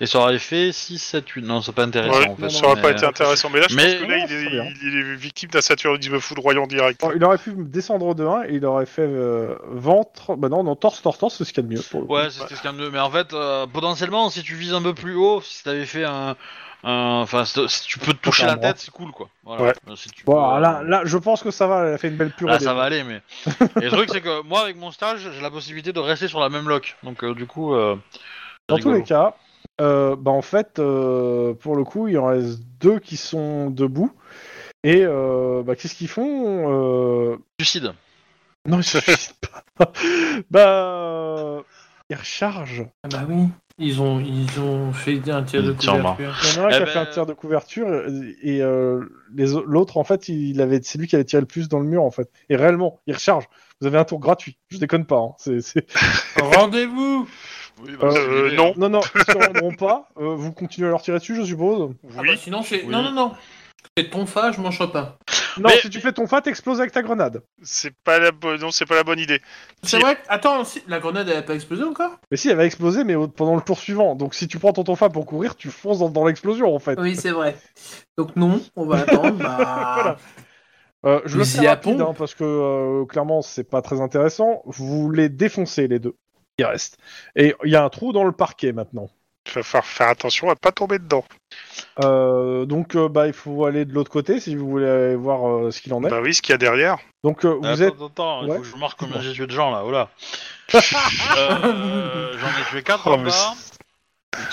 et ça aurait fait 6, 7, 8. Euh, Non, c'est pas intéressant en fait.
ça aurait pas
mais-
été intéressant, mais là, je
Mais-
pense que là,
Non,
il,
c'est bien.
est, il est victime d'un saturnisme foudroyant direct.
Bon, il aurait pu descendre de 1 et il aurait fait euh, ventre. Bah non, non, torse, torse, torse, c'est ce qu'il y a de mieux. Pour le coup.
Ouais, c'était ce qu'il y a de mieux. Mais en fait, euh, potentiellement, si tu vises un peu plus haut, si t'avais fait un. un- Enfin, si t- si tu peux te toucher la
Aucun endroit.
tête, c'est cool quoi. Voilà.
Ouais.
Euh, si tu
Bon,
peux,
alors là,
euh,
là, je pense que ça va, elle a fait une belle purée.
là, ça va aller, mais. Et le truc, c'est que moi, avec mon stage, j'ai la possibilité de rester sur la même lock. Donc, euh, du coup. euh,
Dans
rigolo.
tous les cas, euh, bah en fait, euh, pour le coup, il en reste deux qui sont debout. Et euh, bah, qu'est-ce qu'ils font Euh,
Suicide.
Non, ils se suicident pas. bah, euh, ils rechargent.
Ah bah oui. Ils ont, ils ont fait un tir de
Tiens, bah.
couverture.
Il y en a un
Eh
qui a
ben-
fait un tir de couverture euh, et euh, les au- l'autre, en fait, il avait, c'est lui qui avait tiré le plus dans le mur, en fait. Et réellement, il recharge. Vous avez un tour gratuit. Je déconne pas. hein. C'est- c'est-
Rendez-vous
Oui,
bah,
c'est l'idée,
Oh.
non. hein.
Non, non, ils se rendront pas. Euh, vous continuez à leur tirer dessus, je suppose.
Ah
Oui,
bah, Sinon, je fais.
Oui.
Non, non, non. Je fais ton fa, je mange pas.
Non,
Mais-
si tu fais ton fat, t'exploses avec ta grenade.
c'est pas la bonne, non, c'est pas la bonne idée.
C'est
Si.
vrai que- Attends, si- la grenade, elle a pas explosé encore
Mais si, elle va exploser, mais au- pendant le tour suivant. Donc si tu prends ton tonfa pour courir, tu fonces dans, dans l'explosion, en fait.
Oui, c'est vrai. Donc non, on va attendre. bah,
Euh, je
Mais
le
si
fais
à
rapide,
pompe.
hein, parce que euh, clairement, c'est pas très intéressant. Vous les défoncez, les deux. Il reste. Et il y a un trou dans le parquet, maintenant.
Il va falloir faire attention à pas tomber dedans.
Euh, donc, euh, bah, il faut aller de l'autre côté, si vous voulez aller voir euh, ce qu'il en est.
Bah oui, ce qu'il y a derrière.
Donc, euh, vous
Attends,
êtes...
attends, attends, il
Ouais.
faut que je marque combien j'ai tué de gens là, voilà. Euh, J'en ai tué 4
Oh,
en
mais
bas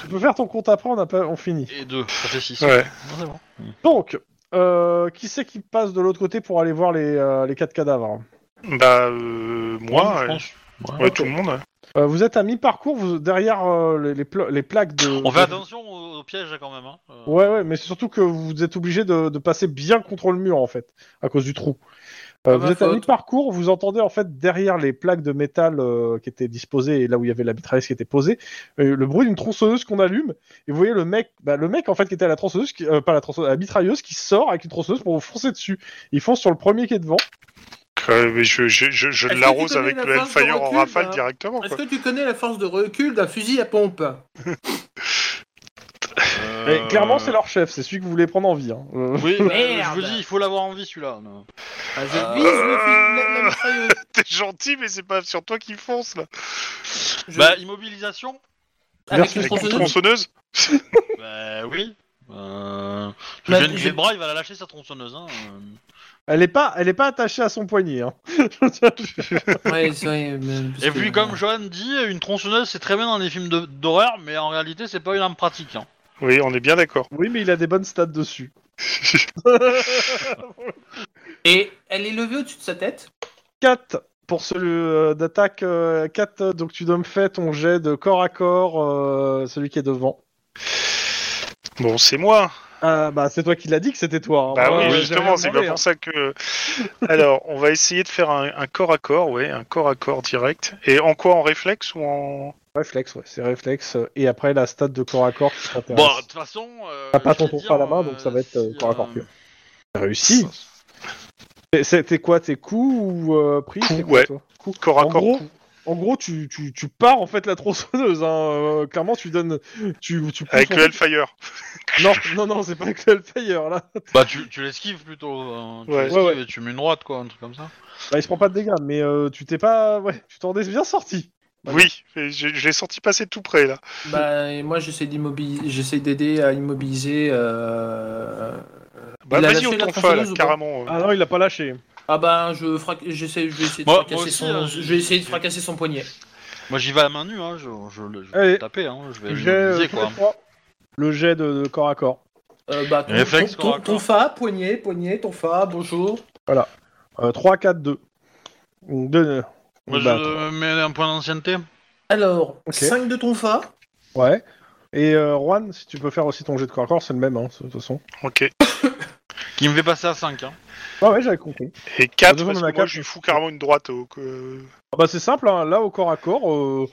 Tu peux faire ton compte après, on, a pas... on finit.
et 2, ça fait 6.
Ouais.
Donc, Euh, qui c'est qui passe de l'autre côté pour aller voir les, euh, les quatre cadavres
Bah, euh, moi,
je
ouais,
pense. Ouais.
ouais, tout le monde. ouais.
Euh, Vous êtes à mi-parcours, vous- derrière euh, les, les pla- les plaques de.
On fait attention aux, aux pièges là, quand même. Hein. Euh,
Ouais, ouais, mais c'est surtout que vous êtes obligé de, de passer bien contre le mur en fait, à cause du trou. Euh,
Pas
vous
ma
êtes à
faute.
mi-parcours, vous entendez en fait derrière les plaques de métal euh, qui étaient disposées et là où il y avait la mitrailleuse qui était posée, euh, le bruit d'une tronçonneuse qu'on allume. Et vous voyez le mec, bah, le mec en fait qui était à la tronçonneuse, qui- euh, pas la tronçonneuse, à la mitrailleuse qui sort avec une tronçonneuse pour vous foncer dessus. Il fonce sur le premier qui est devant.
Ouais, mais je je, je, je
Est-ce que tu
l'arrose
connais
avec
la
le
phase de
Hellfire en
recul,
rafale
là
directement.
Est-ce
Quoi.
que tu connais la force de recul d'un fusil à pompe
Mais
euh,
clairement c'est leur chef, c'est celui que vous voulez prendre en vie. hein. Euh,
Oui, bah, je
Merde.
vous dis, il faut l'avoir en vie celui-là. Euh,
Ah, Je vise le fusil, la- la mitrailleuse.
T'es gentil, mais c'est pas sur toi qu'il fonce là.
Je-
Bah, immobilisation
avec
versus
une
Avec une
tronçonneuse.
tronçonneuse
Bah, oui. Euh, tu
Bah,
gênes
j'ai-
clé de bras, il va la lâcher sa tronçonneuse. Hein. euh.
Elle est pas, elle est pas attachée à son poignet. hein.
Ouais, c'est vrai, mais- parce
Et
que-
puis, comme Johan dit, une tronçonneuse c'est très bien dans les films de- d'horreur, mais en réalité, c'est pas une arme pratique. Hein.
Oui, on est bien d'accord.
Oui, mais il a des bonnes stats dessus.
Et elle est levée au-dessus de sa tête.
4 pour celui euh, d'attaque 4 donc tu dois me faire ton jet de corps à corps euh, celui qui est devant.
bon, c'est moi.
Ah bah c'est toi qui l'as dit que c'était toi. hein.
Bah
Ouais,
oui,
j'ai rien
justement, c'est
demandé,
bien pour ça que. Alors, on va essayer de faire un, un corps à corps, ouais, un corps à corps direct. Et en quoi En réflexe ou en.
hein. Réflexe, ouais, c'est réflexe euh, et après la stat de corps à corps qui t'intéresse.
Bon, de toute façon. euh,
T'as pas
je vais
ton tour
dire,
par la main, donc
euh,
ça va être, euh,
si,
corps à corps
euh,
pur. réussi. Et C'était quoi tes coups ou euh, pris
Coups,
C'est quoi,
ouais.
toi Coups.
Corps à
en
corps,
gros, en gros, tu, tu, tu pars en fait la tronçonneuse. hein, euh, clairement, tu donnes, tu, tu pousses
Avec
en-
le Hellfire.
Non, non, non, c'est pas avec le Hellfire là.
Bah, tu, tu l'esquives plutôt. hein, Tu
Ouais.
l'esquives
Ouais, ouais.
et tu mets une droite, quoi, un truc comme ça.
Bah, il se prend pas de dégâts, mais euh, tu t'es pas, ouais, tu t'en es bien sorti.
Oui, et je, je l'ai senti passer tout près là.
Bah, et moi, j'essaie d'immobiliser, j'essaie d'aider à immobiliser. euh,
Bah
Il a
vas-y,
lâché
on
la
t'en fait
tronçonneuse
là,
ou pas
carrément. euh.
Ah non, il l'a pas lâché.
Ah bah, je frac- j'essaie, je vais essayer de
Moi-
fracasser
moi aussi,
son,
hein,
je
j'ai-
vais essayer de fracasser son poignet.
Moi, j'y vais à main nue, hein, je, je, le- je vais
Allez.
le taper, hein, je vais
Jet, euh,
l'utiliser,
tous les
quoi.
trois. Le jet de, de corps à corps.
Euh, bah, ton,
Réflexe,
ton- ton-
corps à corps.
ton fa, poignet, poignet, ton fa, bonjour.
Euh, 3, 4, 2. 2.
Moi, je mets un point d'ancienneté.
Alors,
Ok.
5 de ton fa.
Ouais. Et euh, Juan, si tu peux faire aussi ton jet de corps à corps, c'est le même, hein, de toute façon.
Ok.
Qui me fait passer à 5. Hein.
Ah ouais, j'avais compris.
Et 4,
Deuxième,
parce
on
que
a
moi
quatre.
je lui fous carrément une droite au. que-
Ah bah c'est simple, hein, là au corps à corps, euh,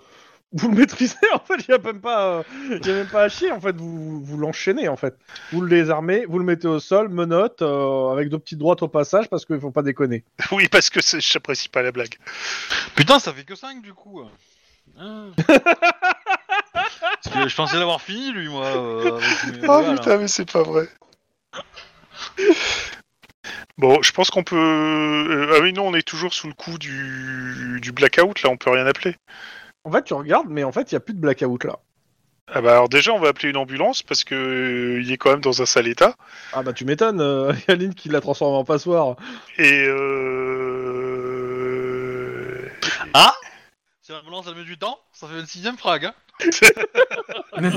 vous le maîtrisez en fait, il n'y a, même pas, euh, y a même pas à chier en fait, vous, vous l'enchaînez en fait. Vous le désarmez, vous le mettez au sol, menotte, euh, avec deux petites droites au passage parce qu'il faut pas déconner.
Oui, parce que c'est- j'apprécie pas la blague.
Putain, ça fait que 5 du coup. Ah. Parce que je pensais l'avoir fini, lui, moi. euh, avec mes-
Ah
voilà.
putain, mais c'est pas vrai. Bon, je pense qu'on peut. euh, Ah oui, non, on est toujours sous le coup du, du blackout, là, on peut rien appeler.
En fait, tu regardes, mais en fait, il n'y a plus de blackout là.
Ah bah alors déjà, on va appeler une ambulance parce que euh, il est quand même dans un sale état.
Ah bah tu m'étonnes, euh, Yaline qui l'a transformé en passoire.
Et euh...
Si la balance, elle met du temps, ça fait une sixième frag. Hein.
Je vais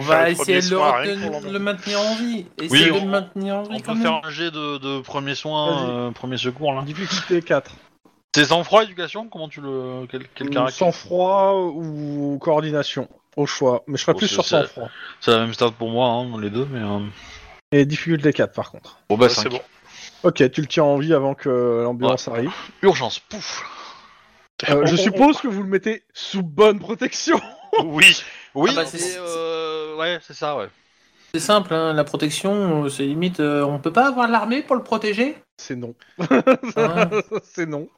faire
va
le
essayer
premier
de le,
soir, hein. rien que
retenir-
pour l'emmener.
le maintenir en vie. Essayer de
on-
le maintenir en
On
vie
peut
quand
faire
même.
un jet de, de premier soin,
Vas-y.
euh, premier secours, là.
Difficulté 4.
C'est sang-froid, éducation Comment tu le. Quel, quel caractère
Mm, Sans froid ou coordination, au choix. Mais je serais
Bon,
plus
c'est-
sur
c'est-
sans froid.
C'est la même stat pour moi, hein, les deux, mais. euh,
Et difficulté 4 par contre.
Bon, bah,
Ouais, Ah, c'est
cinq.
bon.
Ok, tu le tiens en vie avant que l'ambulance arrive.
Urgence, pouf
Euh, je
On- on-
suppose que vous le mettez sous bonne protection.
Oui,
Oui,
Ah bah, c'est-
mais, euh, ouais, c'est ça, ouais.
C'est simple, hein, la protection, euh, c'est limite. euh, on peut pas avoir l'armée pour le protéger
C'est non.
Hein
C'est non.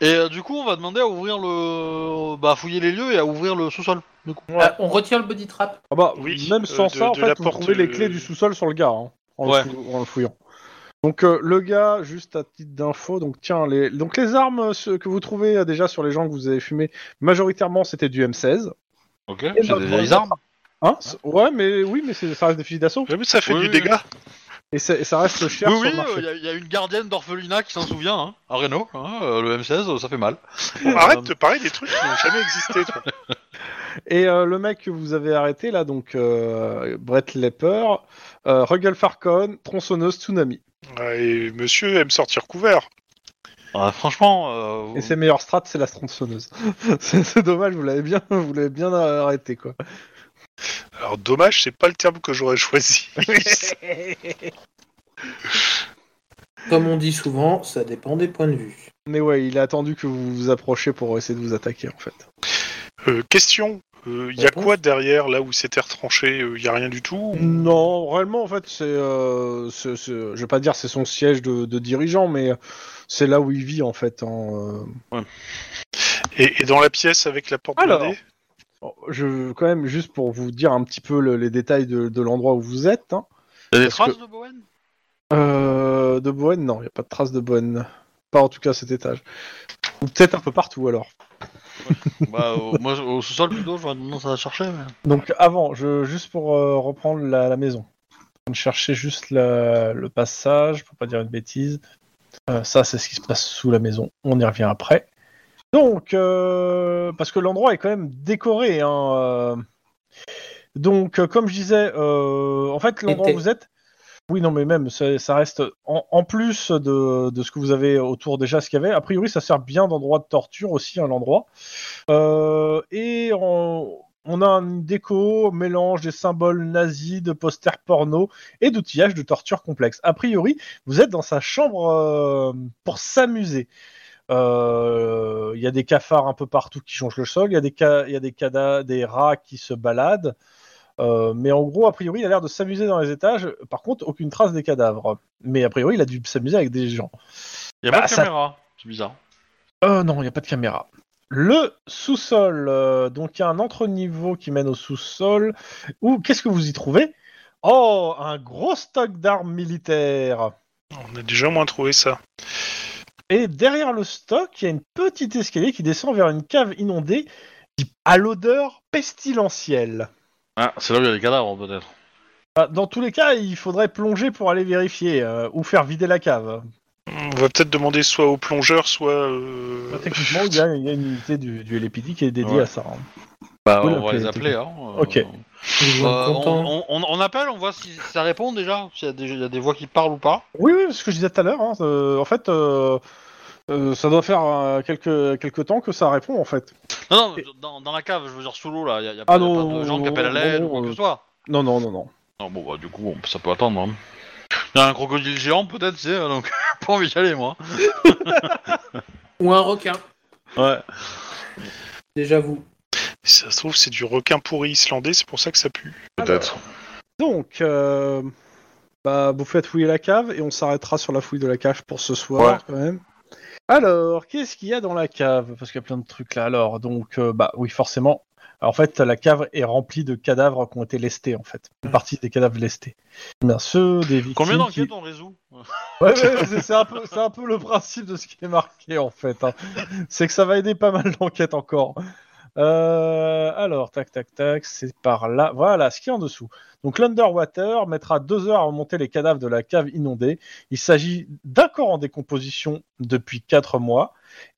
Et euh, du coup, on va demander à ouvrir le. Bah, fouiller les lieux et à ouvrir le sous-sol. du coup.
Ah, On retire le body trap.
Ah bah,
Oui,
même
euh,
sans
de-
ça, en
de
fait,
la
vous
porte,
trouvez les
euh,
clés du sous-sol sur le gars, hein, en,
Ouais.
le fou- en le fouillant. Donc euh, le gars, juste à titre d'info, donc tiens, les, donc les armes euh, ce que vous trouvez euh, déjà sur les gens que vous avez fumés, majoritairement c'était du M16.
Ok,
Et bah,
c'est
notre-
des vieilles armes.
Hein c'est- ouais, mais oui, mais c'est- ça reste des fusils d'assaut
Ouais, mais ça fait
Oui,
du
oui,
dégât.
et, c'est- et ça reste cher
Oui,
sur
oui,
le marché.
il y, a une gardienne d'orphelinat qui s'en souvient, hein, à Renault, hein, euh, le M16, euh, ça fait mal.
Bon, Arrête de parler des trucs qui n'ont jamais existé. toi.
Et euh, le mec que vous avez arrêté là, donc euh, Brett Lepper, euh, Rugel Farcon, tronçonneuse tsunami.
Ouais, Ah, et monsieur aime sortir couvert.
Ah, franchement, euh, vous-
Et ses meilleures strats, c'est la tronçonneuse. c'est c'est dommage, vous l'avez bien, vous l'avez bien arrêté quoi.
Alors dommage, c'est pas le terme que j'aurais choisi.
Comme on dit souvent, ça dépend des points de vue.
Mais ouais, il a attendu que vous vous approchiez pour essayer de vous attaquer en fait.
Euh, question, il y a
Réponse
quoi derrière là où c'était retranché Il euh, y a rien du tout
Non, réellement en fait, c'est, euh, c'est- c'est- je vais pas dire c'est son siège de, de dirigeant, mais c'est là où il vit en fait. En, euh,
et, et dans la pièce avec la porte
Alors.
blindée
Je quand même juste pour vous dire un petit peu le- les détails de, de l'endroit où vous êtes. hein.
y a des
parce
traces de Bowen
Euh, de Bohène, non, il n'y a pas de trace de Bohène. Pas en tout cas à cet étage. Ou peut-être un peu partout alors.
Bah, au- moi, au sous-sol plutôt, j'aurais tendance à chercher. Mais...
Donc avant, je, juste pour euh, reprendre la, la maison. Je cherchais juste la- le passage pour pas dire une bêtise. Euh, ça, c'est ce qui se passe sous la maison. On y revient après. Donc, euh, parce que l'endroit est quand même décoré. hein, euh. Donc, euh, comme je disais, euh, en fait, l'endroit où
Été.
vous êtes. Oui, non, mais même, ça, ça reste en, en plus de, de ce que vous avez autour déjà, ce qu'il y avait. A priori, ça sert bien d'endroit de torture aussi, à l'endroit. Euh, et on, on a une déco, mélange des symboles nazis, de posters porno et d'outillage de torture complexe. A priori, vous êtes dans sa chambre euh, pour s'amuser. Euh, Il y a des cafards un peu partout qui changent le sol, il y a des, ca- il y a des, cada- des rats qui se baladent. Euh, mais en gros, a priori, il a l'air de s'amuser dans les étages. Par contre, aucune trace des cadavres. Mais a priori, il a dû s'amuser avec des gens.
Y a
Bah,
pas de
ça-
caméra, c'est bizarre.
Euh, non, il n'y a pas de caméra. Le sous-sol, euh, donc il y a un entre-niveau qui mène au sous-sol. Où qu'est-ce que vous y trouvez Oh, un gros stock d'armes militaires.
On a déjà moins trouvé ça.
Et derrière le stock, il y a une petite escalier qui descend vers une cave inondée qui a l'odeur pestilentielle.
Ah, c'est là où il y a des cadavres, peut-être.
Ah, Dans tous les cas, il faudrait plonger pour aller vérifier euh, ou faire vider la cave.
On va peut-être demander soit au plongeur, soit. euh,
Bah, techniquement, il y, a il y a une unité du, du LPD qui est dédiée
Ouais.
à ça. hein.
Bah,
Oui,
on va
ok,
les appeler, hein. euh,
Ok.
euh,
Je suis content.
on, on- on appelle, on voit si ça répond déjà, s'il y, a des- il y a des voix qui parlent ou pas.
Oui, oui, ce que je disais tout à l'heure. hein, euh, en fait, euh, euh, ça doit faire euh, quelques, quelques temps que ça répond, en fait.
Non, non, dans, dans la cave, je veux dire sous l'eau, là, il y a, il y a
Ah
pas,
non,
il y a pas de gens qui appellent à l'aide
non,
ou quoi que
euh,
ce soit.
Non, non, non, non.
Non, bon, bah, du coup, on- ça peut attendre. hein. Il y a un crocodile géant, peut-être, c'est, donc, pas envie d'y aller, moi.
Ou un requin,
Ouais.
déjà vous.
Si ça se trouve, c'est du requin pourri islandais, c'est pour ça que ça pue.
Peut-être.
Donc, euh, bah, vous faites fouiller la cave et on s'arrêtera sur la fouille de la cave pour ce soir,
Ouais.
quand même. Alors, qu'est-ce qu'il y a dans la cave Parce qu'il y a plein de trucs là. Alors, donc, euh, bah oui, forcément. En fait, la cave est remplie de cadavres qui ont été lestés, en fait. Une partie des cadavres lestés. Bien ceux des victimes.
Hmm. bah, Combien
qui-
d'enquêtes on résout
Ouais, ouais, c'est- c'est un, peu- c'est un peu le principe de ce qui est marqué en fait. hein. C'est que ça va aider pas mal d'enquêtes encore. Euh, alors, tac, tac, tac, c'est par là. Voilà, ce qui est en dessous. Donc l'Underwater mettra deux heures à remonter les cadavres de la cave inondée. Il s'agit d'un corps en décomposition depuis quatre mois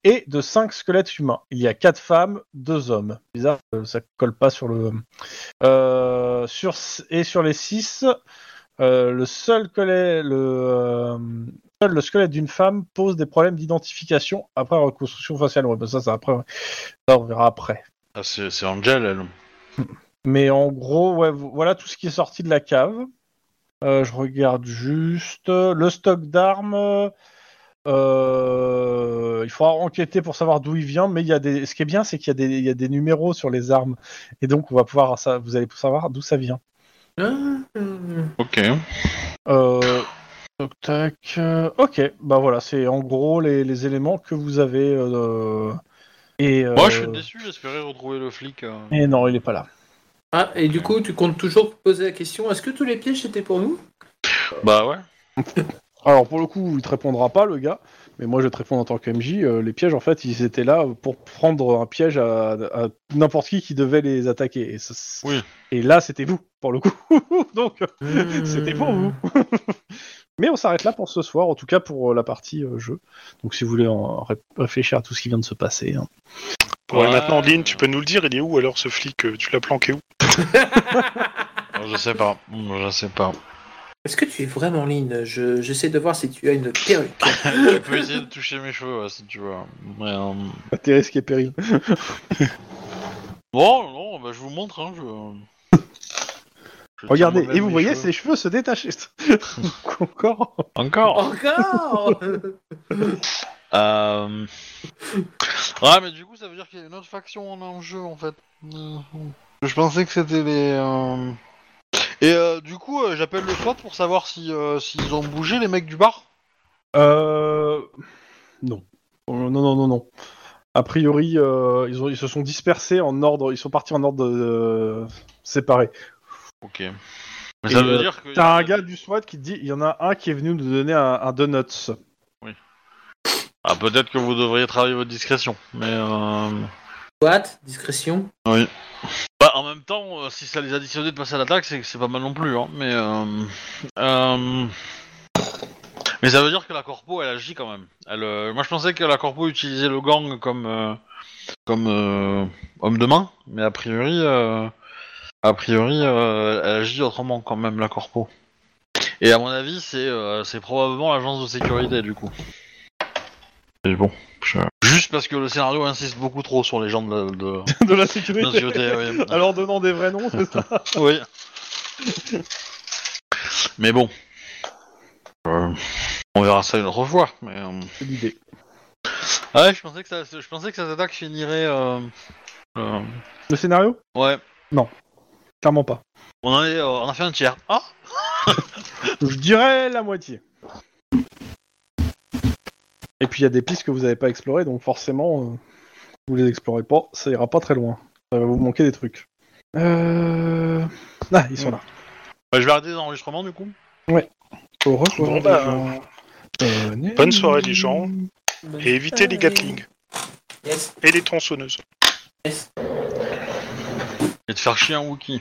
et de cinq squelettes humains. Il y a quatre femmes, deux hommes. Bizarre, euh, ça colle pas sur le. Euh, sur et sur les six, euh, le seul collet- le, euh, seul le squelette d'une femme pose des problèmes d'identification après reconstruction faciale. Ouais, bah ça, ça, après, ouais. ça, on verra après.
Ah, C'est c'est Angel, elle.
Mais en gros, ouais, vo- voilà tout ce qui est sorti de la cave. Euh, je regarde juste le stock d'armes. euh, il faudra enquêter pour savoir d'où il vient, mais il y a des. Ce qui est bien, c'est qu'il y a des, il y a des numéros sur les armes, et donc on va pouvoir ça. Vous allez savoir d'où ça vient.
Ok.
Euh, toc tac. euh, ok, bah voilà, c'est en gros les, les éléments que vous avez. euh, et, euh,
Moi, je suis déçu, j'espérais retrouver le flic. euh.
et non, il est pas là.
Ah, et du coup, tu comptes toujours poser la question est-ce que tous les pièges c'était pour nous
Bah ouais.
Alors pour le coup, il te répondra pas, le gars. Mais moi, je vais te réponds en tant que MJ. euh, les pièges, en fait, ils étaient là pour prendre un piège à, à n'importe qui qui devait les attaquer. Et, ça, c'est-
Oui.
et là, c'était vous, pour le coup. Donc, C'était pour vous. Mais on s'arrête là pour ce soir, en tout cas pour euh, la partie euh, jeu. Donc si vous voulez en ré- réfléchir à tout ce qui vient de se passer. hein.
Ouais,
Ouais.
Maintenant, Lynn, tu peux nous le dire, il est où alors ce flic euh, Tu l'as planqué où
Je sais pas. Je sais pas.
Est-ce que tu es vraiment ligne Je J'essaie de voir si tu as une perruque.
tu peux essayer de toucher mes cheveux ouais, si tu veux. Mais, euh,
Bah, T'es risqué péril.
Bon, non, bah, je vous montre. Hein, je... je
Regardez,
tiens moi-même
et vous
mes
voyez
cheveux.
ses cheveux se détacher. Encore
Encore
Encore
Euh, Ouais, mais du coup, ça veut dire qu'il y a une autre faction en en jeu, en fait. Euh, Je pensais que c'était les... euh, Et euh, du coup, euh, j'appelle le SWAT pour savoir si, euh, s'ils ont bougé, les mecs du bar.
Euh. Non. Euh, Non, non, non, non. A priori, euh, ils, ont- ils se sont dispersés en ordre. Ils sont partis en ordre euh, séparé.
Ok. Mais
Et,
ça veut
euh,
dire que...
T'as un gars du SWAT qui te dit il y en a un qui est venu nous donner un, un donuts.
Ah, peut-être que vous devriez travailler votre discrétion, mais... euh,
What Discrétion
Bah, en même temps, euh, si ça les a dissuadés de passer à l'attaque, c'est c'est pas mal non plus, hein, mais... euh, euh, Mais ça veut dire que la corpo, elle agit quand même. Elle, euh, Moi, je pensais que la corpo utilisait le gang comme... euh, comme euh, homme de main, mais a priori... euh, A priori, euh, elle agit autrement quand même, la corpo. Et à mon avis, c'est euh, c'est probablement l'agence de sécurité, du coup. Et bon... je- Juste parce que le scénario insiste beaucoup trop sur les gens de... la- de...
de la
de la
sécurité.
sécurité, oui.
Alors donnant des vrais noms, c'est ça
Oui. Mais bon. Euh, on verra ça une autre fois. Mais, euh,
C'est l'idée.
Ah ouais, je pensais que ça, je pensais que cette attaque finirait. euh, euh,
Le scénario
Ouais.
Clairement pas.
On en est, euh, on a fait un tiers. Ah.
Je dirais la moitié. Et puis il y a des pistes que vous n'avez pas explorées, donc forcément, euh, vous les explorez pas, ça ira pas très loin. Ça va vous manquer des trucs. Euh... Ah, ils sont là.
Bah, je vais arrêter les enregistrements du coup.
Au revoir.
Bon,
les
bah,
gens. Tenez.
bonne soirée, les gens.
Bonne
Et éviter les
soirée.
Gatling
Yes,
et les tronçonneuses.
yes.
Et de faire chier un Wookie.